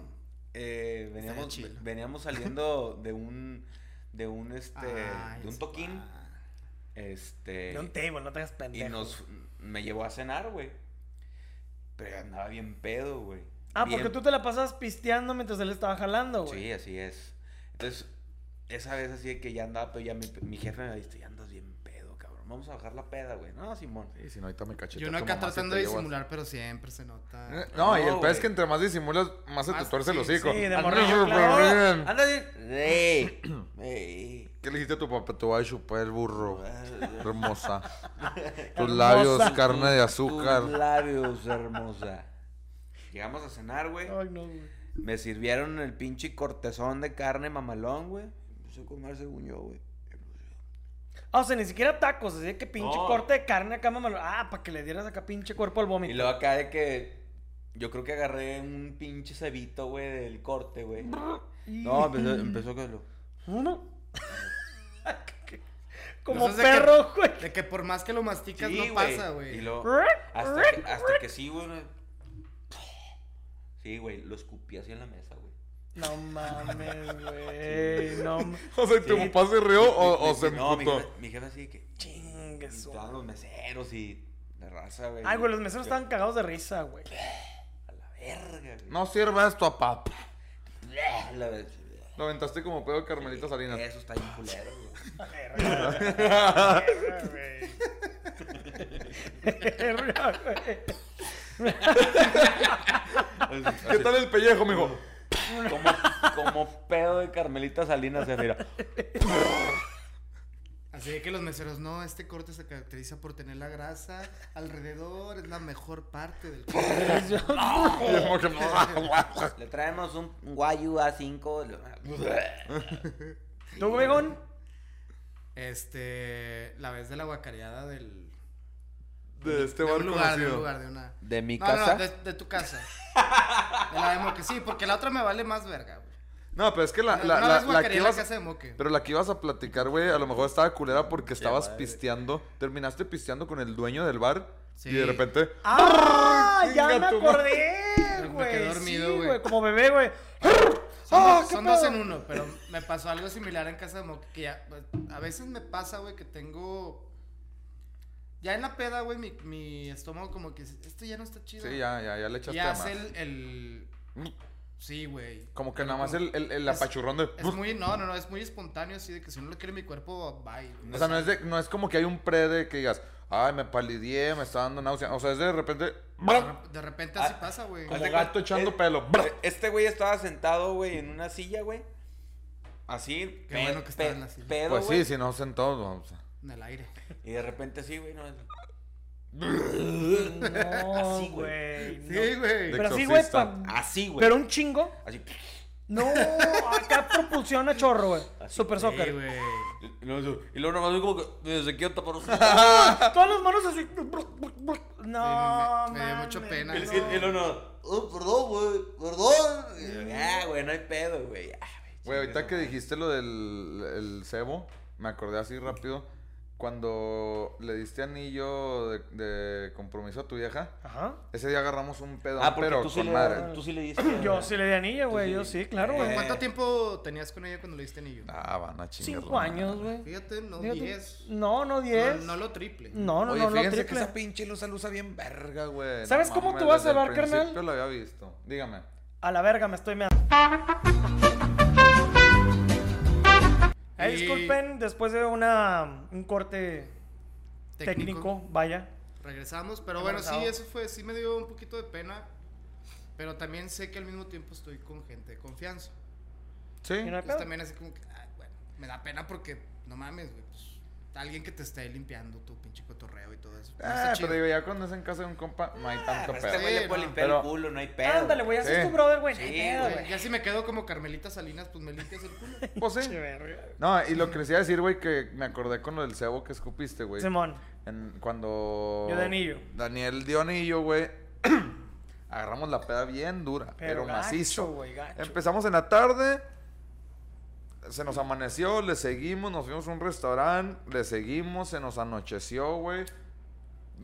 Speaker 4: eh, veníamos,
Speaker 3: Estaría chido.
Speaker 4: veníamos saliendo de un. De un este.
Speaker 3: Ay,
Speaker 4: de un toquín. Este.
Speaker 2: De un table, no te hagas
Speaker 4: y
Speaker 2: pendejo.
Speaker 4: nos. Me llevó a cenar, güey. Pero andaba bien pedo, güey.
Speaker 2: Ah,
Speaker 4: Bien
Speaker 2: porque tú te la pasabas pisteando mientras él estaba jalando, güey.
Speaker 4: Sí, así es. Entonces, esa vez así de que ya andaba, pero ya mi, mi jefe me ha visto, ya andas bien pedo, cabrón. Vamos a bajar la peda, güey. No, Simón.
Speaker 1: Sí, si no, ahorita me cachetea
Speaker 3: Yo no
Speaker 1: tu
Speaker 3: acá
Speaker 1: mamá si
Speaker 3: tratando
Speaker 1: te
Speaker 3: de
Speaker 1: llevas.
Speaker 3: disimular, pero siempre se nota.
Speaker 1: Eh, No, y el
Speaker 4: No,
Speaker 1: peor es
Speaker 4: güey.
Speaker 1: que entre más disimulas, más se te
Speaker 3: Más-
Speaker 1: tuerce el
Speaker 3: sí,
Speaker 1: hocico.
Speaker 2: sí, de
Speaker 1: Ah,
Speaker 2: morrillo,
Speaker 1: no,
Speaker 2: claro.
Speaker 1: bien.
Speaker 4: Anda bien. Ey,
Speaker 2: <clears throat>
Speaker 4: ey.
Speaker 1: ¿Qué le dijiste a tu papá? Te voy a chupar el burro. Hermosa. Tus
Speaker 2: Hermosa.
Speaker 1: labios, <laughs> carne de azúcar.
Speaker 4: Tus labios, hermosa. Llegamos a cenar, güey.
Speaker 2: Ay, no, güey.
Speaker 4: Me sirvieron el pinche cortezón de carne mamalón, güey. Empecé a comer según yo, güey.
Speaker 2: Ah, o sea, ni siquiera tacos, así de que pinche
Speaker 4: No.
Speaker 2: corte de carne acá, mamá. Ah, para que le dieras acá pinche cuerpo al
Speaker 4: Y
Speaker 2: vómito.
Speaker 4: luego acá de que. Yo creo que agarré un pinche cebito, güey, del corte, güey. No, pues, empezó, empezó que lo-
Speaker 2: <laughs> Uno. <laughs>
Speaker 4: Pues
Speaker 2: Como
Speaker 3: Entonces, de que-
Speaker 2: perro, güey.
Speaker 3: De que por más que lo masticas
Speaker 4: Sí,
Speaker 3: no pasa,
Speaker 4: Y
Speaker 3: güey. <laughs>
Speaker 4: luego, hasta, que, hasta que sí, güey. me- Sí, güey, lo escupí así en la mesa, güey.
Speaker 2: <laughs> No mames, güey. No ma-
Speaker 1: O sea, ¿tu
Speaker 2: Sí.
Speaker 1: papá se rió o,
Speaker 4: Mi-
Speaker 1: o
Speaker 4: mi-
Speaker 1: se
Speaker 4: <laughs> No, mi
Speaker 1: emputó?
Speaker 4: jefe, mi jefe así de que.
Speaker 2: Chingue su
Speaker 4: Estaban los meseros y la raza, güey.
Speaker 2: Ay, güey, los meseros estaban cagados de risa,
Speaker 4: <laughs>
Speaker 2: güey.
Speaker 4: A la verga, güey.
Speaker 1: No sirva esto a papá.
Speaker 4: A la verga.
Speaker 1: Lo aventaste como pedo de Carmelita Salinas.
Speaker 4: Eso está bien culero, güey.
Speaker 2: Verga, güey. <laughs> Verga, güey.
Speaker 1: <laughs> ¿Qué tal el pellejo, mijo?
Speaker 4: <laughs>
Speaker 1: <laughs>
Speaker 4: Como, como pedo de Carmelita Salinas, se mira.
Speaker 3: Así de que los meseros, no, este corte se caracteriza por tener la grasa alrededor, es la mejor parte del corte.
Speaker 1: Y es como que-
Speaker 4: Le traemos un Wayu A5.
Speaker 2: ¿Tú, güeyón?
Speaker 3: Este, la vez de la guacareada del...
Speaker 1: De este
Speaker 3: de
Speaker 1: bar
Speaker 3: un lugar, de un
Speaker 1: conocido.
Speaker 3: lugar, de una...
Speaker 4: De mi
Speaker 3: no,
Speaker 4: casa.
Speaker 3: No, de, de tu casa. De la de Moque, sí, porque la otra me vale más verga, güey.
Speaker 1: No, pero es que la,
Speaker 3: No,
Speaker 1: la,
Speaker 3: no,
Speaker 1: la, la
Speaker 3: es
Speaker 1: que
Speaker 3: guacareada en la
Speaker 1: ibas,
Speaker 3: casa de Moque.
Speaker 1: pero la que ibas a platicar, güey, a lo mejor estaba culera porque estabas
Speaker 4: madre.
Speaker 1: pisteando. Terminaste pisteando con el dueño del bar
Speaker 3: Sí.
Speaker 1: y de repente...
Speaker 2: ¡Ah! ¡Ya
Speaker 1: Chinga
Speaker 2: me
Speaker 1: tu madre.
Speaker 2: acordé,
Speaker 3: <laughs> Me
Speaker 2: güey!
Speaker 3: quedé dormido,
Speaker 2: sí,
Speaker 3: güey.
Speaker 2: güey. Como bebé, güey.
Speaker 3: Son,
Speaker 2: <laughs> ¡Ah,
Speaker 3: dos,
Speaker 2: qué
Speaker 3: son dos
Speaker 2: pedo!
Speaker 3: en uno, pero me pasó algo similar en casa de Moque, que ya, a veces me pasa, güey, que tengo... Ya en la peda, güey, mi, mi estómago como que dice, esto ya no está chido.
Speaker 1: Sí, ya, ya, ya le echaste
Speaker 3: Y
Speaker 1: a
Speaker 3: hace
Speaker 1: más.
Speaker 3: el, el- Sí, güey.
Speaker 1: Como que
Speaker 3: Pero
Speaker 1: nada más
Speaker 3: como-
Speaker 1: el, el, el
Speaker 3: es-
Speaker 1: apachurrón de...
Speaker 3: Es muy... No, no, no, es muy espontáneo así de que si no lo quiere mi cuerpo, bye. güey.
Speaker 1: O sea, no es, de- no es como que hay un pre de que digas, ay, me palidié, me está dando náusea. O sea, es de repente, ¡bra!
Speaker 3: De repente así
Speaker 4: Ah,
Speaker 3: pasa, güey.
Speaker 1: como gato echando pelo. ¡bra!
Speaker 4: Este güey estaba sentado, güey, en una silla, güey. Así.
Speaker 3: Qué bueno que estaba en la silla.
Speaker 4: pedo,
Speaker 1: Pues sí,
Speaker 4: güey.
Speaker 1: si no sentados, vamos.
Speaker 3: En el aire.
Speaker 4: Y de repente sí, güey. No,
Speaker 3: <laughs>
Speaker 2: No,
Speaker 4: Así,
Speaker 2: güey. no.
Speaker 3: Sí, güey.
Speaker 1: De-
Speaker 2: Pero así, güey,
Speaker 1: Exorcista.
Speaker 2: pa-
Speaker 4: así, güey.
Speaker 2: pero un chingo.
Speaker 4: Así.
Speaker 2: No, acá <laughs> propulsión a chorro, güey. Super
Speaker 3: Sí,
Speaker 2: soccer.
Speaker 3: güey.
Speaker 4: Y luego, y luego nomás como que desde quieto para <laughs>
Speaker 2: Ah, Todas las manos así. No,
Speaker 3: Sí, me- me dio
Speaker 2: mames,
Speaker 3: mucho pena.
Speaker 4: Y
Speaker 2: no.
Speaker 4: y luego no. Oh, perdón, güey. Perdón. Y yo, Ah, güey, no hay pedo, güey. Ah, güey,
Speaker 1: Güey, ahorita
Speaker 4: esa
Speaker 1: que
Speaker 4: madre.
Speaker 1: dijiste lo del el cebo, me acordé así rápido. Cuando le diste anillo de, de compromiso a tu vieja,
Speaker 2: Ajá.
Speaker 1: ese día agarramos un pedo,
Speaker 6: Ah, porque
Speaker 1: pero
Speaker 6: tú sí,
Speaker 1: con
Speaker 6: le,
Speaker 1: madre.
Speaker 6: tú sí le diste.
Speaker 2: Yo sí le di anillo, güey.
Speaker 4: sí.
Speaker 2: Yo sí, claro,
Speaker 4: Eh,
Speaker 2: güey.
Speaker 3: ¿Cuánto tiempo tenías con ella cuando le diste anillo?
Speaker 1: Ah, van a chingar.
Speaker 2: Cinco años, güey.
Speaker 3: Fíjate, no
Speaker 2: Fíjate.
Speaker 3: 10.
Speaker 2: No, no
Speaker 3: No,
Speaker 2: 10.
Speaker 3: no lo triple.
Speaker 2: No, no,
Speaker 1: Oye,
Speaker 2: no, lo
Speaker 1: fíjense que
Speaker 2: triple.
Speaker 1: esa pinche luz se usa bien verga, güey. No
Speaker 2: ¿Sabes cómo
Speaker 1: mames,
Speaker 2: tú vas a
Speaker 1: desde el
Speaker 2: ver, carnal?
Speaker 1: principio lo había visto. Dígame.
Speaker 2: A la verga, me estoy meando. Eh,
Speaker 3: Y-
Speaker 2: disculpen, después de una, un corte técnico, vaya.
Speaker 3: Regresamos, pero
Speaker 2: Qué
Speaker 3: bueno,
Speaker 2: embarazado.
Speaker 3: sí, eso fue, sí me dio un poquito de pena, pero también sé que al mismo tiempo estoy con gente de confianza.
Speaker 1: Sí.
Speaker 2: Y no hay
Speaker 3: Entonces
Speaker 2: pedo.
Speaker 3: también así como que, ay, bueno, me da pena porque, no mames, güey, pues, alguien que te esté limpiando tu pinche cotorreo y todo eso. no está
Speaker 1: Ah,
Speaker 3: chido.
Speaker 1: pero digo, ya cuando es en casa de un compa, no
Speaker 2: Ah,
Speaker 1: hay tanto
Speaker 2: pues
Speaker 1: pedo.
Speaker 4: Pero Este güey le
Speaker 3: Sí,
Speaker 4: puede
Speaker 3: no.
Speaker 4: limpiar
Speaker 1: Pero-
Speaker 4: el culo, no hay pedo.
Speaker 2: Ándale, güey, así
Speaker 1: Sí.
Speaker 2: es tu brother, güey. no hay
Speaker 4: Sí,
Speaker 2: pedo,
Speaker 4: güey.
Speaker 2: güey.
Speaker 3: Ya si me quedo como Carmelita Salinas, pues me limpias el culo.
Speaker 1: Pues sí.
Speaker 2: Qué verga.
Speaker 1: No, y lo que les iba a decir, güey, que me acordé con lo del cebo que escupiste, güey.
Speaker 2: Simón.
Speaker 1: En- cuando.
Speaker 2: Yo de anillo.
Speaker 1: Daniel dio anillo, güey. <clears throat> Agarramos la peda bien dura, pero,
Speaker 2: gacho,
Speaker 1: macizo.
Speaker 2: güey, gacho.
Speaker 1: Empezamos en la tarde. Se nos amaneció, le seguimos, nos fuimos a un restaurante, le seguimos, se nos anocheció, güey.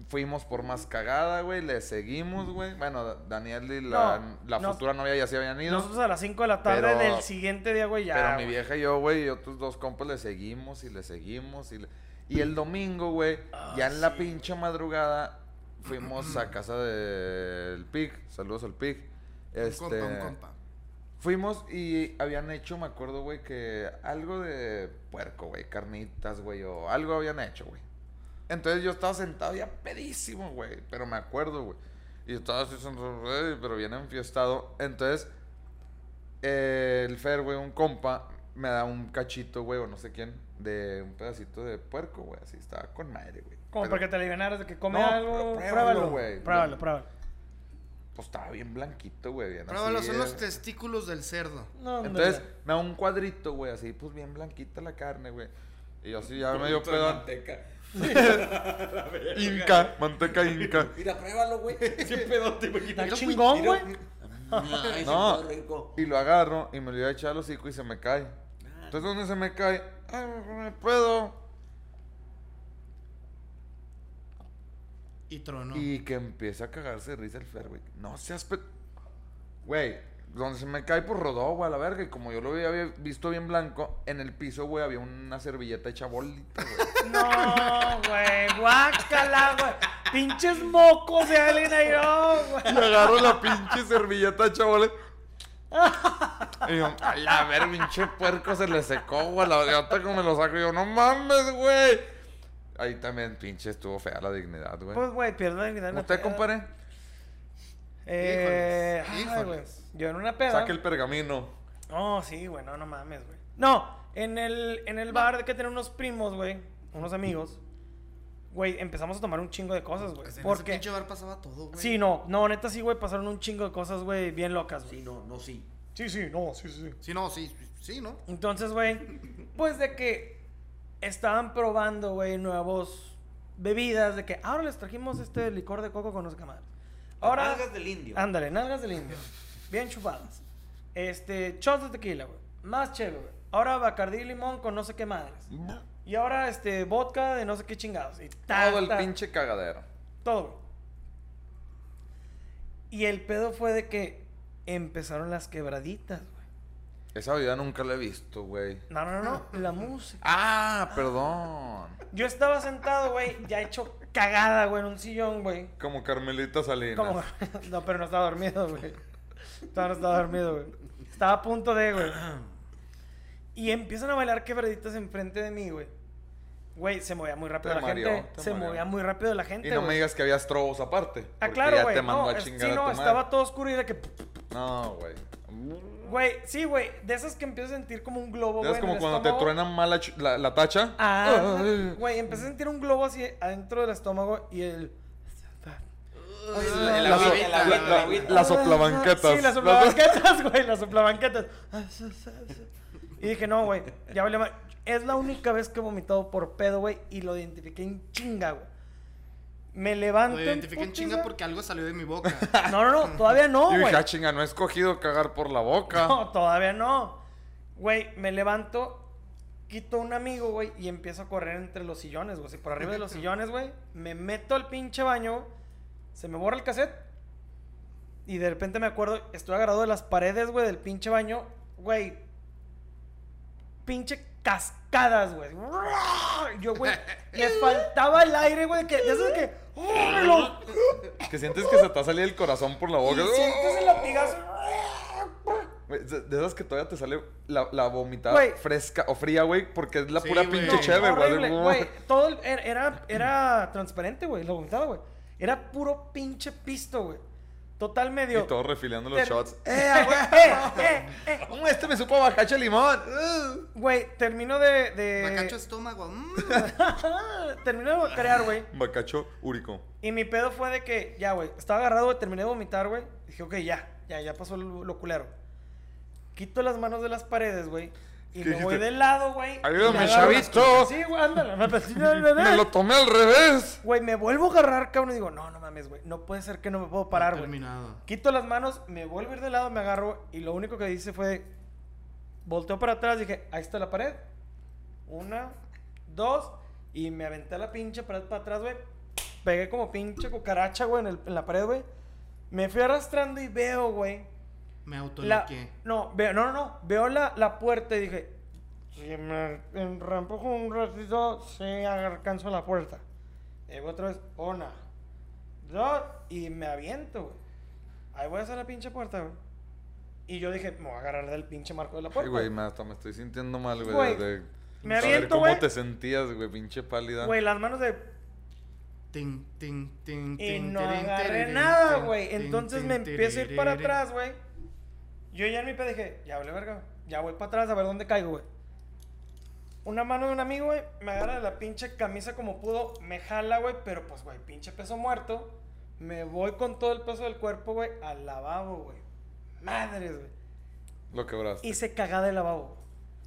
Speaker 1: Fuimos por más cagada, güey, le seguimos, güey. Bueno, Da- Daniel y la,
Speaker 2: No,
Speaker 1: la
Speaker 2: no.
Speaker 1: futura novia ya se habían ido.
Speaker 2: Nosotros a las 5 de la tarde
Speaker 1: Pero-
Speaker 2: del siguiente día, güey, ya.
Speaker 1: Pero mi
Speaker 2: güey.
Speaker 1: vieja y yo, güey, y otros dos compas le seguimos y le seguimos. Y, le- y el domingo, güey,
Speaker 2: Ah,
Speaker 1: ya en la pinche madrugada, fuimos a casa del Pig. Saludos al Pig. Este,
Speaker 3: Un compa, un compa.
Speaker 1: Fuimos y habían hecho, me acuerdo, güey, que algo de puerco, güey, carnitas, güey, o algo habían hecho, güey. Entonces yo estaba sentado ya pedísimo, güey, pero me acuerdo, güey. Y estaba así, sonriendo, pero bien enfiestado. Entonces, eh, el Fer, güey, un compa, me da un cachito, güey, o no sé quién, de un pedacito de puerco, güey, así, estaba con madre, güey.
Speaker 2: Como
Speaker 1: Pero,
Speaker 2: para que te alivianaras de que come
Speaker 1: No,
Speaker 2: algo.
Speaker 1: pero pruébalo,
Speaker 2: Pruébalo,
Speaker 1: güey.
Speaker 2: Pruébalo,
Speaker 1: No.
Speaker 2: pruébalo.
Speaker 1: Pues estaba bien blanquito, güey, bien
Speaker 3: Pruébalo,
Speaker 1: así,
Speaker 3: son los
Speaker 1: eh.
Speaker 3: testículos del cerdo.
Speaker 2: No, hombre.
Speaker 1: Entonces me da un cuadrito, güey, así, pues bien blanquita la carne, güey. Y yo así ya medio
Speaker 4: Producto de
Speaker 1: pedo.
Speaker 4: manteca. <laughs>
Speaker 1: Inca, manteca inca.
Speaker 4: Mira, pruébalo, güey. Qué pedo te
Speaker 2: Está
Speaker 4: imaginas.
Speaker 1: pues,
Speaker 2: chingón, güey.
Speaker 4: Ay,
Speaker 1: No.
Speaker 4: sí, todo rico.
Speaker 1: Y lo agarro y me lo iba a echar al hocico y se me cae. Entonces, ¿dónde se me cae? Ay, me pedo.
Speaker 3: Y trono.
Speaker 1: Y que empieza a cagarse de risa el Fer, güey. No seas pe... Güey, donde se me cae, pues rodó, güey, a la verga. Y como yo lo había visto bien blanco, en el piso, güey, había una servilleta hecha bolita, güey.
Speaker 2: No, güey. Guácala, güey. Pinches mocos de alguien ahí, no, güey.
Speaker 1: Y agarro la pinche servilleta, chavales. Y yo, a la ver, pinche puerco se le secó, güey. La verdad, como me lo saco, yo, no mames, güey. Ahí también, pinche, estuvo fea la dignidad, güey.
Speaker 2: Pues, güey, pierdo la dignidad. en la
Speaker 1: ¿Usted,
Speaker 2: peda.
Speaker 1: compadre?
Speaker 2: Eh,
Speaker 3: Híjoles,
Speaker 2: ay, güey.
Speaker 3: híjoles.
Speaker 2: Yo en una peda.
Speaker 1: Saque el pergamino.
Speaker 2: No, sí, güey, no, no mames, güey. No, en el, en el bar que tenemos unos primos, güey, unos amigos, güey, empezamos a tomar un chingo de cosas, güey.
Speaker 3: Pues en ese
Speaker 2: Porque.
Speaker 3: pinche bar pasaba todo, güey.
Speaker 2: Sí, no, no, neta sí, güey, pasaron un chingo de cosas, güey, bien locas,
Speaker 4: Sí,
Speaker 2: güey.
Speaker 4: no, no, sí.
Speaker 2: Sí, sí, no, sí, sí.
Speaker 3: Sí, no, sí, sí, ¿no?
Speaker 2: Entonces, güey, pues de que estaban probando, güey, nuevos bebidas, de que ahora les trajimos este licor de coco con los camadas. Ahora.
Speaker 4: Ahora. del indio.
Speaker 2: Ándale, nalgas del indio. Bien chupadas. Este, shots de tequila, güey. Más chévere, güey. Ahora bacardí y limón con no sé qué madres. Y ahora, este, vodka de no sé qué chingados. Y ta,
Speaker 1: Todo el
Speaker 2: ta,
Speaker 1: pinche cagadero.
Speaker 2: Todo, güey. Y el pedo fue de que empezaron las quebraditas, güey.
Speaker 1: Esa vida nunca la he visto, güey.
Speaker 2: No, no, no, no, la música.
Speaker 1: Ah, perdón.
Speaker 2: Yo estaba sentado, güey, ya hecho cagada, güey, en un sillón, güey.
Speaker 1: Como Carmelita Salinas.
Speaker 2: Como- <laughs> No, pero no estaba dormido, güey. Estaba, no estaba dormido, güey. Estaba a punto de, güey. Y empiezan a bailar quebraditas enfrente de mí, güey. Güey, se movía muy rápido
Speaker 1: Te
Speaker 2: la
Speaker 1: mareó,
Speaker 2: gente.
Speaker 1: te
Speaker 2: Se
Speaker 1: mareó.
Speaker 2: movía muy rápido la
Speaker 1: Y
Speaker 2: gente,
Speaker 1: no me
Speaker 2: güey.
Speaker 1: digas que había estrobos aparte.
Speaker 2: Ah,
Speaker 1: porque
Speaker 2: claro,
Speaker 1: ya
Speaker 2: güey.
Speaker 1: te mandó
Speaker 2: No,
Speaker 1: a
Speaker 2: es-
Speaker 1: chingar
Speaker 2: sí,
Speaker 1: a tu
Speaker 2: no,
Speaker 1: madre.
Speaker 2: estaba todo oscuro y de que...
Speaker 1: No, güey.
Speaker 2: Güey, sí, güey. De esas que empiezo a sentir como un globo, güey.
Speaker 1: Es
Speaker 2: en
Speaker 1: como
Speaker 2: el
Speaker 1: cuando te
Speaker 2: estómago.
Speaker 1: truenan mal la, ch- la- la tacha.
Speaker 2: Ah,
Speaker 1: Ay.
Speaker 2: güey, empecé a sentir un globo así adentro del estómago y el...
Speaker 4: El
Speaker 1: Pues, La,
Speaker 4: agüita,
Speaker 1: so-
Speaker 4: el
Speaker 1: la,
Speaker 4: agüita, el
Speaker 1: la-
Speaker 4: agüita.
Speaker 1: la soplabanquetas.
Speaker 2: Sí, las soplabanquetas, güey, las soplabanquetas. Y dije, no, güey, ya vale mal. Es la única vez que he vomitado por pedo, güey, y lo identifiqué en chinga, güey. Me levanto.
Speaker 3: Lo identifiqué en
Speaker 2: putiza.
Speaker 3: chinga porque algo salió de mi
Speaker 1: <laughs>
Speaker 3: boca.
Speaker 2: No, no, no, todavía no,
Speaker 1: Y
Speaker 2: güey.
Speaker 1: dije, ah, chinga, no he escogido cagar por la boca.
Speaker 2: No, todavía no. Güey, me levanto, quito un amigo, güey, y empiezo a correr entre los sillones, güey. Así por arriba de los sillones, güey. Me meto al pinche baño, se me borra el cassette. Y de repente me acuerdo, estoy agarrado de las paredes, güey, del pinche baño. Güey, pinche cascadas, güey. Yo, güey, les faltaba el aire, güey, que ya sabes que... ¡oh, lo-
Speaker 1: Que sientes que se te ha salido el corazón por la
Speaker 2: y
Speaker 1: boca.
Speaker 2: sientes el latigazo.
Speaker 1: Güey, De de esas que todavía te sale la, la vomitada
Speaker 2: Güey.
Speaker 1: fresca o fría, güey, porque es la
Speaker 3: Sí,
Speaker 1: pura
Speaker 3: güey.
Speaker 1: pinche cheve,
Speaker 2: Horrible,
Speaker 1: güey.
Speaker 2: güey. Todo el- era, era, era transparente, güey. Lo vomitaba, güey. Era puro pinche pisto, güey. Total medio.
Speaker 1: Y todos refileando los
Speaker 2: Ter-
Speaker 1: shots.
Speaker 2: Eh, ah, güey, eh, eh, eh.
Speaker 1: <laughs> Mm, Este me supo a bacacho de limón. <laughs> Uh.
Speaker 2: Güey, termino de. de... <laughs>
Speaker 3: Bacacho estómago. mm.
Speaker 2: termino de bocarear, güey.
Speaker 1: Bacacho úrico.
Speaker 2: Y mi pedo fue de que, ya, güey, estaba agarrado, güey, terminé de vomitar, güey. Dije, ok, ya, ya, ya pasó lo, lo culero. Quito las manos de las paredes, güey. Y
Speaker 1: ¿Qué
Speaker 2: me voy
Speaker 1: dijiste?
Speaker 2: de lado, güey. y
Speaker 1: Ayúdame,
Speaker 2: me agarro las
Speaker 1: chavito.
Speaker 2: cosas. Sí, güey, ándale, me <laughs> persino del bebé.
Speaker 1: <laughs> Me lo tomé al revés.
Speaker 2: Güey, me vuelvo a agarrar, cabrón, y digo, no, no mames, güey. No puede ser que no me puedo parar, güey.
Speaker 3: Terminado.
Speaker 2: Quito las manos, me vuelvo a ir de lado, me agarro, y lo único que hice fue. Volteo para atrás, dije, ahí está la pared. Una, dos, y me aventé a la pinche pared para atrás, güey. Pegué como pinche cucaracha, güey, en, el- en la pared, güey. Me fui arrastrando y veo, güey.
Speaker 3: Me
Speaker 2: La,
Speaker 3: autoliqué.
Speaker 2: no, veo, no, no, no. Veo la, la puerta y dije, si me enrampojo un ratito, se alcanzo la puerta. Y luego otra vez, una, dos, y me aviento, güey. Ahí voy a hacer la pinche puerta, güey. Y yo dije, me voy a agarrar del pinche marco de la
Speaker 1: Ay,
Speaker 2: puerta.
Speaker 1: güey, me, hasta me estoy sintiendo mal, güey.
Speaker 2: Güey,
Speaker 1: de- de
Speaker 2: me
Speaker 1: saber
Speaker 2: aviento,
Speaker 1: ¿Cómo
Speaker 2: güey.
Speaker 1: te sentías, güey? Pinche pálida.
Speaker 2: Güey, las manos de
Speaker 3: Ting, ting, ting,
Speaker 2: Y
Speaker 3: ting,
Speaker 2: no
Speaker 3: tirin,
Speaker 2: agarré
Speaker 3: tirin,
Speaker 2: nada,
Speaker 3: tin,
Speaker 2: güey.
Speaker 3: tin,
Speaker 2: Entonces
Speaker 3: tin,
Speaker 2: me empiezo a ir para
Speaker 3: tirirín.
Speaker 2: atrás, güey. Yo ya en mi pedo dije, ya vale verga. Ya voy para atrás a ver dónde caigo, güey. Una mano de un amigo, güey, me agarra de la pinche camisa como pudo, me jala, güey, pero pues, güey, pinche peso muerto. Me voy con todo el peso del cuerpo, güey, al lavabo, güey. Madres, güey.
Speaker 1: Lo quebraste.
Speaker 2: Hice cagada el lavabo. güey.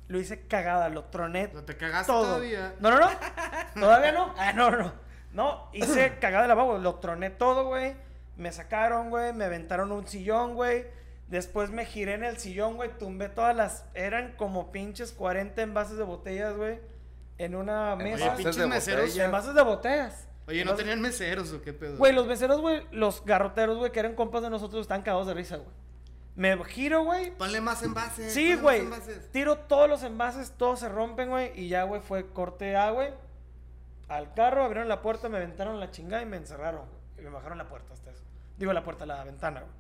Speaker 2: Lo hice cagada, lo troné
Speaker 3: O sea, te cagaste
Speaker 2: todo.
Speaker 3: todavía.
Speaker 2: No, no, no.
Speaker 3: <laughs>
Speaker 2: Todavía no. Ah, no, no. No, hice cagada de lavabo. Lo troné todo, güey. Me sacaron, güey. Me aventaron un sillón, güey. Después me giré en el sillón, güey. Tumbé todas las. Eran como pinches 40 envases de botellas, güey. En una
Speaker 3: Oye,
Speaker 2: mesa.
Speaker 1: Envases de
Speaker 3: pinches meseros.
Speaker 1: botella.
Speaker 2: Envases de botellas.
Speaker 3: Oye, ¿no
Speaker 2: Envases-
Speaker 3: tenían meseros o qué pedo?
Speaker 2: Güey, los meseros, güey. Los garroteros, güey, que eran compas de nosotros, están cagados de risa, güey. Me giro, güey.
Speaker 3: Ponle más envases.
Speaker 2: Sí, güey.
Speaker 3: ponle más envases.
Speaker 2: Tiro todos los envases, todos se rompen, güey. Y ya, güey, fue corte A, güey. Al carro, abrieron la puerta, me aventaron la chingada y me encerraron. güey. Y me bajaron la puerta hasta eso. Digo, la puerta, la ventana, güey.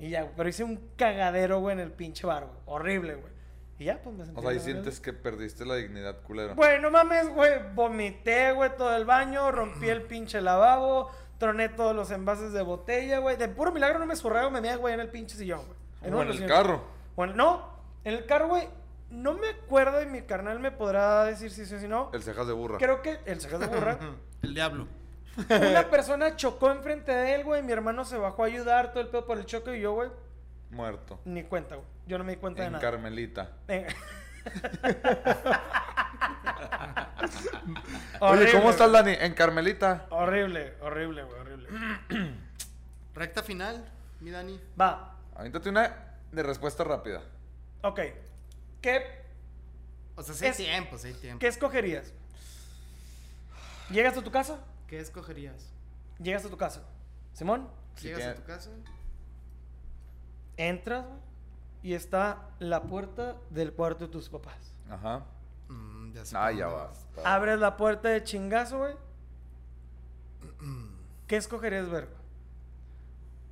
Speaker 2: Y ya, güey, pero hice un cagadero, güey, en el pinche bar, güey. Horrible, güey. Y ya, pues me sentí.
Speaker 1: O sea, ahí
Speaker 2: bien, güey.
Speaker 1: sientes que perdiste la dignidad culera.
Speaker 2: Güey, no mames, güey. Vomité, güey, todo el baño. Rompí el pinche lavabo. Troné todos los envases de botella, güey. De puro milagro no me surraron, me mía, güey, en el pinche sillón, güey.
Speaker 1: o
Speaker 2: uno de
Speaker 1: en
Speaker 2: los
Speaker 1: el
Speaker 2: sillones.
Speaker 1: carro.
Speaker 2: Bueno, no, en el carro, güey, no me acuerdo y mi carnal me podrá decir si sí o si no.
Speaker 1: El cejas de burra.
Speaker 2: Creo que el cejas de
Speaker 1: <laughs>
Speaker 2: burra.
Speaker 3: El diablo.
Speaker 2: una persona chocó enfrente de él, güey. Mi hermano se bajó a ayudar, todo el pedo por el choque y yo, güey,
Speaker 1: Muerto.
Speaker 2: ni cuenta, güey. Yo no me di cuenta de
Speaker 1: En
Speaker 2: nada. <laughs>
Speaker 1: Carmelita.
Speaker 2: Eh.
Speaker 1: <laughs> Oye, ¿cómo
Speaker 2: Horrible,
Speaker 1: estás, Dani? En Carmelita.
Speaker 2: güey. Horrible, horrible, güey, horrible.
Speaker 3: Recta final, mi Dani.
Speaker 2: Va,
Speaker 1: Avíntate una de respuesta rápida.
Speaker 2: ok. ¿Qué,
Speaker 3: O sea, sí hay
Speaker 2: Es-
Speaker 3: tiempo, sí hay tiempo.
Speaker 2: ¿Qué
Speaker 3: ¿Qué,
Speaker 2: escogerías? ¿Llegas a tu casa?
Speaker 3: escogerías?
Speaker 2: Llegas a tu casa. Simón,
Speaker 1: Sí,
Speaker 3: ¿Llegas a
Speaker 1: tiene-
Speaker 3: tu casa?
Speaker 2: Entras, güey, y está la puerta del cuarto de tus papás.
Speaker 1: Ajá.
Speaker 3: Mm, ya sé
Speaker 1: Ah,
Speaker 3: por
Speaker 1: ya
Speaker 3: dónde
Speaker 1: vas.
Speaker 2: Abres la puerta de chingazo, güey. ¿Qué escogerías ver? güey?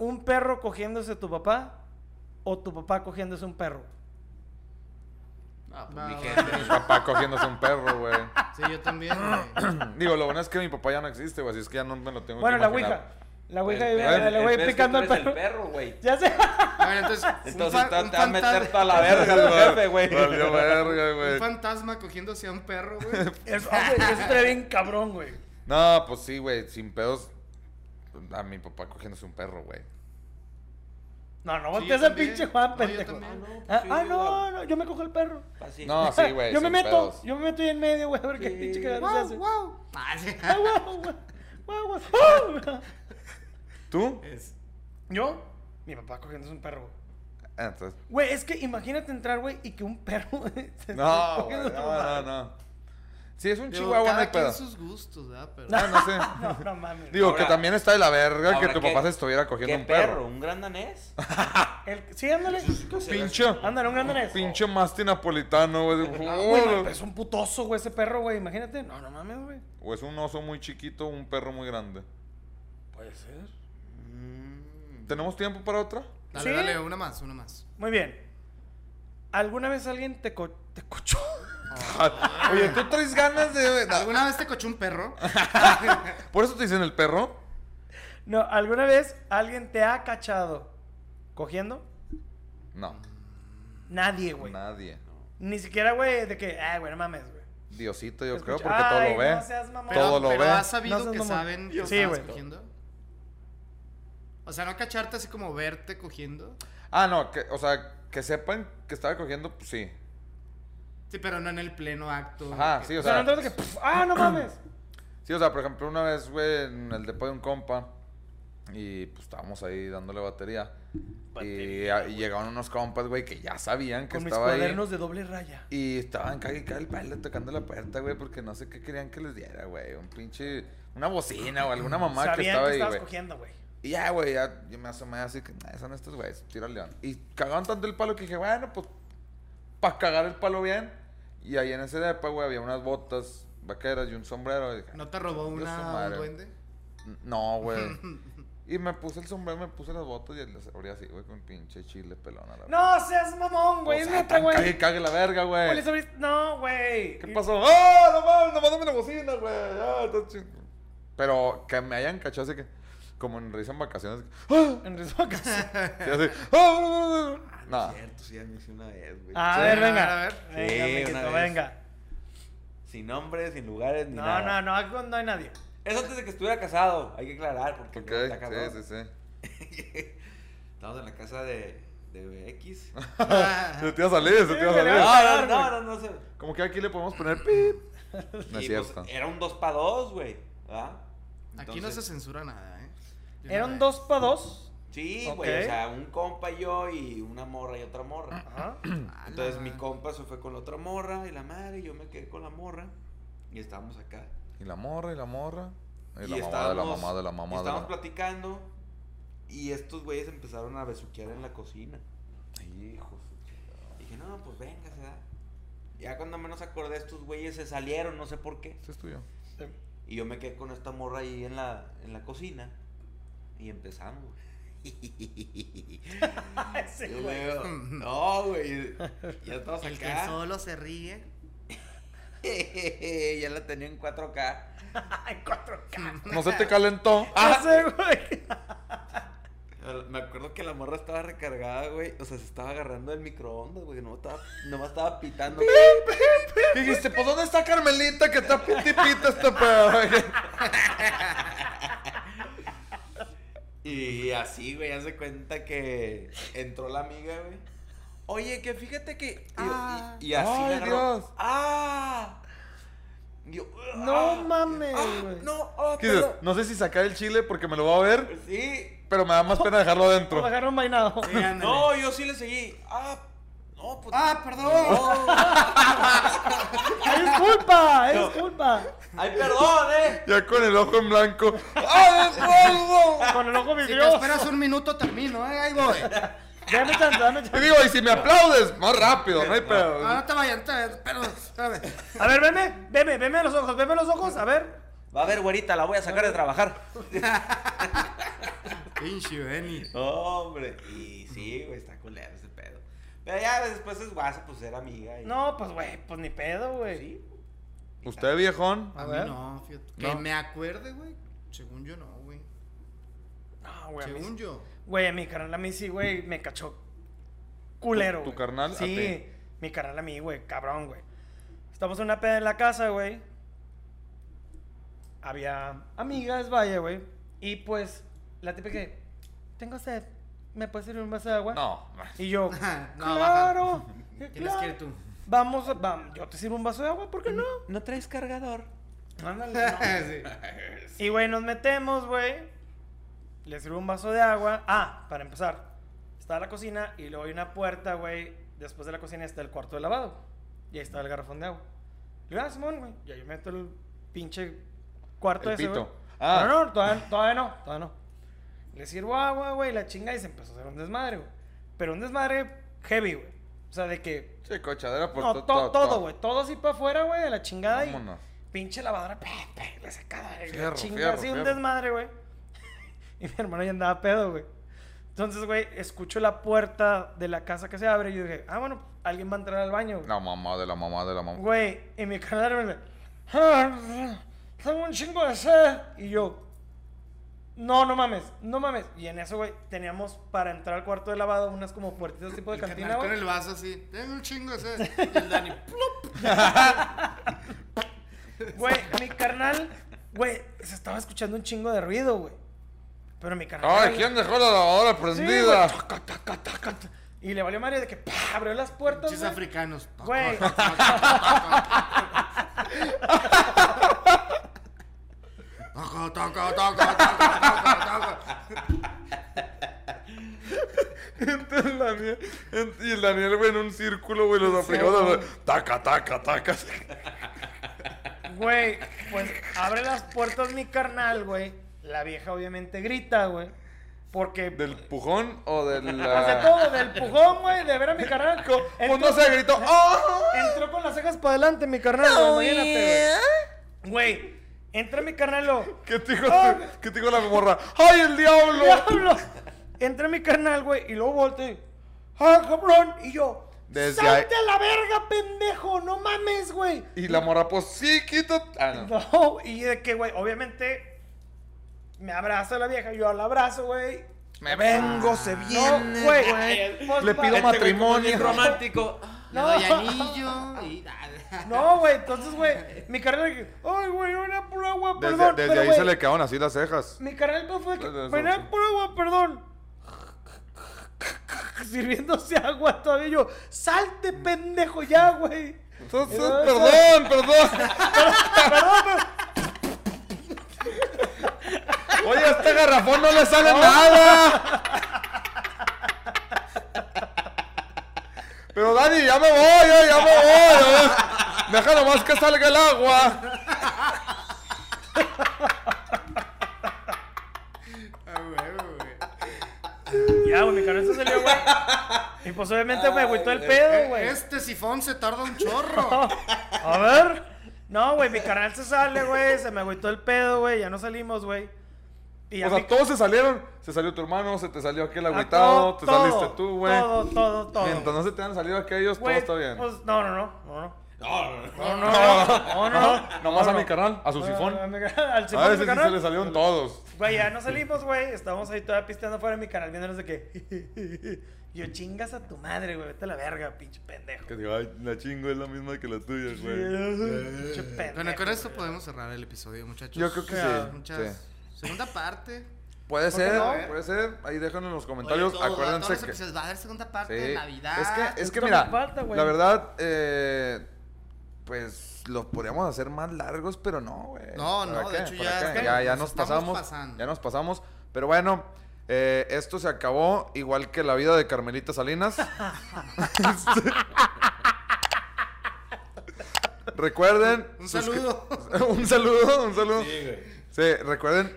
Speaker 2: ¿Un perro cogiéndose a tu papá o tu papá cogiéndose a un perro?
Speaker 4: No, pues
Speaker 3: Va,
Speaker 4: mi
Speaker 3: va.
Speaker 1: Mi
Speaker 4: gente.
Speaker 1: papá cogiéndose un perro, güey. <clears throat>
Speaker 3: Sí, yo también. güey.
Speaker 1: Digo, lo bueno es que mi papá ya no existe, güey. Así es que ya no me lo tengo
Speaker 2: bueno,
Speaker 1: que
Speaker 2: la
Speaker 1: imaginar.
Speaker 2: ouija. La ouija,
Speaker 4: El
Speaker 2: y-
Speaker 4: perro-
Speaker 2: le voy
Speaker 4: el pedo es que
Speaker 2: picando
Speaker 4: tú
Speaker 2: al
Speaker 4: eres
Speaker 2: perro.
Speaker 4: El perro, güey.
Speaker 2: <laughs> Ya sé.
Speaker 3: A ver, entonces. un
Speaker 4: Entonces
Speaker 3: fa-
Speaker 4: te,
Speaker 3: un
Speaker 4: te va a
Speaker 3: fantasma-
Speaker 4: meter toda la verga
Speaker 1: <laughs>
Speaker 2: <laughs>
Speaker 4: el jefe, güey.
Speaker 1: Valió verga,
Speaker 3: Un
Speaker 1: güey.
Speaker 3: fantasma cogiéndose a un perro, güey.
Speaker 2: Eso, ah, güey, eso estaría bien cabrón, güey.
Speaker 1: No, pues sí, güey. Sin pedos. A mi papá cogiéndose un perro, güey.
Speaker 2: No, no,
Speaker 3: yo
Speaker 2: volteas al
Speaker 3: también.
Speaker 2: pinche Juan,
Speaker 3: No, yo
Speaker 2: pendejo.
Speaker 3: también.
Speaker 2: Ah,
Speaker 4: Sí,
Speaker 2: ah, no,
Speaker 4: igual.
Speaker 2: no, yo me cojo el perro.
Speaker 4: Así.
Speaker 1: No, sí, güey.
Speaker 2: <laughs> yo me
Speaker 1: sin
Speaker 2: meto,
Speaker 1: pedos.
Speaker 2: yo me meto ahí en medio, güey, a ver qué
Speaker 4: Sí.
Speaker 2: pinche cagada se hace.
Speaker 3: ¡Wow, wow! Ah, sí.
Speaker 2: Ah, guau, guau, guau, guau. ¡Ah!
Speaker 1: ¿Tú?
Speaker 3: Es-
Speaker 2: Yo, mi papá cogiéndose un perro.
Speaker 1: Ah, Entonces,
Speaker 2: <laughs> Güey, es que imagínate entrar, güey, y que un perro. se
Speaker 1: no, güey,
Speaker 2: esté cogiendo
Speaker 1: no,
Speaker 2: tu
Speaker 1: no,
Speaker 2: madre.
Speaker 1: no. Si es un
Speaker 3: Digo,
Speaker 1: chihuahua, no hay
Speaker 3: cada quien
Speaker 1: pedo.
Speaker 3: sus gustos, ¿verdad? Pero
Speaker 1: Ah, no sé.
Speaker 2: <laughs> No, no mames.
Speaker 1: Digo, que
Speaker 4: Ahora-
Speaker 1: también está de la verga que
Speaker 4: Ahora,
Speaker 1: tu
Speaker 4: ¿qué-
Speaker 1: papá se estuviera cogiendo
Speaker 4: ¿Qué
Speaker 1: un perro.
Speaker 4: ¿Un gran danés?
Speaker 2: El- sí, ándale.
Speaker 1: Pinche.
Speaker 2: Ándale, un grande danés.
Speaker 1: Pinche masti napolitano, güey.
Speaker 2: Güey, no, pero es un putoso, güey, ese perro, güey. Imagínate. No, no mames, güey.
Speaker 1: O es un oso muy chiquito, un perro muy grande.
Speaker 2: Puede ser.
Speaker 1: ¿Tenemos tiempo para otra? <laughs>
Speaker 3: dale,
Speaker 2: ¿Sí?
Speaker 3: dale, una más, una más.
Speaker 2: Muy bien. ¿Alguna vez alguien te, co- te cochó? <laughs>
Speaker 1: Oye, tú traes ganas de. no,
Speaker 3: ¿Alguna vez te cochó un
Speaker 1: <laughs>
Speaker 3: perro?
Speaker 1: Por eso te dicen el perro.
Speaker 2: No, ¿alguna vez alguien te ha cachado cogiendo?
Speaker 1: No,
Speaker 2: Nadie, güey.
Speaker 1: nadie.
Speaker 2: Ni siquiera, güey, de que, ah, güey, no mames, güey.
Speaker 1: Diosito, yo creo,
Speaker 2: Escucha-
Speaker 1: porque todo
Speaker 2: Ay,
Speaker 1: lo ve.
Speaker 2: no seas mamón.
Speaker 3: Pero,
Speaker 1: todo lo
Speaker 3: pero
Speaker 1: ve.
Speaker 3: ¿Has
Speaker 2: No
Speaker 3: sabido
Speaker 2: seas
Speaker 3: que
Speaker 2: mamón.
Speaker 3: saben que
Speaker 2: Sí,
Speaker 3: estabas
Speaker 2: güey.
Speaker 3: cogiendo? O sea, no cacharte así como verte cogiendo.
Speaker 1: Ah, no, que, o sea, que sepan que estaba cogiendo, pues sí.
Speaker 3: Sí, pero no en el pleno acto.
Speaker 1: Ajá,
Speaker 3: que-
Speaker 1: sí, o
Speaker 2: O sea,
Speaker 1: sea.
Speaker 2: no te que, pff, ah, no mames.
Speaker 1: Sí, o sea, por ejemplo, una vez, güey, en el depo de un compa. Y pues estábamos ahí dándole batería. y, a- y llegaron unos compas, güey, que ya sabían que
Speaker 2: Con mis
Speaker 1: estaba ahí.
Speaker 2: cuadernos de doble raya.
Speaker 1: Y estaban cague y cague el palo tocando la puerta, güey, porque no sé qué querían que les diera, güey. Un pinche. Una bocina o alguna mamá
Speaker 2: Sabían
Speaker 1: que
Speaker 2: que,
Speaker 1: estaba ahí,
Speaker 2: estabas
Speaker 1: güey.
Speaker 2: cogiendo, güey.
Speaker 1: Y ya, güey, ya yo me asomé así que, "Nah, son estos güeyes, tira al león. Y cagaron tanto el palo que dije, bueno, pues, para cagar el palo bien. Y ahí en ese depa, güey, había unas botas vaqueras y un sombrero. Y dije,
Speaker 3: ¿No te robó
Speaker 1: Dios su
Speaker 3: una, un
Speaker 1: madre. <laughs>
Speaker 3: duende?
Speaker 1: No, güey. y me puse el sombrero, me puse las botas y las abrí así, güey, con pinche chile pelón a la verga.
Speaker 2: No seas mamón, güey.
Speaker 1: O
Speaker 2: Es
Speaker 1: sea,
Speaker 2: neta,
Speaker 1: tan
Speaker 2: güey.
Speaker 1: Cague, y cague la verga, güey.
Speaker 2: Güey, les abriste- No, güey.
Speaker 1: ¿Qué pasó? ¡Ah! No mames, nomás dame la bocina, güey. Ah, está ching- Pero que me hayan cachado así que. Como en risa en vacaciones. ¡Ah!
Speaker 2: En Rizocas.
Speaker 1: <laughs> Y así, ¡Ah!
Speaker 4: No.
Speaker 1: Nada.
Speaker 4: Cierto, sí, ya me hice una vez, güey.
Speaker 2: A
Speaker 3: Sí,
Speaker 2: ver,
Speaker 3: a ver,
Speaker 2: venga.
Speaker 3: a ver.
Speaker 2: Venga,
Speaker 4: Sí,
Speaker 2: miquito,
Speaker 4: una vez.
Speaker 2: venga.
Speaker 4: Sin nombres, sin lugares, ni
Speaker 2: No,
Speaker 4: nada.
Speaker 2: no, no, aquí no hay nadie.
Speaker 4: Es antes de que estuviera casado, hay que aclarar, porque
Speaker 1: Ok,
Speaker 4: no, está cabrón.
Speaker 1: sí, sí, sí.
Speaker 4: Estamos en la casa de, de X. no,
Speaker 1: Se te iba a salir, se te iba a
Speaker 2: Sí,
Speaker 1: salir.
Speaker 2: ¿verdad?
Speaker 4: no, no, no, no sé.
Speaker 1: Como que aquí le podemos poner pip. No es
Speaker 4: Y, pues,
Speaker 1: cierto.
Speaker 4: era un 2 para 2, güey. ¿verdad?
Speaker 3: Aquí no se
Speaker 4: Entonces-
Speaker 3: censura nada, ¿eh? De una
Speaker 2: Eran
Speaker 3: vez.
Speaker 2: dos pa' dos.
Speaker 4: Sí,
Speaker 2: Ok.
Speaker 4: güey. O sea, un compa y yo y una morra y otra morra.
Speaker 2: <laughs> Ajá.
Speaker 3: Ala.
Speaker 4: Entonces mi compa se fue con la otra morra y la madre, y yo me quedé con la morra. Y estábamos acá.
Speaker 1: Y la morra, y la morra. Y Eh, la mamá de
Speaker 4: Y
Speaker 1: la
Speaker 4: estábamos-
Speaker 1: mamá de la
Speaker 4: y
Speaker 1: mamá de
Speaker 4: estábamos
Speaker 1: la.
Speaker 4: platicando y estos güeyes empezaron a besuquear en la cocina. Hijos. Dije, no, pues venga, se da. Ya cuando menos acordé, estos güeyes se salieron, no sé por qué.
Speaker 1: Este es tuyo.
Speaker 4: Y yo me quedé con esta morra ahí en la, en la cocina. Y empezamos. Y
Speaker 2: Ese güey.
Speaker 4: luego, no, güey. Ya estamos
Speaker 3: El que
Speaker 4: acá.
Speaker 3: solo
Speaker 2: <laughs>
Speaker 3: se ríe.
Speaker 4: <laughs> ya la tenía en 4K.
Speaker 1: <laughs>
Speaker 2: En 4K.
Speaker 1: No se te calentó.
Speaker 2: Ese Ah, güey.
Speaker 4: Me acuerdo que la morra estaba recargada, güey. O sea, se estaba agarrando del microondas, güey. No estaba, nomás estaba pitando.
Speaker 1: Dijiste, pues ¿dónde está Carmelita que está pitipita este pedo? <laughs> güey?
Speaker 4: Y así, güey, hace cuenta que entró la amiga, güey. Oye, que fíjate que. y-
Speaker 3: Ah.
Speaker 4: y, y así
Speaker 1: Ay,
Speaker 4: me agarró.
Speaker 1: Dios.
Speaker 4: ¡Ah! Y yo,
Speaker 2: No
Speaker 4: "Ah".
Speaker 2: mames,
Speaker 4: Ah,
Speaker 2: güey.
Speaker 4: no, oh,
Speaker 1: ¿Qué dices?
Speaker 4: perdón.
Speaker 1: No sé si sacar el chile porque me lo va a ver,
Speaker 4: Sí.
Speaker 1: pero me da más pena dejarlo adentro.
Speaker 2: Lo dejaron mainado.
Speaker 3: Sí, ándale.
Speaker 4: No, yo sí le seguí. Ah, no, pues.
Speaker 3: Ah,
Speaker 2: <laughs>
Speaker 3: perdón.
Speaker 2: <laughs> ¡Ay, disculpa! ¡Ay,
Speaker 4: No.
Speaker 2: disculpa!
Speaker 4: Ay, perdón, eh.
Speaker 1: Ya con el ojo en blanco. ¡Ah, Eduardo!
Speaker 2: Con el ojo
Speaker 3: Si
Speaker 2: vidrioso.
Speaker 3: te esperas un minuto, termino, ¿eh?
Speaker 1: <laughs>
Speaker 3: Ahí voy.
Speaker 2: Dame chance, dame
Speaker 1: Y
Speaker 2: chance.
Speaker 1: digo, y si me aplaudes, más rápido, no hay pedo.
Speaker 3: No, no te vayas, no te vayas. Pero, espérame.
Speaker 2: A ver, veme, veme, veme a los ojos, veme a los ojos, a ver.
Speaker 4: Va a ver, güerita, la voy a sacar de trabajar.
Speaker 3: Pinche Benny.
Speaker 4: Hombre. Y sí, güey, está culero ese pedo. Pero ya después es guasa, pues era amiga. y-
Speaker 2: No, pues, güey, pues ni pedo, güey.
Speaker 4: Sí.
Speaker 1: ¿Usted, viejón?
Speaker 2: A
Speaker 3: A
Speaker 2: ver.
Speaker 3: mí no, fíjate. Que
Speaker 1: No.
Speaker 3: me acuerde, güey. Según yo no, güey.
Speaker 2: No, güey. a mí-
Speaker 3: Según yo. <laughs>
Speaker 2: Güey, mi carnal a mí sí, güey, me cachó culero.
Speaker 1: ¿Tu- tu
Speaker 2: güey.
Speaker 1: carnal a ti?
Speaker 2: Sí, mi carnal a mí, güey, cabrón, güey. Estamos en una peda en la casa, güey. Había amigas, vaya, güey. Y pues, la tipa que, tengo sed, ¿me puedes servir un vaso de agua?
Speaker 1: No.
Speaker 2: Y yo,
Speaker 3: No, baja.
Speaker 2: claro.
Speaker 3: Tienes que ir
Speaker 2: claro.
Speaker 3: tú.
Speaker 2: Vamos, a- vam- yo te sirvo un vaso de agua, ¿por qué no?
Speaker 4: ¿No traes cargador?
Speaker 2: Ándale,
Speaker 3: <laughs>
Speaker 2: no.
Speaker 3: Sí.
Speaker 2: Y, güey, nos metemos, güey. Le sirvo un vaso de agua. Ah, para empezar. Está la cocina y luego hay una puerta, güey. Después de la cocina está el cuarto de lavado. Y ahí está el garrafón de agua. Le digo, ah, Simón, güey. Y ahí meto el pinche cuarto
Speaker 1: El
Speaker 2: ese, güey.
Speaker 1: pito. Ah.
Speaker 2: No, no, todavía, todavía no, todavía no. Le sirvo agua, güey, la chinga y se empezó a hacer un desmadre, güey. Pero un desmadre heavy, güey. O sea, de que...
Speaker 1: Sí, cochadera por
Speaker 2: no,
Speaker 1: to-
Speaker 2: to- todo, güey. Todo así para afuera, güey, de la chingada. y-
Speaker 1: Vámonos.
Speaker 2: Pinche lavadora, pe, pe, le sacaba la
Speaker 1: Fierro,
Speaker 2: chinga,
Speaker 1: fierro,
Speaker 2: así un
Speaker 1: fierro.
Speaker 2: desmadre, güey. <laughs> y mi hermano ya andaba pedo, güey. Entonces, güey, escucho la puerta de la casa que se abre y yo dije, ah, bueno, alguien va a entrar al baño, güey.
Speaker 1: La mamá de la mamá de la mamá.
Speaker 2: Güey, y mi canal me dice, "Ah, tengo un chingo de sed. Y yo, no, no mames, no mames. Y en eso, güey, teníamos para entrar al cuarto de lavado unas como puertitas tipo de
Speaker 3: El
Speaker 2: cantina,
Speaker 3: carnal
Speaker 2: güey.
Speaker 3: con el vaso así. Tengo un chingo de sed. Y el Dani, plup. <laughs>
Speaker 2: Güey, mi carnal, güey, se estaba escuchando un chingo de ruido, güey. Pero mi carnal.
Speaker 1: Ay, ¿quién dejó la lavadora
Speaker 2: Sí,
Speaker 1: prendida?
Speaker 2: güey, taca, taca, taca, taca. Y le valió madre de que ¡pah! abrió las puertas.
Speaker 3: Pinches
Speaker 2: güey.
Speaker 3: africanos.
Speaker 2: Güey.
Speaker 3: <laughs> Toco, toco, toco, toco, toco, toco.
Speaker 1: Entonces, la mía- en- y el Daniel, güey, en un círculo, güey, los africanos.
Speaker 2: güey.
Speaker 1: güey, Taca, taca, taca.
Speaker 2: Güey, pues abre las puertas mi carnal, güey. La vieja obviamente grita, güey. Porque.
Speaker 1: ¿Del pujón <laughs> o del.?
Speaker 2: Hace todo, del pujón, güey, de ver a mi carnal.
Speaker 1: Ah. Pues no se <laughs> gritó. ¡Oh!
Speaker 2: Entró con las cejas para adelante, mi carnal,
Speaker 5: Oh,
Speaker 2: güey,
Speaker 5: yeah.
Speaker 2: imagínate, güey. Güey, entra mi carnal, lo.
Speaker 1: ¿Qué te dijo, este?
Speaker 2: Ah.
Speaker 1: qué te dijo la morra? ¡Ay, el diablo! <laughs>
Speaker 2: ¡Diablo! Entra a mi carnal, güey, y luego volteo. y, ¡Ah, cabrón! Y yo,
Speaker 1: Desde
Speaker 2: ¡salte
Speaker 1: ahí-
Speaker 2: a la verga, pendejo! ¡No mames, güey!
Speaker 1: Y la morra, pues sí, quítate. Ah, no.
Speaker 2: <laughs> No, y de que, güey, obviamente me abraza la vieja, yo la abrazo, güey.
Speaker 1: Me vengo, se
Speaker 2: No,
Speaker 1: viene,
Speaker 2: güey.
Speaker 1: güey.
Speaker 2: Pues,
Speaker 1: Le
Speaker 2: ma-
Speaker 1: pido
Speaker 2: Este güey
Speaker 1: matrimonio.
Speaker 4: romántico.
Speaker 3: Le
Speaker 2: No.
Speaker 3: doy anillo y <laughs> Ah,
Speaker 2: No, güey, entonces, güey, mi carnal, que, ay, güey, una pura agua,
Speaker 1: Desde,
Speaker 2: perdón.
Speaker 1: desde
Speaker 2: pero,
Speaker 1: ahí
Speaker 2: güey,
Speaker 1: se le caen así las cejas.
Speaker 2: Mi carnal pues, fue que,
Speaker 1: Desde- desde-
Speaker 2: una pura agua, perdón. <laughs> Sirviéndose agua todavía yo, salte, pendejo, ya, güey.
Speaker 1: Entonces,
Speaker 2: Pero-
Speaker 1: perdón, perdón.
Speaker 2: Perdón, pero-
Speaker 1: Oye, a este garrafón no le sale nada. Pero Dani, ya me voy, eh, ya me voy. eh. Deja nomás que salga el agua.
Speaker 3: A huevo, güey.
Speaker 2: Ya, güey, mi carnal se salió, güey. Y pues obviamente me agüitó el pedo, güey.
Speaker 3: Este sifón se tarda un chorro.
Speaker 2: A ver. No, güey, mi carnal se sale, güey. Se me agüitó el pedo, güey. Ya no salimos, güey. Y ya
Speaker 1: O
Speaker 2: mi-
Speaker 1: sea, todos se salieron. Se salió tu hermano, se te salió aquel
Speaker 2: a
Speaker 1: agüitado,
Speaker 2: todo,
Speaker 1: te
Speaker 2: todo,
Speaker 1: saliste tú, güey.
Speaker 2: Todo, todo, todo.
Speaker 1: Mientras no se te han salido aquellos,
Speaker 2: Güey,
Speaker 1: todo está bien.
Speaker 2: pues, no, no, no, no, no.
Speaker 4: No, no, no.
Speaker 2: No, no, no, no, no.
Speaker 1: Nomás
Speaker 2: no,
Speaker 1: a
Speaker 2: no.
Speaker 1: mi carnal, a su
Speaker 2: No,
Speaker 1: sifón.
Speaker 2: no, a mi carnal, <laughs> Al sifón
Speaker 1: A
Speaker 2: de
Speaker 1: veces
Speaker 2: mi
Speaker 1: sí
Speaker 2: carnal.
Speaker 1: se le salieron todos.
Speaker 2: Güey, ya no salimos, güey. Estábamos ahí todavía pisteando afuera de mi canal viéndonos de que. <laughs> Yo chingas a tu madre, güey. Vete a la verga, pinche pendejo.
Speaker 1: Que digo, ay, la chingo es la misma que la tuya, güey.
Speaker 2: <laughs>
Speaker 3: Eh,
Speaker 2: Pinche
Speaker 3: Bueno,
Speaker 2: pendejo.
Speaker 3: con esto podemos cerrar el episodio, muchachos.
Speaker 1: Yo creo que sí,
Speaker 3: Muchas- Segunda parte.
Speaker 1: Puede
Speaker 2: ¿Por qué
Speaker 1: ser,
Speaker 2: no?
Speaker 1: puede ser. Ahí déjanos en los comentarios.
Speaker 3: Oye, todo,
Speaker 1: Acuérdense
Speaker 3: todos los
Speaker 1: que.
Speaker 3: episodios va a haber segunda parte
Speaker 1: Sí.
Speaker 3: de Navidad.
Speaker 1: Es que, es que
Speaker 2: Esto me
Speaker 1: mira,
Speaker 2: falta, güey.
Speaker 1: la verdad, eh, pues los podríamos hacer más largos, pero no, güey.
Speaker 3: No, no,
Speaker 1: ¿Para
Speaker 3: de
Speaker 1: qué?
Speaker 3: hecho
Speaker 1: ¿Para
Speaker 3: ya-
Speaker 1: qué?
Speaker 3: ya
Speaker 1: ya, ya
Speaker 3: nos
Speaker 1: nos
Speaker 3: estamos
Speaker 1: pasamos.
Speaker 3: pasando.
Speaker 1: Ya nos pasamos. Pero bueno, eh, esto se acabó, igual que la vida de Carmelita
Speaker 3: <laughs>
Speaker 1: Salinas. Este- Recuerden.
Speaker 3: Un
Speaker 1: suscri-
Speaker 3: saludo.
Speaker 1: <laughs> un saludo, un saludo.
Speaker 4: <laughs> Sí, güey.
Speaker 1: Sí, recuerden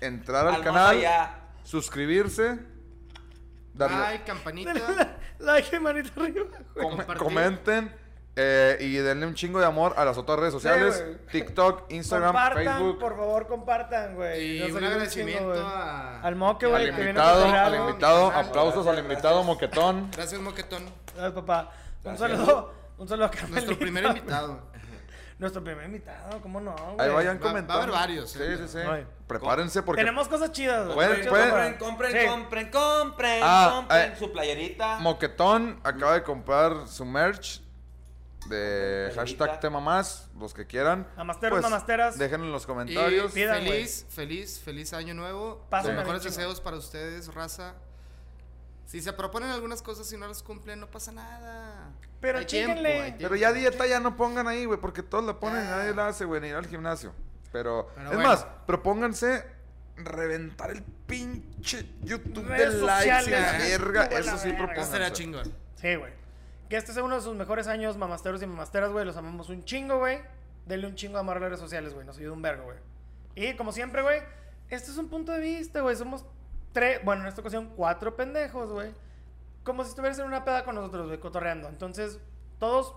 Speaker 1: entrar al
Speaker 4: Al más
Speaker 1: canal,
Speaker 4: allá.
Speaker 1: suscribirse, darle,
Speaker 3: Ay,
Speaker 2: <laughs>
Speaker 3: campanita.
Speaker 2: Denle like y manita arriba, güey.
Speaker 1: com-
Speaker 3: compartir.
Speaker 1: comenten eh, y denle un chingo de amor a las otras redes sociales,
Speaker 2: güey.
Speaker 1: TikTok, Instagram,
Speaker 2: compartan,
Speaker 1: Facebook,
Speaker 2: por favor, compartan, güey.
Speaker 3: Y
Speaker 2: Nos
Speaker 3: un
Speaker 2: ayuda chingo, güey.
Speaker 3: agradecimiento a-
Speaker 2: Al moque, güey,
Speaker 1: al
Speaker 2: que viene
Speaker 1: invitado,
Speaker 2: cotorreado.
Speaker 1: al invitado,
Speaker 3: Gracias,
Speaker 1: aplausos al invitado moquetón.
Speaker 3: Gracias, Moquetón.
Speaker 2: Gracias, papá. Un saludo, un saludo a Carmelita. <laughs>
Speaker 3: Nuestro primer invitado.
Speaker 2: Nuestro primer invitado, ¿cómo no, güey?
Speaker 1: Ahí vayan
Speaker 3: Va- va a haber
Speaker 1: comentando.
Speaker 3: varios,
Speaker 1: Sí,
Speaker 3: eh,
Speaker 1: sí, sí.
Speaker 2: Ay.
Speaker 1: Prepárense porque
Speaker 2: Tenemos cosas chidas, güey.
Speaker 1: Pueden-
Speaker 2: Cosas
Speaker 1: pueden-
Speaker 2: chidas,
Speaker 4: Compren,
Speaker 2: güey.
Speaker 4: compren,
Speaker 2: Sí.
Speaker 4: compren, compren,
Speaker 1: Ah,
Speaker 4: compren
Speaker 1: eh,
Speaker 4: su playerita.
Speaker 1: Moquetón acaba de comprar su merch de hashtag tema más, los que quieran. Pues,
Speaker 2: Mamasteros, mamasteras.
Speaker 1: Déjenlo en los
Speaker 3: Y
Speaker 1: comentarios.
Speaker 2: pidan,
Speaker 3: feliz, feliz, feliz año nuevo.
Speaker 2: Pásenla
Speaker 3: Los mejores
Speaker 2: bien chido.
Speaker 3: deseos para ustedes, raza. Si se proponen algunas cosas y no las cumplen, no pasa nada.
Speaker 2: Pero
Speaker 3: Hay tiempo,
Speaker 2: chíquenle.
Speaker 3: hay tiempo.
Speaker 1: Pero ya dieta ya no pongan ahí, güey, porque todos la ponen, nadie la hace, güey, ni ir al gimnasio. Pero,
Speaker 3: Pero
Speaker 1: es
Speaker 3: bueno.
Speaker 1: más, propónganse reventar el pinche YouTube
Speaker 2: Redes
Speaker 1: de likes y la
Speaker 2: sociales,
Speaker 1: verga.
Speaker 2: YouTube a la
Speaker 1: Eso sí
Speaker 2: verga.
Speaker 1: propósito.
Speaker 3: Será chingón.
Speaker 2: Sí, güey. Que este sea uno de sus mejores años, mamasteros y mamasteras, güey. Los amamos un chingo, güey. Denle un chingo a amar las redes sociales, güey. Nos ayuda un vergo, güey. Y como siempre, güey, este es un punto de vista, güey. Somos tres, bueno, en esta ocasión cuatro pendejos, güey. Como si estuvieras en una peda con nosotros, güey, cotorreando. Entonces, todos,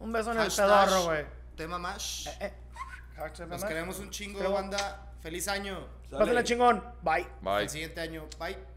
Speaker 2: un beso en el
Speaker 3: Hashtag
Speaker 2: pedorro, güey.
Speaker 3: Tema más.
Speaker 2: Eh, eh. Hashtag
Speaker 3: Nos
Speaker 2: mamá.
Speaker 3: queremos un chingo,
Speaker 2: Creo-
Speaker 3: banda. Feliz año.
Speaker 4: Sale.
Speaker 2: Pásenla chingón. Bye.
Speaker 1: Bye.
Speaker 3: El siguiente año. Bye.